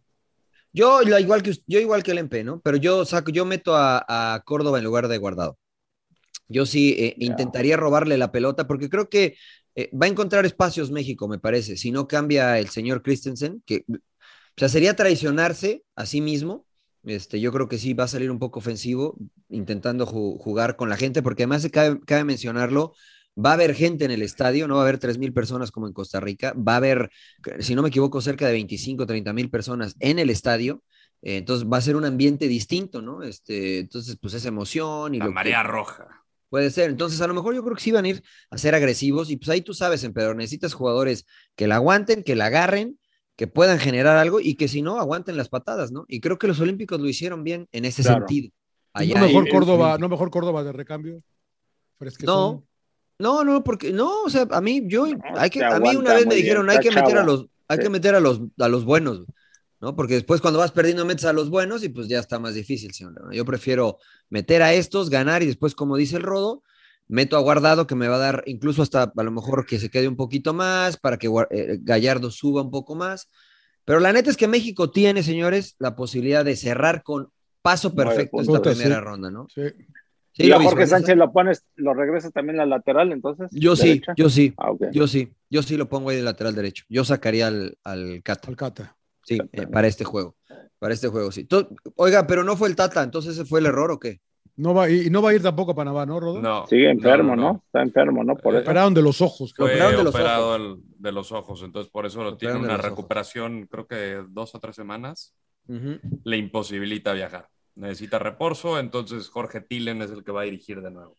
[SPEAKER 1] Yo la- igual que us- yo igual que el MP, ¿no? Pero yo saco, yo meto a, a Córdoba en lugar de Guardado. Yo sí eh,
[SPEAKER 4] Ya.
[SPEAKER 1] intentaría robarle la pelota porque creo que eh, va a encontrar espacios México, me parece. Si no cambia el señor Christensen, que o sea, sería traicionarse a sí mismo. Este, yo creo que sí va a salir un poco ofensivo intentando ju- jugar con la gente, porque además cabe, cabe mencionarlo, va a haber gente en el estadio, no va a haber 3.000 personas como en Costa Rica, va a haber, si no me equivoco, cerca de 25, 30.000 personas en el estadio, eh, entonces va a ser un ambiente distinto, ¿no? Este, entonces, pues es emoción y
[SPEAKER 2] La
[SPEAKER 1] lo que-
[SPEAKER 2] marea roja.
[SPEAKER 1] Puede ser. Entonces, a lo mejor yo creo que sí van a ir a ser agresivos. Y pues ahí tú sabes, emperador, necesitas jugadores que la aguanten, que la agarren, que puedan generar algo y que si no, aguanten las patadas, ¿no? Y creo que los Olímpicos lo hicieron bien en ese
[SPEAKER 4] Claro.
[SPEAKER 1] sentido.
[SPEAKER 3] no mejor
[SPEAKER 1] en-
[SPEAKER 3] Córdoba, no mejor Córdoba de recambio. Fresquezón.
[SPEAKER 1] No, no, no, porque no, o sea, a mí yo hay que,
[SPEAKER 4] se
[SPEAKER 1] a mí una
[SPEAKER 4] aguanta
[SPEAKER 1] vez me
[SPEAKER 4] muy bien,
[SPEAKER 1] dijeron hay
[SPEAKER 4] está
[SPEAKER 1] que meter a
[SPEAKER 4] chavo.
[SPEAKER 1] los, hay que
[SPEAKER 4] Sí.
[SPEAKER 1] meter a los, a los buenos, ¿no? Porque después cuando vas perdiendo metes a los buenos y pues ya está más difícil, señor. León. Yo prefiero meter a estos, ganar y después, como dice el Rodo, meto a Guardado que me va a dar incluso hasta a lo mejor que se quede un poquito más para que Guar- eh, Gallardo suba un poco más. Pero la neta es que México tiene, señores, la posibilidad de cerrar con paso
[SPEAKER 4] Nueve
[SPEAKER 1] perfecto esta
[SPEAKER 3] puntos,
[SPEAKER 1] primera
[SPEAKER 3] sí.
[SPEAKER 1] ronda, ¿no?
[SPEAKER 3] Sí.
[SPEAKER 1] Sí,
[SPEAKER 4] y
[SPEAKER 1] lo
[SPEAKER 4] a Jorge
[SPEAKER 1] visualiza.
[SPEAKER 4] Sánchez lo pones, lo regresas también a lateral, entonces.
[SPEAKER 1] Yo sí,
[SPEAKER 4] ¿Derecha?
[SPEAKER 1] yo sí.
[SPEAKER 4] Ah, ok.
[SPEAKER 1] Yo sí, yo sí lo pongo ahí de lateral derecho. Yo sacaría al, al Cata,
[SPEAKER 3] Alcata.
[SPEAKER 1] sí, eh, para este juego. Para este juego, sí. To- Oiga, pero no fue el Tata, entonces ese fue el error o qué?
[SPEAKER 3] No va, y, y no va a ir tampoco a Panamá, ¿no, Rodolfo?
[SPEAKER 2] No.
[SPEAKER 4] Sigue enfermo,
[SPEAKER 2] No,
[SPEAKER 4] no,
[SPEAKER 2] no, no.
[SPEAKER 4] Está enfermo, ¿no? Por
[SPEAKER 2] Eh,
[SPEAKER 4] eso.
[SPEAKER 3] Operaron de los ojos,
[SPEAKER 2] Fue
[SPEAKER 3] cabrón.
[SPEAKER 1] Operaron de los
[SPEAKER 2] operado el- de los ojos, entonces por eso lo tiene
[SPEAKER 1] Operaron de
[SPEAKER 2] una
[SPEAKER 1] los ojos.
[SPEAKER 2] recuperación, creo que dos o tres semanas, le imposibilita viajar. Necesita reposo, entonces Jorge Tilen es el que va a dirigir de nuevo.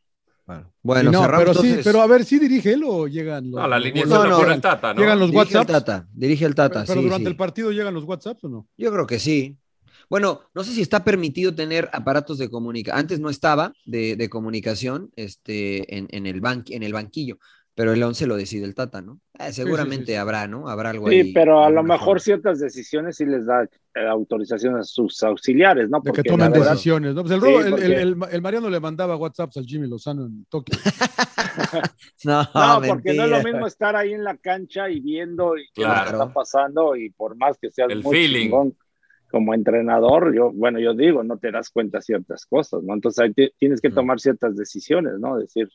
[SPEAKER 1] Bueno,
[SPEAKER 3] Y no,
[SPEAKER 1] cerramos
[SPEAKER 3] pero sí,
[SPEAKER 1] entonces.
[SPEAKER 3] pero a ver, ¿sí dirige él o llegan los
[SPEAKER 2] No, la línea
[SPEAKER 3] los-
[SPEAKER 2] está por el Tata, ¿no?
[SPEAKER 3] Llegan los
[SPEAKER 1] Dirige el
[SPEAKER 3] WhatsApp.
[SPEAKER 1] Tata, dirige el Tata,
[SPEAKER 3] Pero
[SPEAKER 1] sí,
[SPEAKER 3] durante
[SPEAKER 1] sí.
[SPEAKER 3] el partido llegan los WhatsApp o no?
[SPEAKER 1] Yo creo que sí. Bueno, no sé si está permitido tener aparatos de comunicación. Antes no estaba de, de comunicación este, en, en el ban- en el banquillo, pero el 11 lo decide el Tata, ¿no? Eh, seguramente habrá, ¿no? Habrá algo ahí.
[SPEAKER 4] Sí, pero a lo
[SPEAKER 1] alguna
[SPEAKER 4] mejor ciertas decisiones sí les da eh, autorización a sus auxiliares, ¿no?
[SPEAKER 3] De que
[SPEAKER 4] Porque
[SPEAKER 3] tomen
[SPEAKER 4] la verdad-
[SPEAKER 3] decisiones. ¿no? Pues el,
[SPEAKER 4] Sí,
[SPEAKER 3] robo- el-
[SPEAKER 4] porque-
[SPEAKER 3] el- el- el Mariano le mandaba WhatsApps al Jimmy Lozano en Tokio.
[SPEAKER 4] Pues
[SPEAKER 1] no,
[SPEAKER 4] No, porque no es lo mismo estar ahí en la cancha y viendo y qué es lo que
[SPEAKER 2] Claro.
[SPEAKER 4] está pasando y por más que seas
[SPEAKER 2] El
[SPEAKER 4] muy
[SPEAKER 2] feeling.
[SPEAKER 4] chingón como entrenador, yo, bueno, yo digo, no te das cuenta ciertas cosas, ¿no? Entonces ahí ti- tienes que tomar ciertas decisiones, ¿no? Decir,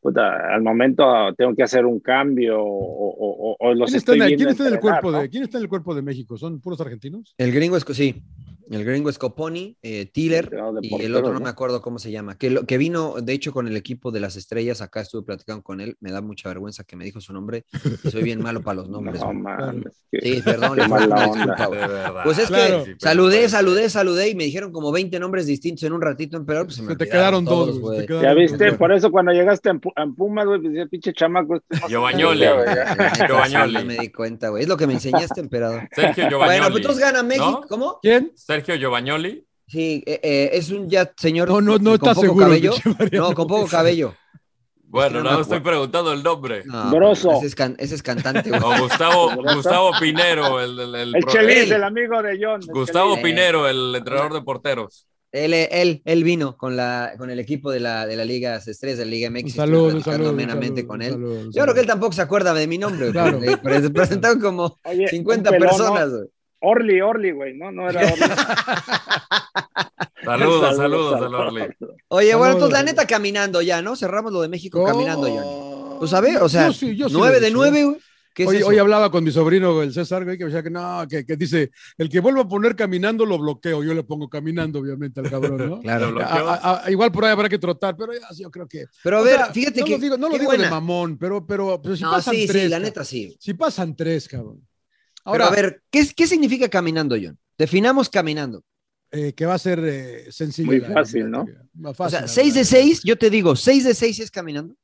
[SPEAKER 4] puta, al momento ah, tengo que hacer un cambio o, o- o- o los
[SPEAKER 3] ¿Quién está,
[SPEAKER 4] estoy
[SPEAKER 3] en el,
[SPEAKER 4] viendo
[SPEAKER 3] quién está en el
[SPEAKER 4] entrenar,
[SPEAKER 3] cuerpo
[SPEAKER 4] ¿no?
[SPEAKER 3] de, ¿Quién está en el cuerpo de México? ¿Son puros argentinos?
[SPEAKER 1] El gringo es, sí, el gringo es Coponi, eh, Tiller
[SPEAKER 4] de
[SPEAKER 1] y el
[SPEAKER 4] porteros,
[SPEAKER 1] otro no,
[SPEAKER 4] ¿no?
[SPEAKER 1] me acuerdo cómo se llama, que, lo- que vino de hecho con el equipo de las estrellas, acá estuve platicando con él, me da mucha vergüenza que me dijo su nombre y soy bien malo para los nombres.
[SPEAKER 4] No
[SPEAKER 1] güey.
[SPEAKER 4] mames, qué-
[SPEAKER 1] Sí, perdón,
[SPEAKER 4] qué
[SPEAKER 1] les
[SPEAKER 4] mala
[SPEAKER 1] mando una
[SPEAKER 4] onda.
[SPEAKER 1] disculpa, güey.
[SPEAKER 2] De verdad.
[SPEAKER 1] Pues es
[SPEAKER 3] Claro.
[SPEAKER 1] que saludé, saludé, saludé y me dijeron como 20 nombres distintos en un ratito, en pues se me
[SPEAKER 3] Se te quedaron
[SPEAKER 1] olvidaron
[SPEAKER 3] dos,
[SPEAKER 1] todos,
[SPEAKER 3] güey, se te quedaron
[SPEAKER 1] güey.
[SPEAKER 4] Ya
[SPEAKER 3] Claro,
[SPEAKER 4] viste,
[SPEAKER 3] claro.
[SPEAKER 4] por eso cuando llegaste en, Pu- en Pumas, güey, pues decía, pinche chamaco. este no-
[SPEAKER 2] Giovagnoli.
[SPEAKER 4] Ya, güey, ya.
[SPEAKER 1] La neta,
[SPEAKER 2] Giovagnoli.
[SPEAKER 1] sí, No me di cuenta, güey. Es lo que me enseñaste, emperador.
[SPEAKER 2] Sergio Giovagnoli.
[SPEAKER 1] Bueno, pues entonces gana México.
[SPEAKER 2] ¿no?
[SPEAKER 1] ¿Cómo?
[SPEAKER 3] ¿Quién?
[SPEAKER 2] Sergio Giovagnoli.
[SPEAKER 1] Sí, eh, eh, es un ya señor
[SPEAKER 3] No, no, no
[SPEAKER 1] con
[SPEAKER 3] está
[SPEAKER 1] poco
[SPEAKER 3] seguro,
[SPEAKER 1] cabello.
[SPEAKER 3] pinche Mariano.
[SPEAKER 1] No, con poco cabello.
[SPEAKER 2] Bueno,
[SPEAKER 1] no
[SPEAKER 2] no,
[SPEAKER 1] me
[SPEAKER 2] estoy
[SPEAKER 1] acuerdo.
[SPEAKER 2] preguntando el nombre.
[SPEAKER 1] No,
[SPEAKER 4] Grosso.
[SPEAKER 1] Ese es, can- ese es cantante, güey.
[SPEAKER 2] O Gustavo, Gustavo Pinero, el, el, el
[SPEAKER 4] El
[SPEAKER 2] pro-
[SPEAKER 4] Chelis,
[SPEAKER 1] Ey.
[SPEAKER 4] el amigo de John. el
[SPEAKER 2] Gustavo
[SPEAKER 1] Eh.
[SPEAKER 2] Pinero, el entrenador de porteros.
[SPEAKER 1] Él, él, él vino con, la, con el equipo de la, de la Liga C3, de la Liga MX.
[SPEAKER 3] Un
[SPEAKER 1] estuve
[SPEAKER 3] saludo, un
[SPEAKER 1] platicando
[SPEAKER 3] saludo. un
[SPEAKER 1] amenamente
[SPEAKER 3] saludo,
[SPEAKER 1] con
[SPEAKER 3] un
[SPEAKER 1] él.
[SPEAKER 3] saludo, un
[SPEAKER 1] Yo creo que
[SPEAKER 3] saludo.
[SPEAKER 1] él tampoco se acuerda de mi nombre,
[SPEAKER 3] Claro.
[SPEAKER 1] pero, pero se presentaron como
[SPEAKER 4] Chelis. Oye,
[SPEAKER 1] 50
[SPEAKER 4] un pelón,
[SPEAKER 1] personas.
[SPEAKER 4] ¿no?
[SPEAKER 1] güey.
[SPEAKER 4] Orly, Orly, güey, no, no era Orly.
[SPEAKER 2] Saludos, saludos, saludos.
[SPEAKER 1] Oye, bueno,
[SPEAKER 3] Saludos.
[SPEAKER 1] entonces la neta caminando ya, ¿no? Cerramos lo de México
[SPEAKER 3] No.
[SPEAKER 1] caminando, Johnny. ¿Tú sabes? O sea,
[SPEAKER 3] Yo sí, yo sí
[SPEAKER 1] nueve
[SPEAKER 3] lo
[SPEAKER 1] de
[SPEAKER 3] deseo.
[SPEAKER 1] nueve, güey. ¿Qué es
[SPEAKER 3] hoy,
[SPEAKER 1] eso?
[SPEAKER 3] hoy hablaba con mi sobrino, el César, güey, que me decía que no, que, que dice, el que vuelva a poner caminando lo bloqueo. Yo le pongo caminando, obviamente, al cabrón, ¿no?
[SPEAKER 1] Claro.
[SPEAKER 2] Lo bloqueó.
[SPEAKER 3] A- a- a- igual por ahí habrá que trotar, pero ya, sí, yo creo que.
[SPEAKER 1] Pero a
[SPEAKER 3] O
[SPEAKER 1] ver,
[SPEAKER 3] sea,
[SPEAKER 1] fíjate
[SPEAKER 3] no
[SPEAKER 1] que.
[SPEAKER 3] Lo digo, no lo
[SPEAKER 1] qué
[SPEAKER 3] digo de
[SPEAKER 1] buena.
[SPEAKER 3] mamón, pero, pero, pero si
[SPEAKER 1] no,
[SPEAKER 3] pasan
[SPEAKER 1] sí,
[SPEAKER 3] tres.
[SPEAKER 1] sí, la
[SPEAKER 3] ca-
[SPEAKER 1] neta sí.
[SPEAKER 3] Si pasan tres, cabrón.
[SPEAKER 1] Ahora,
[SPEAKER 3] Ahora,
[SPEAKER 1] a ver, ¿qué, es- ¿qué significa caminando, John? Definamos caminando.
[SPEAKER 3] eh, que va a ser eh, sencillo.
[SPEAKER 4] Muy
[SPEAKER 3] la-
[SPEAKER 4] fácil, ¿no?
[SPEAKER 3] Va
[SPEAKER 1] O
[SPEAKER 3] fácil,
[SPEAKER 1] sea,
[SPEAKER 3] la
[SPEAKER 1] seis de
[SPEAKER 3] verdad.
[SPEAKER 1] seis, yo te digo, seis de seis es caminando.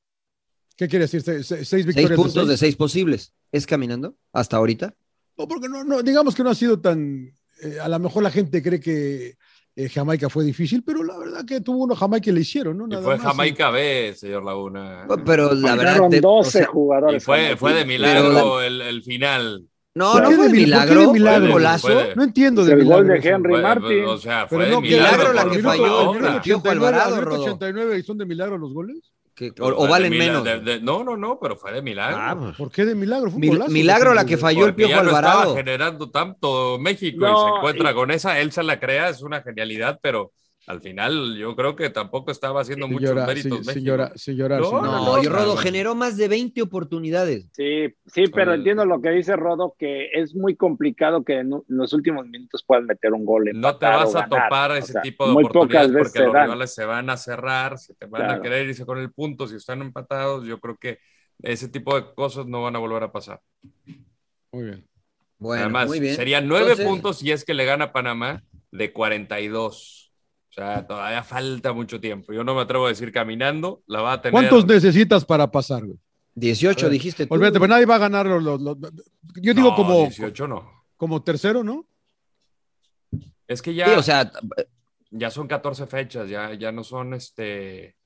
[SPEAKER 3] ¿Qué quiere decir? ¿Se- se- ¿Seis,
[SPEAKER 1] Seis
[SPEAKER 3] victorias?
[SPEAKER 1] puntos
[SPEAKER 3] de
[SPEAKER 1] de
[SPEAKER 3] seis?
[SPEAKER 1] seis posibles. ¿Es caminando hasta ahorita?
[SPEAKER 3] No, porque no, no, digamos que no ha sido tan. eh, a lo mejor la gente cree que eh, Jamaica fue difícil, pero la verdad que tuvo uno Jamaica y le hicieron, ¿no?
[SPEAKER 2] Y
[SPEAKER 3] Nada
[SPEAKER 2] fue
[SPEAKER 3] más, ¿eh?
[SPEAKER 2] Jamaica B, señor Laguna.
[SPEAKER 1] Pero la verdad.
[SPEAKER 4] Mandaron
[SPEAKER 1] de- o
[SPEAKER 4] 12
[SPEAKER 1] sea,
[SPEAKER 2] Y
[SPEAKER 4] jugadores.
[SPEAKER 2] fue, fue de
[SPEAKER 1] Pero
[SPEAKER 2] milagro el, el final.
[SPEAKER 1] no,
[SPEAKER 3] ¿Por
[SPEAKER 1] no
[SPEAKER 3] qué
[SPEAKER 1] fue
[SPEAKER 3] de
[SPEAKER 1] de
[SPEAKER 3] mil- por qué de
[SPEAKER 1] milagro.
[SPEAKER 3] milagro?
[SPEAKER 1] Fue un golazo.
[SPEAKER 2] Fue de-
[SPEAKER 3] No entiendo de
[SPEAKER 4] El gol
[SPEAKER 3] milagro
[SPEAKER 4] de
[SPEAKER 3] eso.
[SPEAKER 4] Henry
[SPEAKER 2] Fue-
[SPEAKER 4] Martin.
[SPEAKER 2] o sea,
[SPEAKER 3] Pero
[SPEAKER 2] eh. fue de
[SPEAKER 3] no,
[SPEAKER 2] milagro
[SPEAKER 1] milagro la
[SPEAKER 2] por
[SPEAKER 1] que
[SPEAKER 2] una obra.
[SPEAKER 1] falló, el minuto Piojo Alvarado,
[SPEAKER 3] al
[SPEAKER 1] Rodo.
[SPEAKER 3] 89 y son de milagro los goles.
[SPEAKER 1] que- o, o
[SPEAKER 2] Fue de
[SPEAKER 1] valen
[SPEAKER 2] mila-
[SPEAKER 1] menos.
[SPEAKER 2] de- de- no, no, no, pero fue de milagro.
[SPEAKER 1] Ah, pues.
[SPEAKER 3] ¿Por qué de milagro? Fue un
[SPEAKER 1] Mil-
[SPEAKER 3] golazo.
[SPEAKER 1] milagro la que falló el
[SPEAKER 2] Porque
[SPEAKER 1] Piojo
[SPEAKER 2] ya no
[SPEAKER 1] Alvarado.
[SPEAKER 2] estaba generando tanto México
[SPEAKER 4] No,
[SPEAKER 2] y se encuentra
[SPEAKER 4] y-
[SPEAKER 2] con esa. Él se la crea, es una genialidad, pero al final yo creo que tampoco estaba haciendo
[SPEAKER 3] Sin
[SPEAKER 2] muchos
[SPEAKER 3] llorar,
[SPEAKER 2] méritos
[SPEAKER 3] sin,
[SPEAKER 2] México.
[SPEAKER 3] sin llorar, sin llorar,
[SPEAKER 2] No,
[SPEAKER 3] sin llorar.
[SPEAKER 1] No,
[SPEAKER 2] no,
[SPEAKER 1] y Rodo
[SPEAKER 2] no.
[SPEAKER 1] generó más de 20 oportunidades.
[SPEAKER 4] Sí, sí, pero
[SPEAKER 2] Eh.
[SPEAKER 4] entiendo lo que dice Rodo, que es muy complicado que en los últimos minutos puedan meter un gol.
[SPEAKER 2] No te
[SPEAKER 4] empatar
[SPEAKER 2] vas
[SPEAKER 4] o
[SPEAKER 2] a
[SPEAKER 4] ganar.
[SPEAKER 2] topar
[SPEAKER 4] O
[SPEAKER 2] ese
[SPEAKER 4] sea,
[SPEAKER 2] tipo de
[SPEAKER 4] muy
[SPEAKER 2] oportunidades
[SPEAKER 4] pocas veces
[SPEAKER 2] porque
[SPEAKER 4] se
[SPEAKER 2] los
[SPEAKER 4] dan.
[SPEAKER 2] rivales se van a cerrar, se te van a
[SPEAKER 4] Claro.
[SPEAKER 2] querer irse con el punto, si están empatados, yo creo que ese tipo de cosas no van a volver a pasar.
[SPEAKER 3] Muy bien.
[SPEAKER 1] Bueno,
[SPEAKER 2] Además,
[SPEAKER 1] muy bien.
[SPEAKER 2] serían nueve
[SPEAKER 1] Entonces-
[SPEAKER 2] puntos si es que le gana Panamá de 42. O sea, todavía falta mucho tiempo. Yo no me atrevo a decir caminando, la va a tener.
[SPEAKER 3] ¿Cuántos necesitas para pasar, güey?
[SPEAKER 1] 18
[SPEAKER 3] A ver,
[SPEAKER 1] dijiste tú.
[SPEAKER 3] Olvídate, pues nadie va a ganar los. los- los- yo digo
[SPEAKER 2] No,
[SPEAKER 3] como,
[SPEAKER 2] 18 no.
[SPEAKER 3] como tercero, ¿no?
[SPEAKER 2] Es que ya,
[SPEAKER 1] Sí, o sea,
[SPEAKER 2] ya son 14 fechas, ya, ya no son este,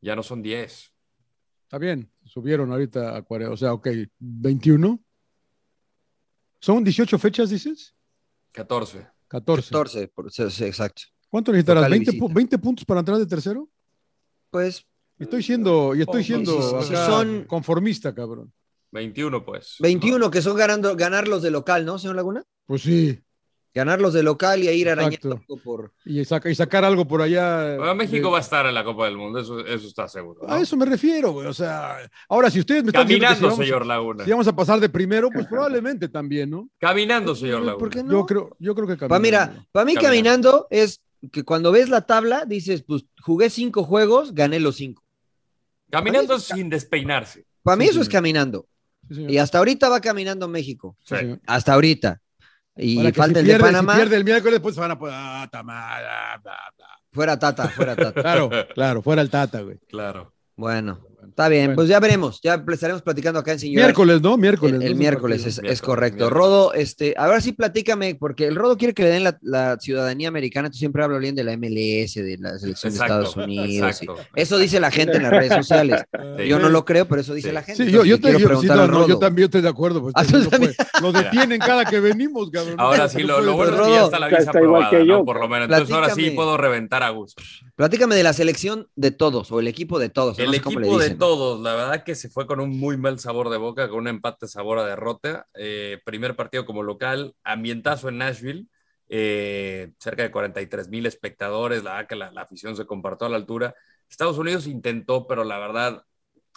[SPEAKER 2] ya no son 10.
[SPEAKER 3] Está bien. Subieron ahorita a 40. O sea, ok, 21. ¿Son 18 fechas, dices?
[SPEAKER 2] 14.
[SPEAKER 3] 14.
[SPEAKER 1] 14, por- sí, sí, exacto.
[SPEAKER 3] ¿Cuánto necesitarás?
[SPEAKER 1] Local y
[SPEAKER 3] ¿20, pu-
[SPEAKER 1] visita.
[SPEAKER 3] 20 puntos para entrar de tercero?
[SPEAKER 1] Pues
[SPEAKER 3] Estoy siendo, y estoy
[SPEAKER 2] Oh,
[SPEAKER 3] siendo
[SPEAKER 1] si- si
[SPEAKER 3] acá
[SPEAKER 1] son-
[SPEAKER 3] conformista, cabrón.
[SPEAKER 2] 21, pues.
[SPEAKER 1] 21 que son ganando, ganar los de local, ¿no, señor Laguna?
[SPEAKER 3] Pues sí.
[SPEAKER 1] Ganar los de local y a ir
[SPEAKER 3] Exacto.
[SPEAKER 1] arañando por...
[SPEAKER 3] Y, saca- y sacar algo por allá.
[SPEAKER 2] Bueno, México
[SPEAKER 3] de-
[SPEAKER 2] va a estar en la Copa del Mundo, eso, eso está seguro.
[SPEAKER 1] Ah,
[SPEAKER 2] ¿no?
[SPEAKER 3] A eso me refiero, güey. O sea, ahora si ustedes me están diciendo que si
[SPEAKER 2] Caminando,
[SPEAKER 3] vamos,
[SPEAKER 2] señor Laguna.
[SPEAKER 3] si vamos a pasar de primero, pues probablemente también, ¿no?
[SPEAKER 2] Caminando, señor Laguna.
[SPEAKER 1] ¿Por qué no?
[SPEAKER 3] Yo creo, yo creo que
[SPEAKER 1] Pa' mira, para mí caminando es que cuando ves la tabla dices, pues jugué cinco juegos, gané los cinco.
[SPEAKER 2] Caminando sin despeinarse.
[SPEAKER 1] Para mí
[SPEAKER 3] Sí,
[SPEAKER 1] eso es
[SPEAKER 3] señor.
[SPEAKER 1] caminando.
[SPEAKER 3] Sí, señor.
[SPEAKER 1] Y hasta ahorita va caminando México.
[SPEAKER 3] Sí, señor.
[SPEAKER 1] Hasta ahorita. Y
[SPEAKER 3] Para que
[SPEAKER 1] falta
[SPEAKER 3] si
[SPEAKER 1] el
[SPEAKER 3] pierde,
[SPEAKER 1] de
[SPEAKER 3] si
[SPEAKER 1] Panamá.
[SPEAKER 3] pierde el miércoles, pues se van a poner. Ah, tamada,
[SPEAKER 1] Fuera Tata, fuera Tata.
[SPEAKER 3] Claro, claro, fuera el Tata, güey.
[SPEAKER 2] Claro.
[SPEAKER 1] Bueno, está bien, pues ya veremos, ya estaremos platicando acá en Señor.
[SPEAKER 3] Miércoles, ¿no? Miércoles.
[SPEAKER 1] El,
[SPEAKER 3] ¿no?
[SPEAKER 1] el miércoles es, es correcto. Rodo, este, a ver si platícame, porque el Rodo quiere que le den la, la ciudadanía americana. Tú siempre hablas bien de la MLS, de la selección
[SPEAKER 3] Exacto,
[SPEAKER 1] de Estados Unidos.
[SPEAKER 3] exacto.
[SPEAKER 1] y- Eso dice la gente en las redes sociales.
[SPEAKER 3] Sí.
[SPEAKER 1] Yo no lo creo, pero eso dice
[SPEAKER 3] Sí.
[SPEAKER 1] la gente.
[SPEAKER 3] Sí, yo,
[SPEAKER 1] Entonces,
[SPEAKER 3] yo
[SPEAKER 1] le
[SPEAKER 3] te-
[SPEAKER 1] quiero
[SPEAKER 3] yo- sí,
[SPEAKER 1] preguntar
[SPEAKER 3] no,
[SPEAKER 1] al
[SPEAKER 3] no,
[SPEAKER 1] Rodo.
[SPEAKER 3] yo también estoy de acuerdo. pues,
[SPEAKER 1] Ah,
[SPEAKER 3] este,
[SPEAKER 1] tú
[SPEAKER 3] no puede- lo
[SPEAKER 2] Mira.
[SPEAKER 3] detienen cada que venimos, cabrón.
[SPEAKER 2] Ahora sí, lo, lo bueno es que ya está la visa aprobada, ¿no? Por lo menos. Entonces ahora sí
[SPEAKER 1] Platícame.
[SPEAKER 2] puedo reventar a gusto.
[SPEAKER 1] Platícame de la selección de todos o el equipo de todos. no
[SPEAKER 2] El
[SPEAKER 1] sé cómo le
[SPEAKER 2] equipo de
[SPEAKER 1] dicen.
[SPEAKER 2] todos, la verdad que se fue con un muy mal sabor de boca, con un empate sabor a derrota. Eh, primer partido como local, ambientazo en Nashville, eh, cerca de 43 mil espectadores, la verdad que la, la afición se compartió a la altura. Estados Unidos intentó, pero la verdad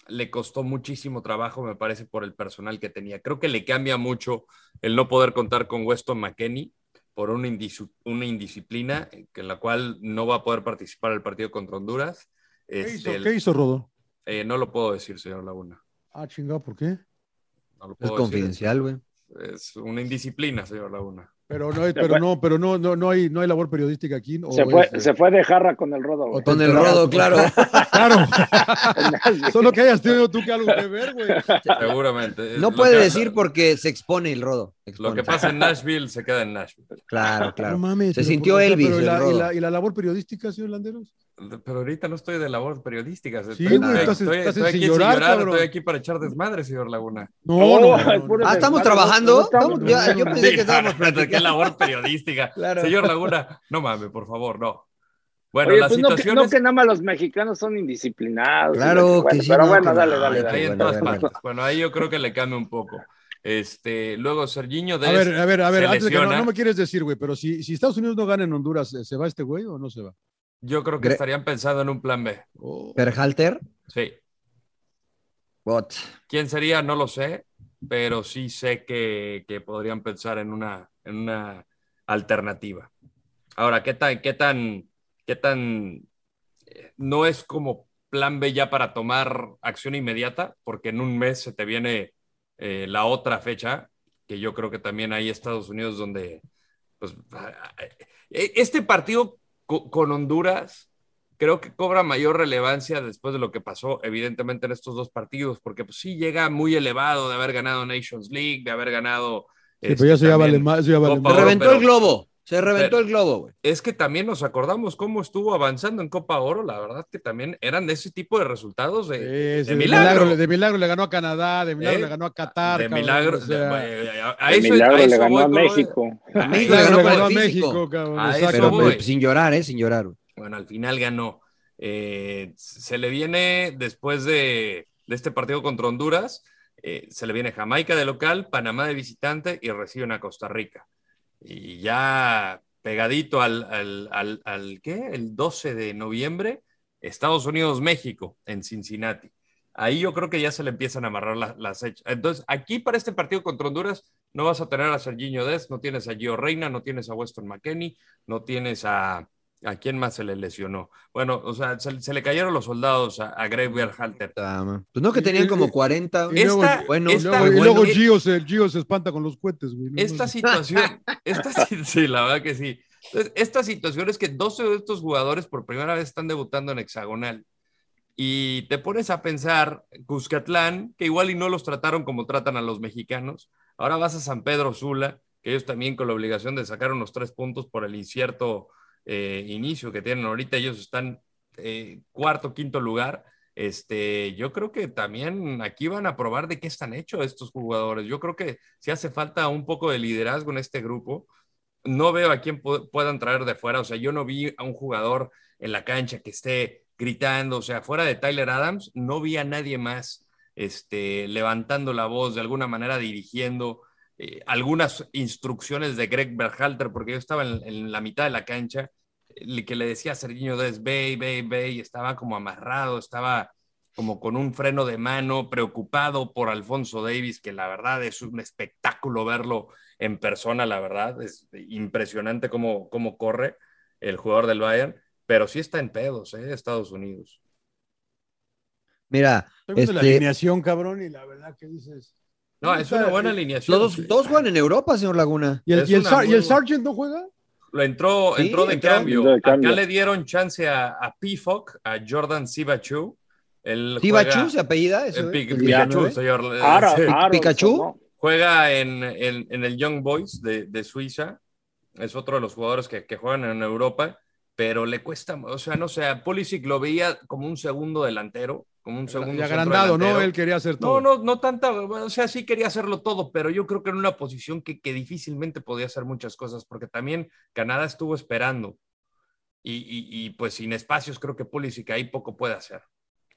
[SPEAKER 2] le costó muchísimo trabajo, me parece, por el personal que tenía. Creo que le cambia mucho el no poder contar con Weston McKenney por una, indis- una indisciplina eh, que en la cual no va a poder participar el partido contra Honduras.
[SPEAKER 3] ¿Qué hizo,
[SPEAKER 2] Este, el-
[SPEAKER 3] ¿Qué hizo Rodo?
[SPEAKER 2] eh, no lo puedo decir, señor Laguna.
[SPEAKER 3] Ah, chingado, ¿por qué?
[SPEAKER 2] No lo
[SPEAKER 1] Es
[SPEAKER 2] puedo decir.
[SPEAKER 1] confidencial, güey.
[SPEAKER 2] Es una indisciplina, señor Laguna.
[SPEAKER 3] Pero no, pero no, pero no, no, no hay, no hay labor periodística aquí. o este,
[SPEAKER 4] Se fue,
[SPEAKER 3] es-
[SPEAKER 4] se fue de jarra con el rodo. güey.
[SPEAKER 1] Con el Rodo, claro.
[SPEAKER 3] Claro. Solo que hayas tenido tú que algo que ver, güey.
[SPEAKER 2] Seguramente.
[SPEAKER 1] No
[SPEAKER 2] Lo
[SPEAKER 1] puede
[SPEAKER 2] que-
[SPEAKER 1] decir porque se expone el Rodo. se
[SPEAKER 2] Lo
[SPEAKER 1] expone.
[SPEAKER 2] que pasa en Nashville se queda en Nashville.
[SPEAKER 1] Claro, claro.
[SPEAKER 3] No mames,
[SPEAKER 1] se
[SPEAKER 3] pero
[SPEAKER 1] sintió
[SPEAKER 3] por-
[SPEAKER 1] Elvis.
[SPEAKER 3] pero ¿y
[SPEAKER 1] el
[SPEAKER 3] la, y
[SPEAKER 1] Rodo.
[SPEAKER 3] la- y la labor periodística, señor Landeros?
[SPEAKER 2] Pero ahorita no estoy de labor periodística.
[SPEAKER 3] Sí,
[SPEAKER 2] estoy,
[SPEAKER 3] güey, estás-
[SPEAKER 2] estoy-
[SPEAKER 3] estás
[SPEAKER 2] estoy
[SPEAKER 3] sin
[SPEAKER 2] aquí sin
[SPEAKER 3] llorar,
[SPEAKER 2] llorar,
[SPEAKER 3] cabrón.
[SPEAKER 2] estoy aquí para echar desmadre, señor Laguna.
[SPEAKER 4] No,
[SPEAKER 3] No, no,
[SPEAKER 4] Oh, es
[SPEAKER 3] no,
[SPEAKER 4] puro
[SPEAKER 3] no.
[SPEAKER 1] Ah, ¿estamos trabajando? Estamos- yo- yo pensé que
[SPEAKER 2] Sí, ¿de
[SPEAKER 1] estábamos
[SPEAKER 2] ¿Qué
[SPEAKER 1] platicando.
[SPEAKER 2] labor periodística?
[SPEAKER 1] Claro.
[SPEAKER 2] Señor Laguna, no mames, por favor, no. Bueno,
[SPEAKER 4] Oye,
[SPEAKER 2] la
[SPEAKER 4] pues no, que,
[SPEAKER 2] situación
[SPEAKER 4] no
[SPEAKER 2] es
[SPEAKER 4] que nada más los mexicanos son indisciplinados.
[SPEAKER 1] Claro
[SPEAKER 4] y bueno,
[SPEAKER 1] que sí,
[SPEAKER 4] Pero
[SPEAKER 1] no,
[SPEAKER 4] bueno,
[SPEAKER 1] que
[SPEAKER 4] dale,
[SPEAKER 1] no,
[SPEAKER 4] dale,
[SPEAKER 1] que
[SPEAKER 4] dale.
[SPEAKER 2] ahí en
[SPEAKER 1] bueno,
[SPEAKER 2] todas
[SPEAKER 1] bueno,
[SPEAKER 2] partes. Bueno, ahí yo creo que le cambia un poco. Este, luego Sergiño de
[SPEAKER 3] A ver, a ver, a ver, antes de que no, no me quieres decir, güey, pero si, si Estados Unidos no gana en Honduras, ¿se se va este güey o no se va?
[SPEAKER 2] Yo creo que
[SPEAKER 1] Gre-
[SPEAKER 2] estarían pensando en un plan B.
[SPEAKER 1] Perhalter.
[SPEAKER 2] Sí. Oh,
[SPEAKER 1] Bot.
[SPEAKER 2] ¿Quién sería? No lo sé, pero sí sé que, que podrían pensar en una, en una alternativa. Ahora, ¿qué tan, qué tan, qué tan, eh, no es como plan B ya para tomar acción inmediata, porque en un mes se te viene eh, la otra fecha, que yo creo que también hay Estados Unidos donde, pues, eh, este partido co- con Honduras creo que cobra mayor relevancia después de lo que pasó, evidentemente, en estos dos partidos, porque pues, sí llega muy elevado de haber ganado Nations League, de haber ganado. este,
[SPEAKER 3] Sí, pero pues ya eso ya
[SPEAKER 2] también
[SPEAKER 3] vale más. Eso ya vale
[SPEAKER 2] Copa
[SPEAKER 1] Se
[SPEAKER 3] más.
[SPEAKER 2] Oro,
[SPEAKER 1] reventó
[SPEAKER 2] pero-
[SPEAKER 1] el globo. Se reventó
[SPEAKER 2] pero-
[SPEAKER 1] el globo, güey.
[SPEAKER 2] es que también nos acordamos cómo estuvo avanzando en Copa Oro, la verdad que también eran de ese tipo de resultados de, ah,
[SPEAKER 3] Sí, sí,
[SPEAKER 2] de
[SPEAKER 3] de, milagro.
[SPEAKER 2] milagro.
[SPEAKER 3] de milagro le ganó a Canadá, de milagro
[SPEAKER 2] ¿Eh?
[SPEAKER 3] le ganó a Qatar.
[SPEAKER 2] De
[SPEAKER 3] cabrón,
[SPEAKER 2] milagro.
[SPEAKER 3] o sea,
[SPEAKER 2] de- eh, a- a
[SPEAKER 4] El
[SPEAKER 2] eso-
[SPEAKER 4] milagro
[SPEAKER 2] a
[SPEAKER 4] le
[SPEAKER 2] eso
[SPEAKER 4] ganó
[SPEAKER 2] voy
[SPEAKER 4] a
[SPEAKER 2] con lo de-
[SPEAKER 4] México.
[SPEAKER 2] A
[SPEAKER 1] México
[SPEAKER 2] eso
[SPEAKER 1] le
[SPEAKER 2] voy.
[SPEAKER 3] le
[SPEAKER 1] ganó por
[SPEAKER 3] ganó a
[SPEAKER 1] el físico.
[SPEAKER 3] México, cabrón.
[SPEAKER 2] A
[SPEAKER 3] exacto.
[SPEAKER 1] Pero
[SPEAKER 2] voy.
[SPEAKER 1] eh, sin llorar, ¿eh? Sin llorar. güey.
[SPEAKER 2] Bueno, al final ganó. Eh, se le viene después de, de este partido contra Honduras, eh, se le viene Jamaica de local, Panamá de visitante y reciben a Costa Rica. Y ya pegadito al, al, al- al- ¿qué? El 12 de noviembre, Estados Unidos-México en Cincinnati. Ahí yo creo que ya se le empiezan a amarrar la- las hechas. Entonces, aquí para este partido contra Honduras no vas a tener a Serginho Dez, no tienes a Gio Reina, no tienes a Weston McKenney, no tienes a, ¿A quién más se le lesionó? Bueno, o sea, se, se le cayeron los soldados a, a Greg Berhalter.
[SPEAKER 1] Ah, man. Pues no, que
[SPEAKER 3] Y-
[SPEAKER 1] tenían
[SPEAKER 3] y-
[SPEAKER 1] como 40.
[SPEAKER 3] y luego-
[SPEAKER 2] Esta-
[SPEAKER 1] bueno,
[SPEAKER 3] Y
[SPEAKER 2] esta-
[SPEAKER 3] luego, y
[SPEAKER 2] bueno,
[SPEAKER 3] luego
[SPEAKER 2] eh,
[SPEAKER 3] Gio, se, el Gio se espanta con los cohetes, güey. ¿no?
[SPEAKER 2] Esta situación, esta, si- sí, la verdad que sí. Entonces, esta situación es que 12 de estos jugadores por primera vez están debutando en hexagonal. Y te pones a pensar, Cuscatlán, que igual y no los trataron como tratan a los mexicanos. Ahora vas a San Pedro Sula, que ellos también con la obligación de sacar unos tres puntos por el incierto eh, inicio que tienen ahorita. Ellos están eh, cuarto, quinto lugar. Este, yo creo que también aquí van a probar de qué están hechos estos jugadores. Yo creo que si hace falta un poco de liderazgo en este grupo, no veo a quién pu- puedan traer de fuera. O sea, yo no vi a un jugador en la cancha que esté gritando. O sea, fuera de Tyler Adams, no vi a nadie más este, levantando la voz, de alguna manera dirigiendo eh, algunas instrucciones de Greg Berhalter, porque yo estaba en, en la mitad de la cancha, el que le decía a Serginho Des, ve, ve, ve, y estaba como amarrado, estaba como con un freno de mano, preocupado por Alfonso Davis, que la verdad es un espectáculo verlo en persona, la verdad, es impresionante cómo, cómo corre el jugador del Bayern, pero sí está en pedos, ¿eh? Estados Unidos.
[SPEAKER 1] Mira,
[SPEAKER 3] Estoy viendo la
[SPEAKER 1] este,
[SPEAKER 3] alineación, cabrón, y la verdad que dices.
[SPEAKER 2] No, es una buena
[SPEAKER 1] los
[SPEAKER 2] alineación.
[SPEAKER 1] dos, todos juegan en Europa, señor Laguna.
[SPEAKER 3] ¿Y el,
[SPEAKER 2] Es
[SPEAKER 3] y el,
[SPEAKER 2] una
[SPEAKER 3] Sar-
[SPEAKER 2] muy
[SPEAKER 3] y el
[SPEAKER 2] buena-
[SPEAKER 3] Sargent no juega?
[SPEAKER 2] Lo entró,
[SPEAKER 1] Sí,
[SPEAKER 2] entró de
[SPEAKER 1] entró.
[SPEAKER 2] cambio.
[SPEAKER 4] Entró de cambio.
[SPEAKER 2] Acá le dieron chance a, a PFOC, a Jordan Sibachu, Él
[SPEAKER 1] ¿Tibachu
[SPEAKER 2] Pues juega-
[SPEAKER 1] se apellida? Eso,
[SPEAKER 2] Eh, Pi-
[SPEAKER 1] eh? El
[SPEAKER 2] Pikachu,
[SPEAKER 1] 19.
[SPEAKER 2] señor. eh,
[SPEAKER 1] Ara-
[SPEAKER 2] sí.
[SPEAKER 4] ah,
[SPEAKER 1] Ara- ¿Pikachu?
[SPEAKER 2] Juega en, en- en el Young Boys de, de Suiza. Es otro de los jugadores que, que juegan en Europa, pero le cuesta, o sea, no sé, a Pulisic lo veía como un segundo delantero, como un segundo
[SPEAKER 3] Y agrandado, ¿no?
[SPEAKER 2] centrodelantero.
[SPEAKER 3] Él quería hacer todo.
[SPEAKER 2] No, no, no tanta, o sea, sí quería hacerlo todo, pero yo creo que en una posición que, que difícilmente podía hacer muchas cosas, porque también Canadá estuvo esperando. Y, y- y, pues sin espacios creo que Pulisic ahí poco puede hacer.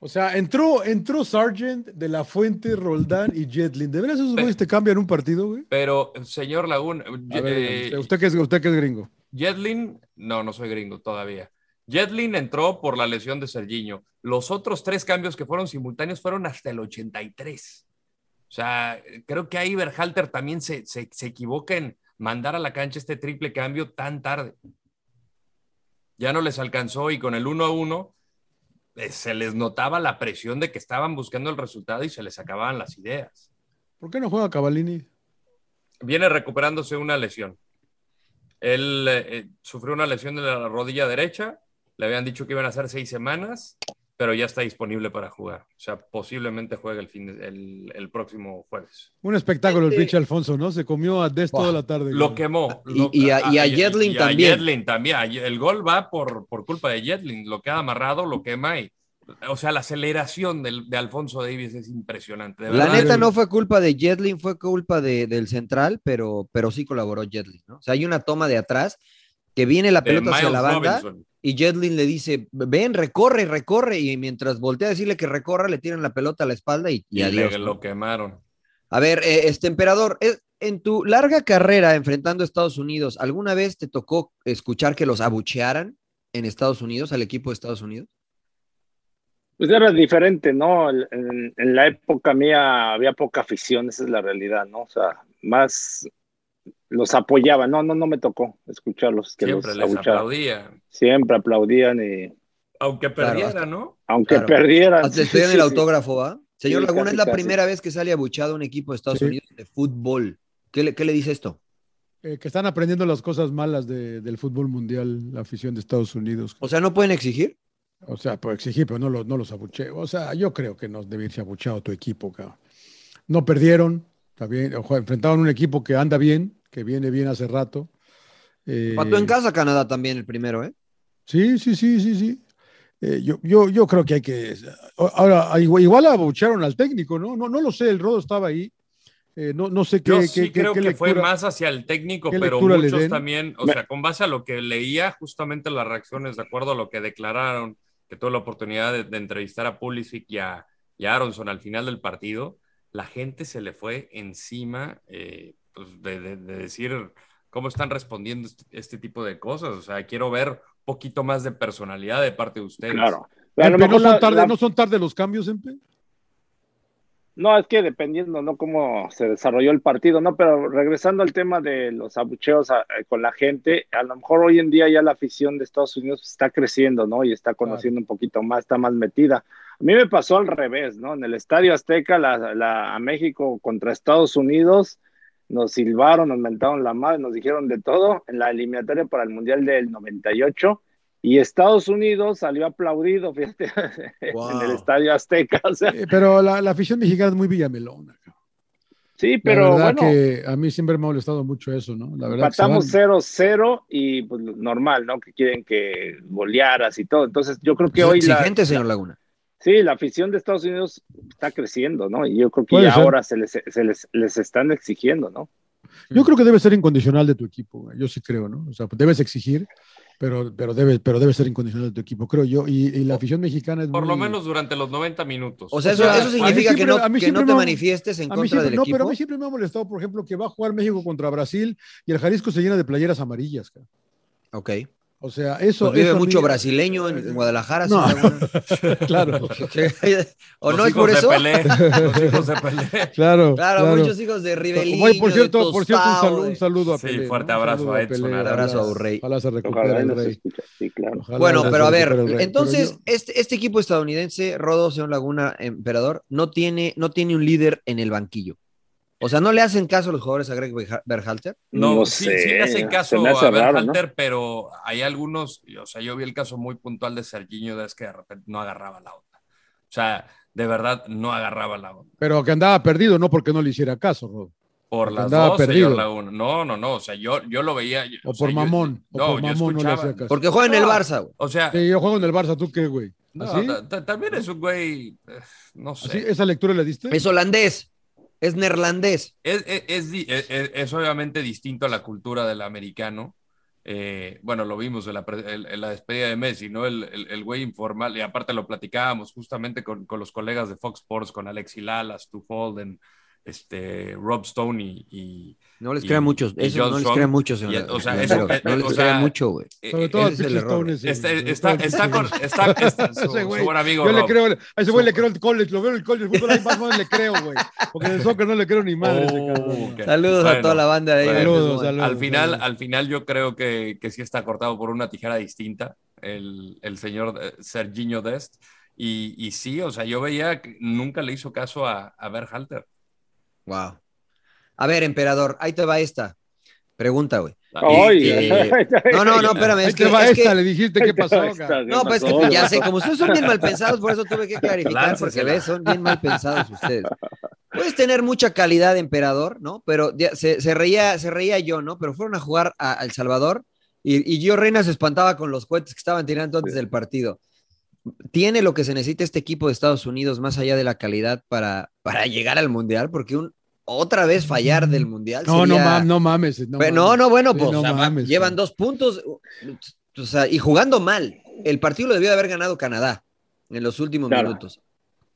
[SPEAKER 3] O sea, entró, entró Sargent, De La Fuente, Roldán y Jetlin. ¿De veras esos güeyes te cambian un partido, güey?
[SPEAKER 2] Pero, señor Laguna,
[SPEAKER 3] A ver,
[SPEAKER 2] eh,
[SPEAKER 3] usted, que es, usted que es gringo.
[SPEAKER 2] Jetlin, no, no soy gringo todavía. Jetlin entró por la lesión de Serginho. Los otros tres cambios que fueron simultáneos fueron hasta el 83. O sea, creo que ahí Berhalter también se, se, se equivoca en mandar a la cancha este triple cambio tan tarde. Ya no les alcanzó y con el 1 a 1 eh, se les notaba la presión de que estaban buscando el resultado y se les acababan las ideas.
[SPEAKER 3] ¿Por qué no juega Cavalini?
[SPEAKER 2] Viene recuperándose una lesión. Él eh, eh, sufrió una lesión de la rodilla derecha. Le habían dicho que iban a hacer seis semanas, pero ya está disponible para jugar. O sea, posiblemente juegue el, fin de- el, el próximo jueves.
[SPEAKER 3] Un espectáculo el
[SPEAKER 2] Este-
[SPEAKER 3] pinche Alfonso, ¿no? Se comió a Des toda la tarde.
[SPEAKER 2] Lo
[SPEAKER 3] güey.
[SPEAKER 2] quemó.
[SPEAKER 3] Y-
[SPEAKER 2] Lo- ah,
[SPEAKER 3] y a- y a Yedlin también.
[SPEAKER 2] Yedlin también. A- El gol va por, por culpa de Jedlin. Lo queda amarrado, lo quema y. O sea, la aceleración del- de Alfonso Davis es impresionante. de
[SPEAKER 1] La
[SPEAKER 2] verdad.
[SPEAKER 1] neta no fue culpa de Jetlin, fue culpa de- del central, pero, pero sí colaboró Jetlin, ¿no? O sea, hay una toma de atrás que viene la
[SPEAKER 2] De
[SPEAKER 1] pelota hacia
[SPEAKER 2] Miles
[SPEAKER 1] la banda
[SPEAKER 2] Robinson.
[SPEAKER 1] y Jetlin le dice, ven, recorre, recorre, y mientras voltea a decirle que recorra, le tiran la pelota a la espalda y, y
[SPEAKER 2] Y le-
[SPEAKER 1] adiós. ¿no?
[SPEAKER 2] lo quemaron.
[SPEAKER 1] A ver, eh, este emperador, eh, en tu larga carrera enfrentando a Estados Unidos, ¿alguna vez te tocó escuchar que los abuchearan en Estados Unidos, al equipo de Estados Unidos?
[SPEAKER 4] Pues era diferente, ¿no? El- En, en la época mía había poca afición, esa es la realidad, ¿no? O sea, más los apoyaban. No, no, no me tocó escucharlos que
[SPEAKER 2] Siempre
[SPEAKER 4] los
[SPEAKER 2] les
[SPEAKER 4] abucheaban.
[SPEAKER 2] aplaudían.
[SPEAKER 4] Siempre aplaudían y
[SPEAKER 2] Aunque
[SPEAKER 4] Claro,
[SPEAKER 2] perdiera,
[SPEAKER 4] hasta-
[SPEAKER 2] ¿no?
[SPEAKER 4] aunque
[SPEAKER 1] Claro.
[SPEAKER 4] perdieran.
[SPEAKER 1] Hasta
[SPEAKER 4] Ah, sí,
[SPEAKER 1] estoy en
[SPEAKER 4] sí,
[SPEAKER 1] el
[SPEAKER 4] sí.
[SPEAKER 1] autógrafo, ¿ah? Señor
[SPEAKER 4] Sí,
[SPEAKER 1] Laguna,
[SPEAKER 4] casi,
[SPEAKER 1] es la
[SPEAKER 4] casi.
[SPEAKER 1] primera vez que sale abuchado un equipo de Estados
[SPEAKER 3] Sí.
[SPEAKER 1] Unidos de fútbol. ¿Qué le, qué le dice esto?
[SPEAKER 3] Eh, que están aprendiendo las cosas malas de- del fútbol mundial, la afición de Estados Unidos.
[SPEAKER 1] O sea, ¿no pueden exigir?
[SPEAKER 3] O sea, por exigir, pero no los, no los abucheo. O sea, yo creo que no debe irse abucheado tu equipo, cabrón. No perdieron, está bien. Ojo, enfrentaron un equipo que anda bien, que viene bien hace rato. Eh,
[SPEAKER 1] Pató en casa Canadá también el primero, ¿eh?
[SPEAKER 3] Sí, sí, sí, sí, sí. Eh, yo, yo, yo creo que hay que. Ahora, igual, igual abucharon al técnico, ¿no? No, no lo sé, el rodo estaba ahí. Eh, no, no sé qué.
[SPEAKER 2] Yo
[SPEAKER 3] qué-
[SPEAKER 2] sí
[SPEAKER 3] qué-
[SPEAKER 2] creo
[SPEAKER 3] qué
[SPEAKER 2] que fue
[SPEAKER 3] lectura-
[SPEAKER 2] más hacia el técnico,
[SPEAKER 3] qué
[SPEAKER 2] pero
[SPEAKER 3] lectura le
[SPEAKER 2] muchos
[SPEAKER 3] den?
[SPEAKER 2] también, o
[SPEAKER 3] Me-
[SPEAKER 2] sea, con base a lo que leía, justamente las reacciones, de acuerdo a lo que declararon, que tuve la oportunidad de, de entrevistar a Pulisic y a, y a Aronson al final del partido, la gente se le fue encima eh, pues, de, de- de decir cómo están respondiendo este, este tipo de cosas. O sea, quiero ver un poquito más de personalidad de parte de ustedes.
[SPEAKER 4] Claro. A lo
[SPEAKER 3] Empe, no,
[SPEAKER 4] mejor
[SPEAKER 3] son
[SPEAKER 4] la-
[SPEAKER 3] tarde,
[SPEAKER 4] la-
[SPEAKER 3] no son tarde los cambios, Empe.
[SPEAKER 4] No, es que dependiendo, ¿no? Cómo se desarrolló el partido, ¿no? Pero regresando al tema de los abucheos a- eh, con la gente, a lo mejor hoy en día ya la afición de Estados Unidos está creciendo, ¿no? Y está conociendo un poquito más, está más metida. A mí me pasó al revés, ¿no? En el Estadio Azteca, la, la- a México contra Estados Unidos, nos silbaron, nos mentaron la madre, nos dijeron de todo en la eliminatoria para el Mundial del 98. Y Estados Unidos salió aplaudido, fíjate, en el Estadio Azteca. o sea,
[SPEAKER 3] Eh, pero la, la afición mexicana es muy villamelona.
[SPEAKER 4] sí,
[SPEAKER 3] la
[SPEAKER 4] pero
[SPEAKER 3] verdad
[SPEAKER 4] bueno.
[SPEAKER 3] que a mí siempre me ha molestado mucho eso, ¿no? La verdad que se
[SPEAKER 4] Empatamos eh.
[SPEAKER 3] van-
[SPEAKER 4] 0-0 y pues normal, ¿no? Que quieren que golearas y todo. Entonces, yo creo que
[SPEAKER 3] Pues,
[SPEAKER 1] Es
[SPEAKER 4] hoy la,
[SPEAKER 1] exigente, señor Laguna.
[SPEAKER 4] sí, la afición de Estados Unidos está creciendo, ¿no? Y yo creo que
[SPEAKER 3] Puede
[SPEAKER 4] ya
[SPEAKER 3] ser.
[SPEAKER 4] ahora se les, se les, les están exigiendo, ¿no?
[SPEAKER 3] Yo creo que debe ser incondicional de tu equipo, güey. yo sí creo, ¿no? O sea, debes exigir, pero, pero, debe, pero debe ser incondicional de tu equipo, creo yo. Y, y la afición mexicana es
[SPEAKER 2] Por lo
[SPEAKER 3] muy-
[SPEAKER 2] menos durante los 90 minutos.
[SPEAKER 1] O sea, eso, eso
[SPEAKER 3] a mí
[SPEAKER 1] significa que
[SPEAKER 3] siempre-
[SPEAKER 1] no,
[SPEAKER 3] a mí
[SPEAKER 1] que
[SPEAKER 3] siempre
[SPEAKER 1] no
[SPEAKER 3] me
[SPEAKER 1] te
[SPEAKER 3] ha-
[SPEAKER 1] manifiestes en
[SPEAKER 3] a mí
[SPEAKER 1] contra
[SPEAKER 3] siempre-
[SPEAKER 1] del
[SPEAKER 3] no,
[SPEAKER 1] equipo.
[SPEAKER 3] pero a mí siempre me ha molestado, por ejemplo, que va a jugar México contra Brasil y el Jalisco se llena de playeras amarillas. cara.
[SPEAKER 1] Ok.
[SPEAKER 3] O sea, eso.
[SPEAKER 1] Pues vive
[SPEAKER 3] eso a mí-
[SPEAKER 1] mucho brasileño en, en Guadalajara.
[SPEAKER 3] No.
[SPEAKER 1] señor Laguna.
[SPEAKER 3] Claro.
[SPEAKER 1] ¿O
[SPEAKER 3] Los
[SPEAKER 1] no es
[SPEAKER 3] hijos
[SPEAKER 1] por
[SPEAKER 3] de
[SPEAKER 1] eso?
[SPEAKER 3] Pelé, los hijos de Pelé. Claro,
[SPEAKER 1] Claro,
[SPEAKER 3] claro.
[SPEAKER 1] muchos hijos de Rivelino.
[SPEAKER 3] Oye, por cierto,
[SPEAKER 1] de
[SPEAKER 3] por cierto, un
[SPEAKER 1] Tostao, eh.
[SPEAKER 3] saludo,
[SPEAKER 1] de-
[SPEAKER 3] un saludo a
[SPEAKER 2] Sí,
[SPEAKER 3] Pelé,
[SPEAKER 2] fuerte
[SPEAKER 3] ¿no? Un
[SPEAKER 2] abrazo
[SPEAKER 3] saludo
[SPEAKER 2] a Edson,
[SPEAKER 3] Pelé,
[SPEAKER 2] un abrazo a
[SPEAKER 3] ojalá-
[SPEAKER 2] Urrey.
[SPEAKER 3] Ojalá se recupere
[SPEAKER 4] Ojalá
[SPEAKER 3] el
[SPEAKER 4] nos
[SPEAKER 3] Rey.
[SPEAKER 4] escuche, sí, claro.
[SPEAKER 3] Ojalá
[SPEAKER 1] Bueno,
[SPEAKER 3] se
[SPEAKER 1] pero a
[SPEAKER 3] recupere el Rey.
[SPEAKER 1] ver,
[SPEAKER 3] Pero
[SPEAKER 1] entonces,
[SPEAKER 3] yo-
[SPEAKER 1] este, este equipo estadounidense, Rodo, señor Laguna, Emperador, no tiene, no tiene un líder en el banquillo. O sea, ¿no le hacen caso los jugadores a Greg Berha- Berhalter?
[SPEAKER 2] No,
[SPEAKER 4] No
[SPEAKER 2] sí,
[SPEAKER 4] sé,
[SPEAKER 2] sí le hacen
[SPEAKER 4] se
[SPEAKER 2] caso
[SPEAKER 4] me hace
[SPEAKER 2] a
[SPEAKER 4] raro,
[SPEAKER 2] Berhalter, pero hay algunos, o sea, yo vi el caso muy puntual de Serginho, de es que de repente no agarraba la onda. O sea, de verdad no agarraba la onda.
[SPEAKER 3] Pero que andaba perdido, no porque no le hiciera caso, Rodo.
[SPEAKER 2] Por las
[SPEAKER 3] Andaba
[SPEAKER 2] dos,
[SPEAKER 3] perdido.
[SPEAKER 2] señor Laguna. No, no, no. O sea, yo, yo lo veía. yo-
[SPEAKER 3] O
[SPEAKER 2] o sea,
[SPEAKER 3] por
[SPEAKER 2] yo-
[SPEAKER 3] mamón. o
[SPEAKER 2] no,
[SPEAKER 3] por
[SPEAKER 2] yo
[SPEAKER 3] mamón no le
[SPEAKER 2] escuchaba-
[SPEAKER 3] hacía caso.
[SPEAKER 2] Porque juega en el No, Barça, güey. o sea-
[SPEAKER 3] Sí, yo juego en el Barça, ¿tú qué, güey?
[SPEAKER 2] No,
[SPEAKER 3] ¿Así?
[SPEAKER 2] ta- ta- también es un güey. eh, No sé.
[SPEAKER 3] ¿Así? ¿Esa lectura le diste?
[SPEAKER 1] Es holandés. Es neerlandés.
[SPEAKER 2] Es, es- es di- es- es- es obviamente distinto a la cultura del americano. Eh, bueno, lo vimos en la, pre- en- en la despedida de Messi, ¿no? El, el- el güey informal, y aparte lo platicábamos justamente con, con los colegas de Fox Sports, con Alexi Lalas, Tu Holden, este, Rob Stone y. y-
[SPEAKER 1] No les
[SPEAKER 2] y-
[SPEAKER 1] crean muchos.
[SPEAKER 2] y
[SPEAKER 1] Eso no les
[SPEAKER 2] Johnson.
[SPEAKER 1] crean muchos, señor
[SPEAKER 2] Y, o sea,
[SPEAKER 1] Laguna,
[SPEAKER 2] eso-
[SPEAKER 1] pero
[SPEAKER 2] eh,
[SPEAKER 1] no les
[SPEAKER 2] o sea,
[SPEAKER 1] crean mucho, güey.
[SPEAKER 2] eh,
[SPEAKER 3] Sobre
[SPEAKER 2] eh,
[SPEAKER 3] todo a
[SPEAKER 2] ese es el
[SPEAKER 3] pinches
[SPEAKER 2] error.
[SPEAKER 3] Stones, eh,
[SPEAKER 2] Está-
[SPEAKER 3] sobre todo
[SPEAKER 2] está-
[SPEAKER 3] a
[SPEAKER 2] está con-
[SPEAKER 3] pinches-
[SPEAKER 2] está- está- su-
[SPEAKER 3] Ese
[SPEAKER 2] su
[SPEAKER 3] güey,
[SPEAKER 2] buen amigo
[SPEAKER 3] Yo le
[SPEAKER 2] Rob.
[SPEAKER 3] creo, a ese güey le creo el college, lo veo en el college, el fútbol ahí más o menos le creo, güey. Porque en el soccer no le creo ni madre.
[SPEAKER 1] Oh,
[SPEAKER 3] ese cabrón.
[SPEAKER 2] Oh, Ok.
[SPEAKER 1] Saludos a toda la banda de ahí.
[SPEAKER 3] Saludos, saludos.
[SPEAKER 2] Al final,
[SPEAKER 3] saludos.
[SPEAKER 2] al final yo creo que, que sí está cortado por una tijera distinta el, el señor eh, Serginho Dest. Y, y sí, o sea, yo veía que nunca le hizo caso a, a Berhalter.
[SPEAKER 1] Wow. A ver, emperador, ahí te va esta. Pregunta, güey.
[SPEAKER 2] Ay,
[SPEAKER 4] eh,
[SPEAKER 1] Este-
[SPEAKER 2] ay, ay,
[SPEAKER 1] no, no, no, espérame.
[SPEAKER 3] Ahí
[SPEAKER 1] Es
[SPEAKER 3] te
[SPEAKER 1] que,
[SPEAKER 3] va
[SPEAKER 1] es que-
[SPEAKER 3] esta, le dijiste qué pasó.
[SPEAKER 1] No,
[SPEAKER 3] cabrón.
[SPEAKER 1] pues es que ya sé, como ustedes son bien mal pensados, por eso tuve que clarificar, porque
[SPEAKER 2] Láncesela.
[SPEAKER 1] ves, son bien mal pensados ustedes. Puedes tener mucha calidad de emperador, ¿no? Pero ya se, se reía, se reía yo, ¿no? Pero fueron a jugar a, a El Salvador y, y yo Reina se espantaba con los cohetes que estaban tirando antes del partido. ¿Tiene lo que se necesita este equipo de Estados Unidos más allá de la calidad para, para llegar al Mundial? Porque un, otra vez fallar del Mundial
[SPEAKER 3] No, no
[SPEAKER 1] sería-
[SPEAKER 3] mames, no mames.
[SPEAKER 1] Pe- No, no, bueno,
[SPEAKER 3] Sí,
[SPEAKER 1] pues
[SPEAKER 3] no
[SPEAKER 1] o sea, va-
[SPEAKER 3] mames, eh.
[SPEAKER 1] llevan dos puntos o sea, y jugando mal. El partido lo debió de haber ganado Canadá en los últimos
[SPEAKER 4] Claro.
[SPEAKER 1] minutos.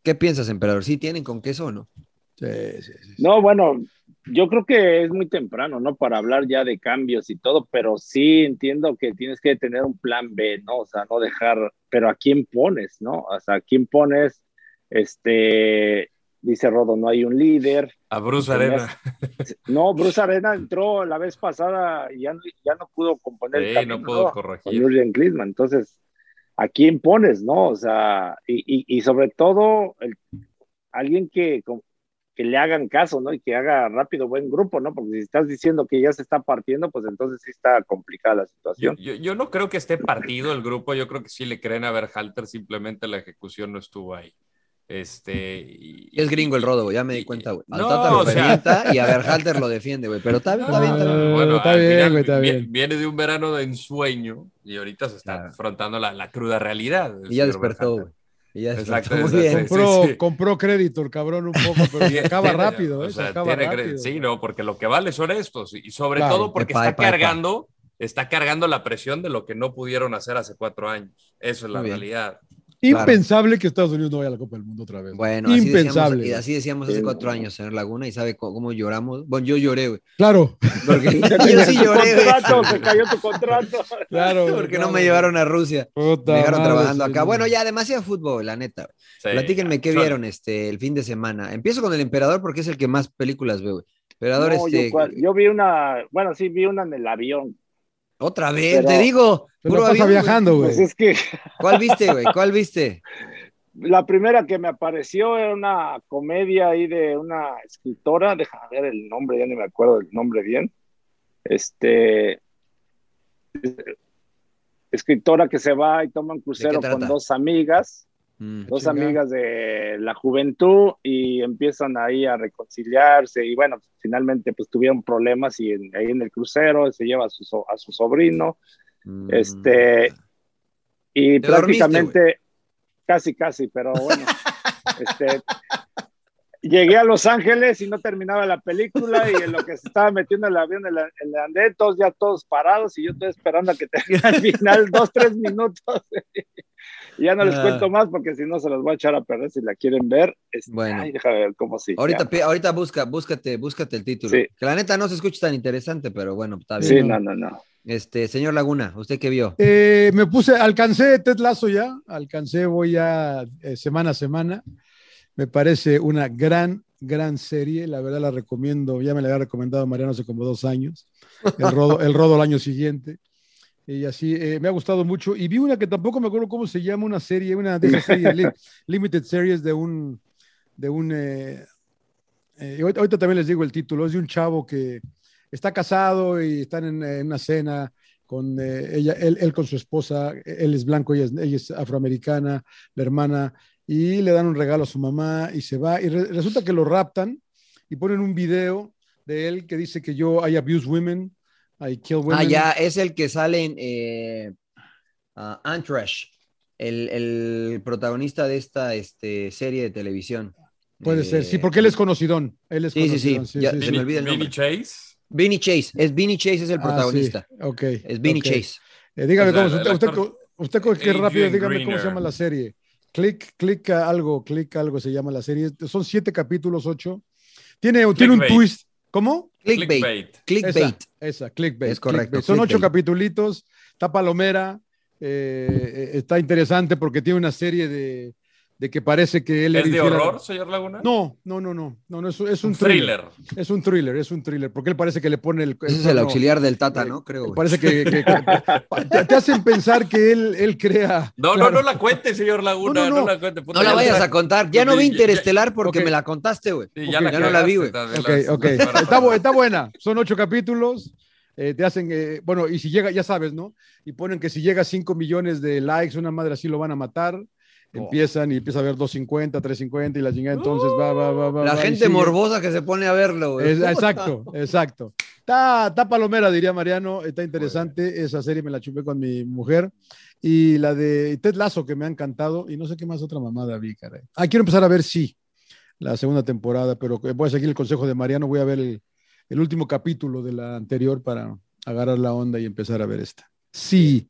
[SPEAKER 1] ¿Qué piensas, emperador? ¿Sí tienen con queso o no?
[SPEAKER 3] Sí, sí, sí.
[SPEAKER 4] No, bueno, yo creo que es muy temprano, ¿no? Para hablar ya de cambios y todo, pero sí entiendo que tienes que tener un plan B, ¿no? O sea, no dejar, pero ¿a quién pones, no? O sea, ¿a quién pones? Este, dice Rodo, no hay un líder.
[SPEAKER 2] A Bruce
[SPEAKER 4] Se me
[SPEAKER 2] Arena.
[SPEAKER 4] No, Bruce Arena entró la vez pasada y ya, no- ya no pudo componer. el
[SPEAKER 2] Sí,
[SPEAKER 4] camino,
[SPEAKER 2] no puedo
[SPEAKER 4] con
[SPEAKER 2] corregir.
[SPEAKER 4] Jurgen Klinsmann. Entonces, ¿a quién pones, no? O sea, y, y- y sobre todo, el- alguien que, con- que le hagan caso, ¿no? Y que haga rápido buen grupo, ¿no? Porque si estás diciendo que ya se está partiendo, pues entonces sí está complicada la
[SPEAKER 2] Yo,
[SPEAKER 4] situación.
[SPEAKER 2] yo- yo no creo que esté partido el grupo, yo creo que sí le creen a Berhalter, simplemente la ejecución no estuvo ahí. Este, y-
[SPEAKER 1] Es gringo el rodo, güey, ya me di cuenta, güey. Al
[SPEAKER 2] No,
[SPEAKER 1] Tata lo
[SPEAKER 2] o sea-
[SPEAKER 1] revienta y a Berhalter lo defiende, güey. Pero está bien, está bien, está bien.
[SPEAKER 2] Bueno,
[SPEAKER 3] está
[SPEAKER 2] al
[SPEAKER 3] bien,
[SPEAKER 2] final
[SPEAKER 3] güey, está
[SPEAKER 2] vie-
[SPEAKER 3] bien.
[SPEAKER 2] Viene de un verano de ensueño y ahorita se está afrontando la, la cruda realidad. del
[SPEAKER 1] Y ya
[SPEAKER 2] señor
[SPEAKER 1] despertó,
[SPEAKER 2] Berhalter.
[SPEAKER 1] güey. Y ya
[SPEAKER 2] Exacto,
[SPEAKER 1] despertó. Muy
[SPEAKER 2] exacto,
[SPEAKER 1] bien.
[SPEAKER 2] sí,
[SPEAKER 3] Compró,
[SPEAKER 2] sí, sí.
[SPEAKER 3] compró crédito el cabrón un poco, pero se acaba
[SPEAKER 2] Tiene-
[SPEAKER 3] rápido,
[SPEAKER 2] o
[SPEAKER 3] ¿eh? Se
[SPEAKER 2] sea,
[SPEAKER 3] acaba
[SPEAKER 2] tiene cre-
[SPEAKER 3] rápido.
[SPEAKER 2] Sí, no, porque lo que vale son estos. Y sobre
[SPEAKER 3] Claro,
[SPEAKER 2] todo porque
[SPEAKER 1] epa,
[SPEAKER 2] está
[SPEAKER 1] epa, epa.
[SPEAKER 2] cargando, está cargando la presión de lo que no pudieron hacer hace cuatro años. Eso es la
[SPEAKER 1] Muy bien.
[SPEAKER 2] realidad.
[SPEAKER 3] Impensable que Estados Unidos no vaya a la Copa del Mundo otra vez.
[SPEAKER 1] Bueno, así
[SPEAKER 3] Impensable.
[SPEAKER 1] decíamos, y así decíamos hace cuatro años, señor Laguna, y sabe cómo, cómo lloramos. Bueno, yo lloré, güey.
[SPEAKER 3] Claro,
[SPEAKER 1] Porque yo
[SPEAKER 4] cayó
[SPEAKER 1] sí
[SPEAKER 4] tu
[SPEAKER 1] lloré, güey.
[SPEAKER 4] contrato, se cayó tu contrato.
[SPEAKER 3] claro.
[SPEAKER 1] Porque no me llevaron a Rusia. Me dejaron trabajando acá. Bueno, ya demasiado fútbol, la neta. güey.
[SPEAKER 2] Sí,
[SPEAKER 1] Platíquenme qué
[SPEAKER 2] son-
[SPEAKER 1] vieron este el fin de semana. Empiezo con el emperador porque es el que más películas veo. güey. Emperador,
[SPEAKER 4] No,
[SPEAKER 1] este,
[SPEAKER 4] yo, cual- yo vi una, bueno, sí, vi una en el avión.
[SPEAKER 1] otra vez,
[SPEAKER 4] pero-
[SPEAKER 1] te digo,
[SPEAKER 3] Se
[SPEAKER 1] puro
[SPEAKER 3] la pasa
[SPEAKER 1] avión, güey.
[SPEAKER 3] viajando, güey.
[SPEAKER 4] Pues es que
[SPEAKER 1] ¿Cuál viste, güey? ¿Cuál viste?
[SPEAKER 4] La primera que me apareció era una comedia ahí de una escritora, déjame ver el nombre, ya ni me acuerdo el nombre bien. Este escritora que se va y toma un crucero
[SPEAKER 1] trata?
[SPEAKER 4] con dos amigas,
[SPEAKER 1] Mm.
[SPEAKER 4] dos
[SPEAKER 3] Chinga.
[SPEAKER 4] amigas de la juventud y empiezan ahí a reconciliarse y bueno, finalmente pues tuvieron problemas y en- ahí en el crucero se lleva a su, so- a su sobrino.
[SPEAKER 1] Mm.
[SPEAKER 4] Este, y
[SPEAKER 1] Te dormiste,
[SPEAKER 4] prácticamente, casi, casi, pero bueno, este, llegué a Los Ángeles y no terminaba la película y en lo que se estaba metiendo el avión en la- en el andén, todos ya todos parados y yo estoy esperando a que termine al final dos, tres minutos. Y ya no les
[SPEAKER 1] Ah.
[SPEAKER 4] cuento más porque si no se las voy a echar a perder si la quieren ver. Este,
[SPEAKER 1] Bueno.
[SPEAKER 4] ay, déjame ver cómo sí.
[SPEAKER 1] Ahorita, pi- ahorita busca, búscate, búscate el título.
[SPEAKER 4] Sí.
[SPEAKER 1] Que la neta no se escucha tan interesante, pero bueno, está bien.
[SPEAKER 4] Sí, no, no, no.
[SPEAKER 1] Este, señor Laguna, ¿usted qué vio?
[SPEAKER 3] Eh, me puse, alcancé Ted Lasso ya, alcancé, voy ya eh, semana a semana. Me parece una gran, gran serie, la verdad la recomiendo, ya me la había recomendado Mariano hace como dos años, el rodo, el rodo el año siguiente. Y así, eh, me ha gustado mucho. Y vi una que tampoco me acuerdo cómo se llama, una serie, una de esas series, li- limited series de un, de un, eh, eh, ahorita ahorita también les digo el título, es de un chavo que está casado y están en, eh, en una cena con eh, ella, él, él con su esposa, él es blanco, ella es, ella es afroamericana, la hermana, y le dan un regalo a su mamá y se va. Y re- resulta que lo raptan y ponen un video de él que dice que yo I abuse women, I kill women.
[SPEAKER 1] Ah, ya, es el que sale en eh, ah, Antrash, el, el protagonista de esta este, serie de televisión.
[SPEAKER 3] Puede
[SPEAKER 1] Eh,
[SPEAKER 3] ser, sí, porque él es conocidón. Él es
[SPEAKER 1] Sí, sí, sí,
[SPEAKER 3] conocidón,
[SPEAKER 1] ya, se me olvida el nombre. Chase? Vinny Chase, es Vinny Chase es el
[SPEAKER 3] Ah, sí,
[SPEAKER 1] protagonista.
[SPEAKER 3] ok,
[SPEAKER 1] Es Vinny
[SPEAKER 3] ok.
[SPEAKER 1] Chase.
[SPEAKER 3] Eh, dígame
[SPEAKER 1] Es la-
[SPEAKER 3] cómo,
[SPEAKER 1] la-
[SPEAKER 3] usted,
[SPEAKER 1] el
[SPEAKER 3] usted,
[SPEAKER 1] actor-
[SPEAKER 3] usted co- qué
[SPEAKER 1] Adrian
[SPEAKER 3] rápido, dígame cómo se
[SPEAKER 1] Greener.
[SPEAKER 3] llama la serie. Click, click a algo, click algo se llama la serie. Son siete capítulos, ocho. Tiene, tiene un
[SPEAKER 1] Clickbait.
[SPEAKER 3] twist. ¿Cómo?
[SPEAKER 1] Clickbait. Clickbait.
[SPEAKER 3] Esa, esa, clickbait.
[SPEAKER 1] Es correcto,
[SPEAKER 3] clickbait. Son ocho
[SPEAKER 1] clickbait.
[SPEAKER 3] capitulitos. Está Palomera. eh, eh, está interesante porque tiene una serie de, de que parece que él...
[SPEAKER 2] ¿Es de
[SPEAKER 3] hiciera-
[SPEAKER 2] horror, señor Laguna?
[SPEAKER 3] No, no, no, no. no, no, es, es un,
[SPEAKER 2] Un
[SPEAKER 3] thriller.
[SPEAKER 2] thriller.
[SPEAKER 3] Es un thriller, es un thriller. Porque él parece que le pone el...
[SPEAKER 1] Ese es el
[SPEAKER 3] cuerno-
[SPEAKER 1] auxiliar del Tata, ¿no? Creo. güey.
[SPEAKER 3] Parece que, que- que- te, te hacen pensar que él, él crea.
[SPEAKER 2] No,
[SPEAKER 3] Claro.
[SPEAKER 2] no, no la cuente, señor Laguna,
[SPEAKER 3] No,
[SPEAKER 2] no,
[SPEAKER 3] no, no.
[SPEAKER 2] la cuente.
[SPEAKER 1] No la vayas a contar. Ya no vi Interestelar porque
[SPEAKER 3] Ok.
[SPEAKER 1] me la contaste, güey.
[SPEAKER 2] Sí,
[SPEAKER 1] ya,
[SPEAKER 2] ya la
[SPEAKER 1] no la vi, güey.
[SPEAKER 2] cagaste,
[SPEAKER 3] Ok, ok. Está, bu- está buena. Son ocho capítulos. eh, te hacen, eh, bueno, y si llega, ya sabes, ¿no? Y ponen que si llega a 5 millones de likes, una madre así lo van a matar.
[SPEAKER 2] Oh.
[SPEAKER 3] Empiezan y empieza a ver 250, 350 y la chingada. Entonces
[SPEAKER 2] Uh.
[SPEAKER 3] va, va, va, va.
[SPEAKER 1] La
[SPEAKER 3] va, y
[SPEAKER 1] gente
[SPEAKER 3] sigue.
[SPEAKER 1] morbosa que se pone a verlo,
[SPEAKER 2] Pues,
[SPEAKER 1] güey.
[SPEAKER 3] Es- exacto, exacto. Está, está palomera, diría Mariano. Está interesante. Esa serie me la chupé con mi mujer. Y la de Ted Lazo, que me ha encantado. Y no sé qué más otra mamada vi, caray. Ah, quiero empezar a ver sí, la segunda temporada, pero voy a seguir el consejo de Mariano. Voy a ver el, el último capítulo de la anterior para agarrar la onda y empezar a ver esta. Sí.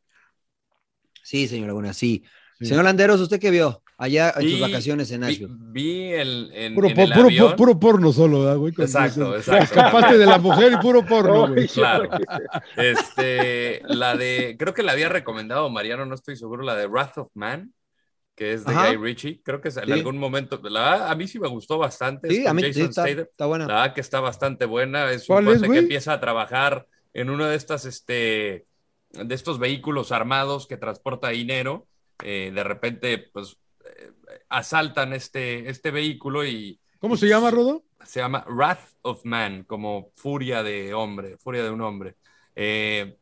[SPEAKER 1] Sí, señor Laguna, sí.
[SPEAKER 3] Sí.
[SPEAKER 1] Señor Landeros, ¿usted qué vio allá en
[SPEAKER 2] Vi-
[SPEAKER 1] sus vacaciones en
[SPEAKER 2] Vi,
[SPEAKER 1] Nashville?
[SPEAKER 2] vi el, en,
[SPEAKER 3] Puro,
[SPEAKER 2] en
[SPEAKER 3] por-
[SPEAKER 2] el
[SPEAKER 3] puro,
[SPEAKER 2] avión.
[SPEAKER 3] por- puro porno solo, ¿verdad, güey? Con-
[SPEAKER 2] Exacto,
[SPEAKER 3] te
[SPEAKER 2] exacto.
[SPEAKER 3] Escapaste de la mujer y puro porno, güey.
[SPEAKER 2] Claro. Este, la de, creo que la había recomendado Mariano, no estoy seguro, la de Wrath of Man, que es de
[SPEAKER 1] Ajá.
[SPEAKER 2] Guy Ritchie. Creo que en
[SPEAKER 1] Sí.
[SPEAKER 2] algún momento, la verdad, a mí sí me gustó bastante. es
[SPEAKER 1] Sí,
[SPEAKER 2] con
[SPEAKER 1] a mí sí,
[SPEAKER 2] Jason
[SPEAKER 1] está,
[SPEAKER 2] Statham.
[SPEAKER 1] está buena.
[SPEAKER 2] La verdad que está bastante buena. Es
[SPEAKER 1] ¿Cuál
[SPEAKER 2] un
[SPEAKER 1] es,
[SPEAKER 2] cuate que
[SPEAKER 1] güey?
[SPEAKER 2] empieza a trabajar en uno de estas, este, de estos vehículos armados que transporta dinero. Eh, de repente, pues, eh, asaltan este, este vehículo y
[SPEAKER 3] ¿Cómo se llama, Rodo?
[SPEAKER 2] se llama Wrath of Man, como furia de hombre, furia de un hombre. Eh,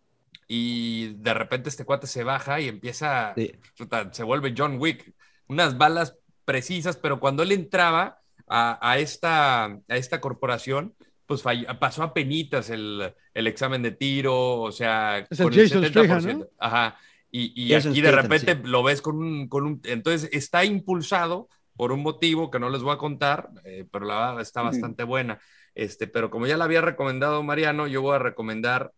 [SPEAKER 2] y de repente este cuate se baja y empieza,
[SPEAKER 1] Sí.
[SPEAKER 2] chuta, se vuelve John Wick, unas balas precisas, pero cuando él entraba a, a esta, a esta corporación, pues fall- pasó a penitas el, el examen de tiro, o sea,
[SPEAKER 3] Es el Jason Statham, ¿no?
[SPEAKER 2] Ajá. Y, y
[SPEAKER 1] Jason
[SPEAKER 2] aquí de
[SPEAKER 1] Statham,
[SPEAKER 2] repente lo ves con un, con un... Entonces está impulsado por un motivo que no les voy a contar, eh, pero la verdad está
[SPEAKER 4] Ujú.
[SPEAKER 2] bastante buena. Este, pero como ya la había recomendado Mariano, yo voy a recomendar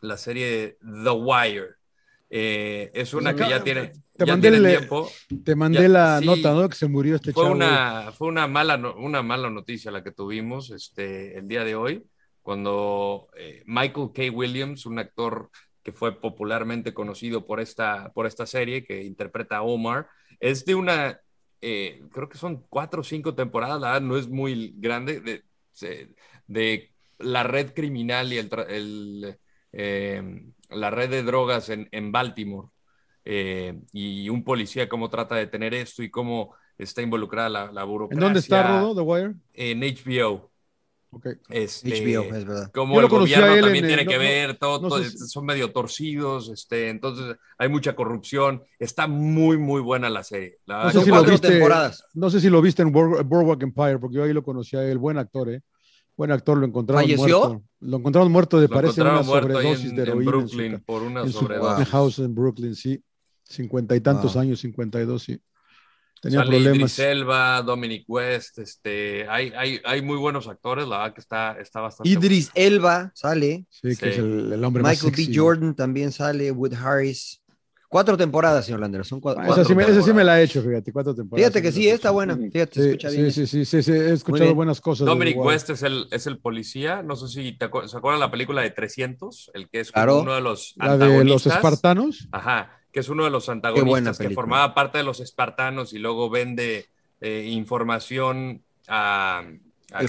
[SPEAKER 2] la serie The Wire. Eh, es una que ya tiene,
[SPEAKER 3] Pues Te
[SPEAKER 2] ya
[SPEAKER 3] mandé,
[SPEAKER 2] tiene
[SPEAKER 3] el-
[SPEAKER 2] tiempo.
[SPEAKER 3] te mandé
[SPEAKER 2] Ya-
[SPEAKER 3] la
[SPEAKER 2] sí.
[SPEAKER 3] nota, ¿no? Que se murió este
[SPEAKER 2] Fue
[SPEAKER 3] chavo.
[SPEAKER 2] una, fue una mala, no- una mala noticia la que tuvimos este, el día de hoy, cuando eh, Michael K. Williams, un actor que fue popularmente conocido por esta, por esta serie, que interpreta a Omar, es de una, eh, creo que son cuatro o cinco temporadas, la verdad no es muy grande, de, se- de la red criminal y el, tra- el, eh, la red de drogas en, en Baltimore. eh, y un policía, cómo trata de tener esto y cómo está involucrada la, la burocracia.
[SPEAKER 3] ¿En dónde está Rodo, The Wire?
[SPEAKER 2] En HBO.
[SPEAKER 3] Ok.
[SPEAKER 2] Este,
[SPEAKER 1] HBO, es verdad.
[SPEAKER 2] Como
[SPEAKER 3] Yo lo
[SPEAKER 2] el
[SPEAKER 3] conocí a
[SPEAKER 2] gobierno
[SPEAKER 3] él
[SPEAKER 2] también
[SPEAKER 3] en, eh,
[SPEAKER 2] tiene que
[SPEAKER 3] no- no-
[SPEAKER 2] ver, todo,
[SPEAKER 3] no
[SPEAKER 2] todo-
[SPEAKER 3] sé si-
[SPEAKER 2] son medio torcidos, este, entonces hay mucha corrupción. Está muy, muy buena la serie. La
[SPEAKER 3] No
[SPEAKER 2] verdad
[SPEAKER 3] sé,
[SPEAKER 2] que-
[SPEAKER 3] si lo viste, no sé si lo viste en Board- Boardwalk Empire, porque yo ahí lo conocí a él, buen actor, ¿eh? Buen actor, lo encontraron
[SPEAKER 1] ¿Falleció?
[SPEAKER 3] muerto. Lo encontraron muerto de,
[SPEAKER 2] Lo
[SPEAKER 3] parece, una
[SPEAKER 2] encontraron muerto ahí
[SPEAKER 3] sobredosis
[SPEAKER 2] en-
[SPEAKER 3] de
[SPEAKER 2] en
[SPEAKER 3] heroína. en su
[SPEAKER 2] Brooklyn
[SPEAKER 3] ca-
[SPEAKER 2] por una
[SPEAKER 3] en su
[SPEAKER 2] sobredosis.
[SPEAKER 3] house en Brooklyn, sí. Cincuenta y tantos
[SPEAKER 1] Wow.
[SPEAKER 3] años, cincuenta y dos, sí. Tenía
[SPEAKER 2] Sale
[SPEAKER 3] problemas.
[SPEAKER 2] Idris Elba, Dominic West, este, hay, hay, hay muy buenos actores, la verdad que está, está bastante
[SPEAKER 1] Idris Elba sale.
[SPEAKER 3] Sí, que
[SPEAKER 2] Sí.
[SPEAKER 3] es el, el hombre más
[SPEAKER 1] Michael B.
[SPEAKER 3] sexy.
[SPEAKER 1] Jordan también sale. Wood Harris. Cuatro temporadas, señor Landeros. Son cua-
[SPEAKER 3] Ah,
[SPEAKER 1] cuatro.
[SPEAKER 3] Esa sí, me, esa sí me la he hecho, fíjate, cuatro temporadas.
[SPEAKER 1] Fíjate que sí, está buena. Fíjate, se
[SPEAKER 3] Sí,
[SPEAKER 1] escucha
[SPEAKER 3] sí,
[SPEAKER 1] bien.
[SPEAKER 3] sí, sí, sí, sí, he escuchado
[SPEAKER 1] bien.
[SPEAKER 3] buenas cosas. de
[SPEAKER 2] Dominic
[SPEAKER 3] The Wire.
[SPEAKER 2] West es el, es el policía. No sé si te acuer- se acuerdan la película de 300, el que es como
[SPEAKER 1] Claro.
[SPEAKER 2] uno de los
[SPEAKER 3] La de los
[SPEAKER 2] antagonistas.
[SPEAKER 3] espartanos.
[SPEAKER 2] Ajá, que es uno de los
[SPEAKER 1] buena
[SPEAKER 2] antagonistas que
[SPEAKER 1] película.
[SPEAKER 2] formaba parte de los espartanos y luego vende eh, información a. a-
[SPEAKER 1] ¿El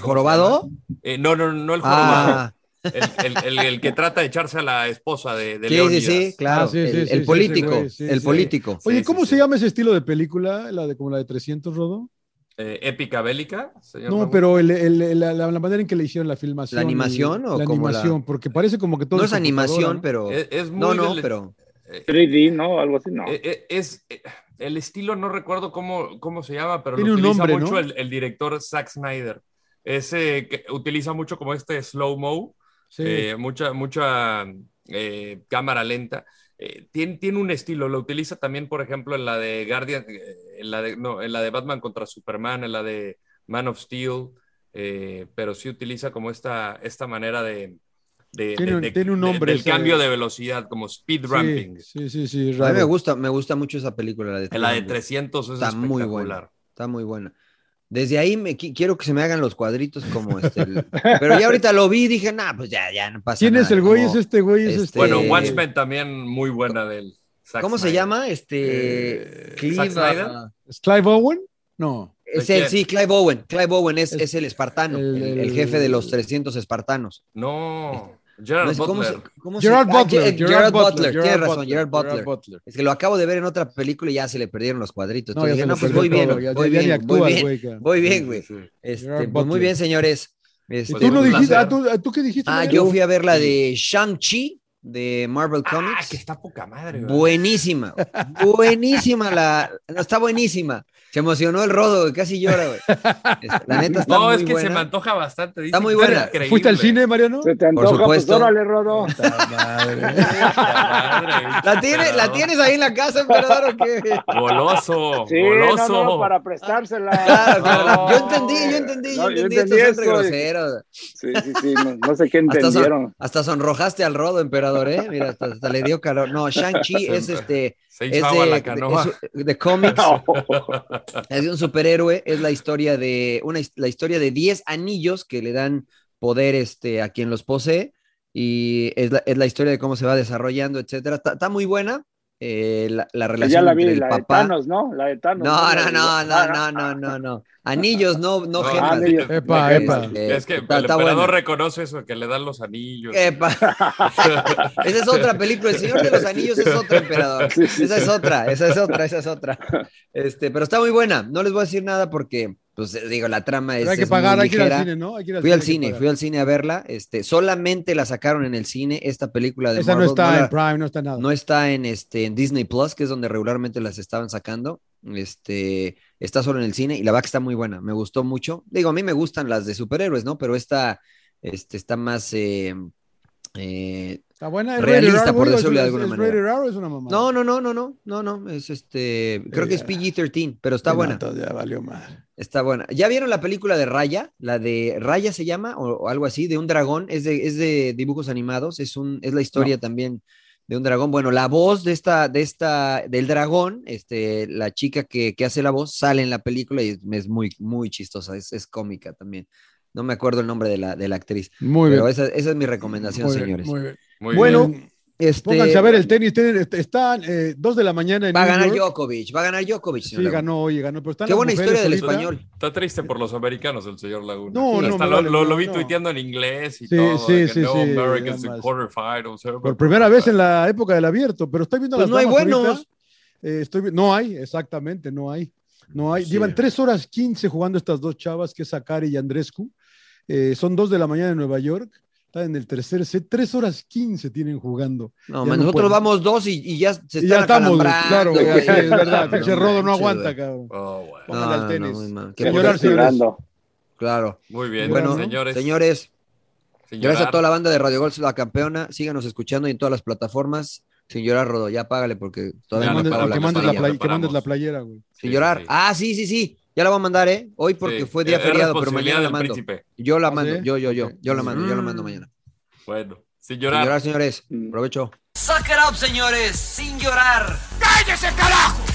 [SPEAKER 2] ¿cómo se
[SPEAKER 1] jorobado?
[SPEAKER 2] llama? Eh, no, no, no el jorobado.
[SPEAKER 1] Ah.
[SPEAKER 2] El, el- el- el que trata de echarse a la esposa de, de
[SPEAKER 1] Sí, sí,
[SPEAKER 2] Leónidas.
[SPEAKER 1] sí, claro.
[SPEAKER 3] Ah, sí,
[SPEAKER 1] el,
[SPEAKER 3] sí,
[SPEAKER 1] el
[SPEAKER 3] sí, sí,
[SPEAKER 1] político.
[SPEAKER 3] ese güey, sí,
[SPEAKER 1] el
[SPEAKER 3] sí.
[SPEAKER 1] político.
[SPEAKER 3] Oye,
[SPEAKER 2] Sí,
[SPEAKER 3] ¿cómo
[SPEAKER 2] sí,
[SPEAKER 3] se llama ese estilo de película? La de como la de 300, Rodo.
[SPEAKER 2] Eh, épica bélica. señor
[SPEAKER 3] No,
[SPEAKER 2] Laguna.
[SPEAKER 3] pero el- el- la, la- la manera en que le hicieron la filmación.
[SPEAKER 1] ¿La animación
[SPEAKER 3] el-
[SPEAKER 1] o
[SPEAKER 3] La
[SPEAKER 1] cómo la-
[SPEAKER 3] animación, porque parece como que todo
[SPEAKER 1] No es
[SPEAKER 3] computadora,
[SPEAKER 1] animación,
[SPEAKER 3] ¿no?
[SPEAKER 1] pero.
[SPEAKER 2] Es- es
[SPEAKER 1] no,
[SPEAKER 2] muy
[SPEAKER 1] no,
[SPEAKER 2] del-
[SPEAKER 1] pero.
[SPEAKER 2] Eh,
[SPEAKER 4] 3D, ¿no? Algo así, no.
[SPEAKER 2] Eh, eh, es, eh, el estilo no recuerdo cómo, cómo se llama, pero
[SPEAKER 3] Tiene
[SPEAKER 2] lo
[SPEAKER 3] un
[SPEAKER 2] utiliza
[SPEAKER 3] nombre,
[SPEAKER 2] mucho
[SPEAKER 3] ¿no?
[SPEAKER 2] el, el director Zack Snyder. Ese que utiliza mucho como este slow-mo,
[SPEAKER 3] Sí.
[SPEAKER 2] eh, mucha, mucha eh, cámara lenta. Eh, tiene, tiene un estilo, lo utiliza también, por ejemplo, en la de Guardian, eh, en la de, no, en la de Batman contra Superman, en la de Man of Steel, eh, pero sí utiliza como esta, esta manera de, de-
[SPEAKER 3] Tiene
[SPEAKER 2] de-
[SPEAKER 3] un-
[SPEAKER 2] de-
[SPEAKER 3] tiene un
[SPEAKER 2] de-
[SPEAKER 3] nombre
[SPEAKER 2] del
[SPEAKER 3] ese.
[SPEAKER 2] cambio de velocidad, como speed
[SPEAKER 3] Sí,
[SPEAKER 2] ramping.
[SPEAKER 3] Sí, sí, sí.
[SPEAKER 1] A mí me
[SPEAKER 3] raro.
[SPEAKER 1] gusta, me gusta mucho esa película, la de
[SPEAKER 2] La de
[SPEAKER 1] 300.
[SPEAKER 2] 300 es
[SPEAKER 1] Está muy buena.
[SPEAKER 2] espectacular.
[SPEAKER 1] Está muy buena. Desde ahí me qui- quiero que se me hagan los cuadritos como este. el- Pero ya ahorita lo vi y dije, nah, pues ya, ya no pasa
[SPEAKER 3] ¿Quién
[SPEAKER 1] nada.
[SPEAKER 3] es el güey?
[SPEAKER 1] como-
[SPEAKER 3] Es este güey, es este.
[SPEAKER 2] Bueno, Watchmen también muy buena del Zack
[SPEAKER 1] ¿Cómo se
[SPEAKER 2] Snyder. Eh,
[SPEAKER 1] llama? Este. Clive,
[SPEAKER 2] ¿Zack Snyder?
[SPEAKER 1] ah,
[SPEAKER 3] ¿Es Clive Owen? No.
[SPEAKER 1] Es
[SPEAKER 2] ¿De
[SPEAKER 1] el,
[SPEAKER 2] quién?
[SPEAKER 1] sí, Clive Owen. Clive Owen es, es el espartano, el, el jefe de los 300 espartanos.
[SPEAKER 2] No, Gerard
[SPEAKER 1] No sé cómo
[SPEAKER 2] Butler.
[SPEAKER 1] se- cómo se-
[SPEAKER 3] Gerard
[SPEAKER 1] ah,
[SPEAKER 3] Butler.
[SPEAKER 1] Ge- Gerard Butler, tienes
[SPEAKER 3] Gerard
[SPEAKER 1] razón,
[SPEAKER 3] Butler,
[SPEAKER 1] Gerard Butler. Es que lo acabo de ver en otra película y ya se le perdieron los cuadritos.
[SPEAKER 3] No, ya
[SPEAKER 1] Entonces
[SPEAKER 3] se le
[SPEAKER 1] dije, no, pues
[SPEAKER 3] perdió
[SPEAKER 1] voy bien,
[SPEAKER 3] todo, ya-
[SPEAKER 1] voy
[SPEAKER 3] ya ni
[SPEAKER 1] bien, voy
[SPEAKER 3] actúas,
[SPEAKER 1] bien,
[SPEAKER 3] güey, claro.
[SPEAKER 1] voy bien, güey.
[SPEAKER 2] Sí, sí.
[SPEAKER 1] Este,
[SPEAKER 3] Gerard
[SPEAKER 1] pues muy
[SPEAKER 3] Butler.
[SPEAKER 1] bien, señores.
[SPEAKER 3] ¿Y
[SPEAKER 1] Este,
[SPEAKER 3] tú no
[SPEAKER 2] Pues un
[SPEAKER 3] dijiste?
[SPEAKER 2] placer.
[SPEAKER 3] Ah, ¿tú, ah, ¿tú qué dijiste?
[SPEAKER 1] Ah,
[SPEAKER 3] Mario?
[SPEAKER 1] yo fui a ver la de Shang-Chi de Marvel
[SPEAKER 2] Ah, que
[SPEAKER 1] Comics.
[SPEAKER 2] está poca madre. ¿verdad?
[SPEAKER 1] Buenísima, buenísima la, no, está buenísima. Se emocionó el rodo, güey, casi llora, güey. Este, La neta está
[SPEAKER 2] No,
[SPEAKER 1] muy
[SPEAKER 2] es que se me
[SPEAKER 1] buena.
[SPEAKER 2] antoja bastante.
[SPEAKER 1] Está
[SPEAKER 2] dicen
[SPEAKER 1] muy
[SPEAKER 2] que
[SPEAKER 1] buena.
[SPEAKER 2] increíble.
[SPEAKER 3] ¿Fuiste al cine, Mariano?
[SPEAKER 4] Se te
[SPEAKER 1] Por
[SPEAKER 4] antoja, pues
[SPEAKER 1] supuesto.
[SPEAKER 4] órale, Rodo.
[SPEAKER 2] Puta madre,
[SPEAKER 1] ¿La, tiene- ¿La tienes ahí en la casa, emperador, o qué?
[SPEAKER 2] Goloso,
[SPEAKER 4] Sí,
[SPEAKER 2] goloso.
[SPEAKER 4] no, no, para prestársela.
[SPEAKER 1] Claro, claro.
[SPEAKER 2] No.
[SPEAKER 1] Yo entendí, yo entendí, yo
[SPEAKER 4] No, yo
[SPEAKER 1] entendí.
[SPEAKER 4] entendí
[SPEAKER 1] Estos son
[SPEAKER 4] eso,
[SPEAKER 1] re
[SPEAKER 4] y-
[SPEAKER 1] groseros.
[SPEAKER 4] Sí, sí, sí, no, no sé qué
[SPEAKER 1] Hasta, son-
[SPEAKER 4] entendieron.
[SPEAKER 1] hasta sonrojaste al rodo, emperador, ¿eh? Mira, hasta, hasta le dio calor. No, Shang-Chi es este.
[SPEAKER 2] Se hizo
[SPEAKER 1] Es
[SPEAKER 2] agua
[SPEAKER 1] de,
[SPEAKER 2] la canoa.
[SPEAKER 1] es de cómics,
[SPEAKER 4] No.
[SPEAKER 1] es de un superhéroe, es la historia de una, his- la historia de 10 anillos que le dan poder este, a quien los posee y es la, es la historia de cómo se va desarrollando, etcétera. Está, está muy buena eh, la, la
[SPEAKER 4] Ya
[SPEAKER 1] relación
[SPEAKER 4] la vi,
[SPEAKER 1] entre el
[SPEAKER 4] la de
[SPEAKER 1] papá.
[SPEAKER 4] Thanos, ¿no? La de Thanos.
[SPEAKER 1] No, no, no,
[SPEAKER 4] Ah,
[SPEAKER 1] no, no, no, no, no. Anillos, no, no,
[SPEAKER 2] No,
[SPEAKER 1] gemas.
[SPEAKER 4] anillos.
[SPEAKER 3] Epa, epa.
[SPEAKER 1] Este,
[SPEAKER 2] Es que el
[SPEAKER 1] está- está
[SPEAKER 2] emperador
[SPEAKER 1] buena. Eh,
[SPEAKER 2] reconoce eso, que le dan los anillos.
[SPEAKER 1] Epa. Esa es otra película. El Señor de los Anillos es otra, emperador. Esa es otra, esa es otra, esa es otra. Este, pero está muy buena. No les voy a decir nada porque, pues eh, digo, la trama es.
[SPEAKER 3] Pero hay que
[SPEAKER 1] es muy
[SPEAKER 3] pagar, hay que ir al
[SPEAKER 1] ligera.
[SPEAKER 3] cine, ¿no? Hay que ir
[SPEAKER 1] Fui al
[SPEAKER 3] hay que
[SPEAKER 1] cine,
[SPEAKER 3] pagar.
[SPEAKER 1] fui al cine a verla. Este, solamente la sacaron en el cine esta película de
[SPEAKER 3] Esa no
[SPEAKER 1] Marvel,
[SPEAKER 3] está
[SPEAKER 1] la-
[SPEAKER 3] en Prime, no está en nada.
[SPEAKER 1] no está en, este, en Disney Plus, que es donde regularmente las estaban sacando. Este, está solo en el cine y la verdad que está muy buena. Me gustó mucho. Digo, a mí me gustan las de superhéroes, ¿no? Pero esta este, está más. eh, eh,
[SPEAKER 3] está buena. ¿Es
[SPEAKER 1] realista,
[SPEAKER 3] rated R,
[SPEAKER 1] por
[SPEAKER 3] güey, o es
[SPEAKER 1] decirlo de
[SPEAKER 3] una-
[SPEAKER 1] alguna
[SPEAKER 3] es
[SPEAKER 1] manera.
[SPEAKER 3] rated R o es una mamá?
[SPEAKER 1] no, no, no, no, no, no, no. Es este. Creo que es
[SPEAKER 3] ya.
[SPEAKER 1] PG-13, pero está buena.
[SPEAKER 3] ya valió madre.
[SPEAKER 1] Está buena. ¿Ya vieron la película de Raya? La de Raya se llama, o, o algo así, de un dragón. Es de, es de dibujos animados, es, un, es la historia también de un dragón. Bueno, la voz de esta, de esta, del dragón, este, la chica que, que hace la voz, sale en la película y es, es muy, muy chistosa, es, es cómica también. No me acuerdo el nombre de la, de la actriz.
[SPEAKER 3] Muy bien.
[SPEAKER 1] pero esa, esa es mi recomendación,
[SPEAKER 3] muy bien,
[SPEAKER 1] señores.
[SPEAKER 3] muy bien.
[SPEAKER 2] Muy
[SPEAKER 3] Bueno,
[SPEAKER 2] bien.
[SPEAKER 1] Este,
[SPEAKER 3] pónganse a ver el tenis. tenis están eh, dos de la mañana en
[SPEAKER 1] Va a
[SPEAKER 3] New
[SPEAKER 1] ganar
[SPEAKER 3] York.
[SPEAKER 1] Djokovic, va a ganar Djokovic.
[SPEAKER 3] Sí,
[SPEAKER 1] señor Laguna.
[SPEAKER 3] ganó, oye, ganó. Pero están
[SPEAKER 1] Qué
[SPEAKER 3] las
[SPEAKER 1] buena
[SPEAKER 3] mujeres
[SPEAKER 1] historia del
[SPEAKER 3] ahorita.
[SPEAKER 1] español.
[SPEAKER 2] Está triste por los americanos el señor Laguna.
[SPEAKER 3] No, no,
[SPEAKER 2] Hasta
[SPEAKER 3] me
[SPEAKER 2] lo,
[SPEAKER 3] vale,
[SPEAKER 2] lo- lo
[SPEAKER 3] no,
[SPEAKER 2] vi
[SPEAKER 3] no.
[SPEAKER 2] tuiteando en inglés y
[SPEAKER 3] Sí,
[SPEAKER 2] todo.
[SPEAKER 3] sí,
[SPEAKER 2] de que
[SPEAKER 3] sí,
[SPEAKER 2] no,
[SPEAKER 3] sí,
[SPEAKER 2] Americans
[SPEAKER 3] nada
[SPEAKER 2] in
[SPEAKER 3] más.
[SPEAKER 2] quarterfinals. eh,
[SPEAKER 3] Por primera vez en la época de la abierto, pero estoy viendo las
[SPEAKER 1] Pues no hay
[SPEAKER 3] damas
[SPEAKER 1] buenos.
[SPEAKER 3] ahorita. Eh, estoy vi- no hay, exactamente, no hay. No hay.
[SPEAKER 2] Sí.
[SPEAKER 3] Llevan 3 horas 15 jugando estas dos chavas, que es Sakari y Andrescu. Eh, son 2 de la mañana en Nueva York. Están en el tercer set. 3 horas 15 tienen jugando.
[SPEAKER 1] No,
[SPEAKER 3] Ya
[SPEAKER 1] man,
[SPEAKER 3] no
[SPEAKER 1] nosotros
[SPEAKER 3] puedo.
[SPEAKER 1] vamos dos y, y ya se
[SPEAKER 3] Y ya
[SPEAKER 1] están
[SPEAKER 3] estamos, güey, claro,
[SPEAKER 1] acalambrando,
[SPEAKER 3] güey,
[SPEAKER 1] güey.
[SPEAKER 3] sí, es verdad.
[SPEAKER 1] No
[SPEAKER 3] Pinche rodo no
[SPEAKER 1] manches,
[SPEAKER 3] aguanta,
[SPEAKER 1] güey.
[SPEAKER 3] cabrón.
[SPEAKER 2] Oh, bueno.
[SPEAKER 3] Póngale al tenis.
[SPEAKER 1] muy mal. Qué
[SPEAKER 3] Señor
[SPEAKER 1] bueno,
[SPEAKER 3] Llorar, señores.
[SPEAKER 4] llorando.
[SPEAKER 1] Claro.
[SPEAKER 2] Muy bien,
[SPEAKER 1] Bueno,
[SPEAKER 2] señores.
[SPEAKER 1] señores,
[SPEAKER 2] sin
[SPEAKER 1] gracias
[SPEAKER 2] llorar.
[SPEAKER 1] a toda la banda de Radio Gols, la campeona. Síganos escuchando y en todas las plataformas. Sin llorar, Rodo, ya págale porque todavía
[SPEAKER 2] Ya,
[SPEAKER 1] no
[SPEAKER 3] Mandes-
[SPEAKER 2] Pablo,
[SPEAKER 1] pago
[SPEAKER 3] aunque
[SPEAKER 1] la
[SPEAKER 2] que
[SPEAKER 3] mandes
[SPEAKER 2] para
[SPEAKER 3] la
[SPEAKER 1] playa.
[SPEAKER 2] playa.
[SPEAKER 3] play- que mandes la
[SPEAKER 2] preparamos.
[SPEAKER 3] playera, güey.
[SPEAKER 2] Sí,
[SPEAKER 1] Sin llorar.
[SPEAKER 2] sí, sí.
[SPEAKER 1] Ah, sí, sí, sí. Ya la voy a mandar, ¿eh? Hoy porque
[SPEAKER 2] Sí,
[SPEAKER 1] fue día
[SPEAKER 2] es
[SPEAKER 1] feriado, pero
[SPEAKER 2] responsabilidad
[SPEAKER 1] mañana la
[SPEAKER 2] del
[SPEAKER 1] mando.
[SPEAKER 2] príncipe. Mm.
[SPEAKER 1] Yo la
[SPEAKER 3] ¿Ah,
[SPEAKER 1] mando,
[SPEAKER 3] sí?
[SPEAKER 1] yo, yo, yo.
[SPEAKER 3] Ok.
[SPEAKER 1] Yo la mando, yo la mando mañana.
[SPEAKER 2] Bueno, sin
[SPEAKER 1] Sin
[SPEAKER 2] llorar.
[SPEAKER 3] Mm.
[SPEAKER 1] llorar, señores. Provecho.
[SPEAKER 6] Suck it up, señores, sin llorar. ¡Cállese, carajo!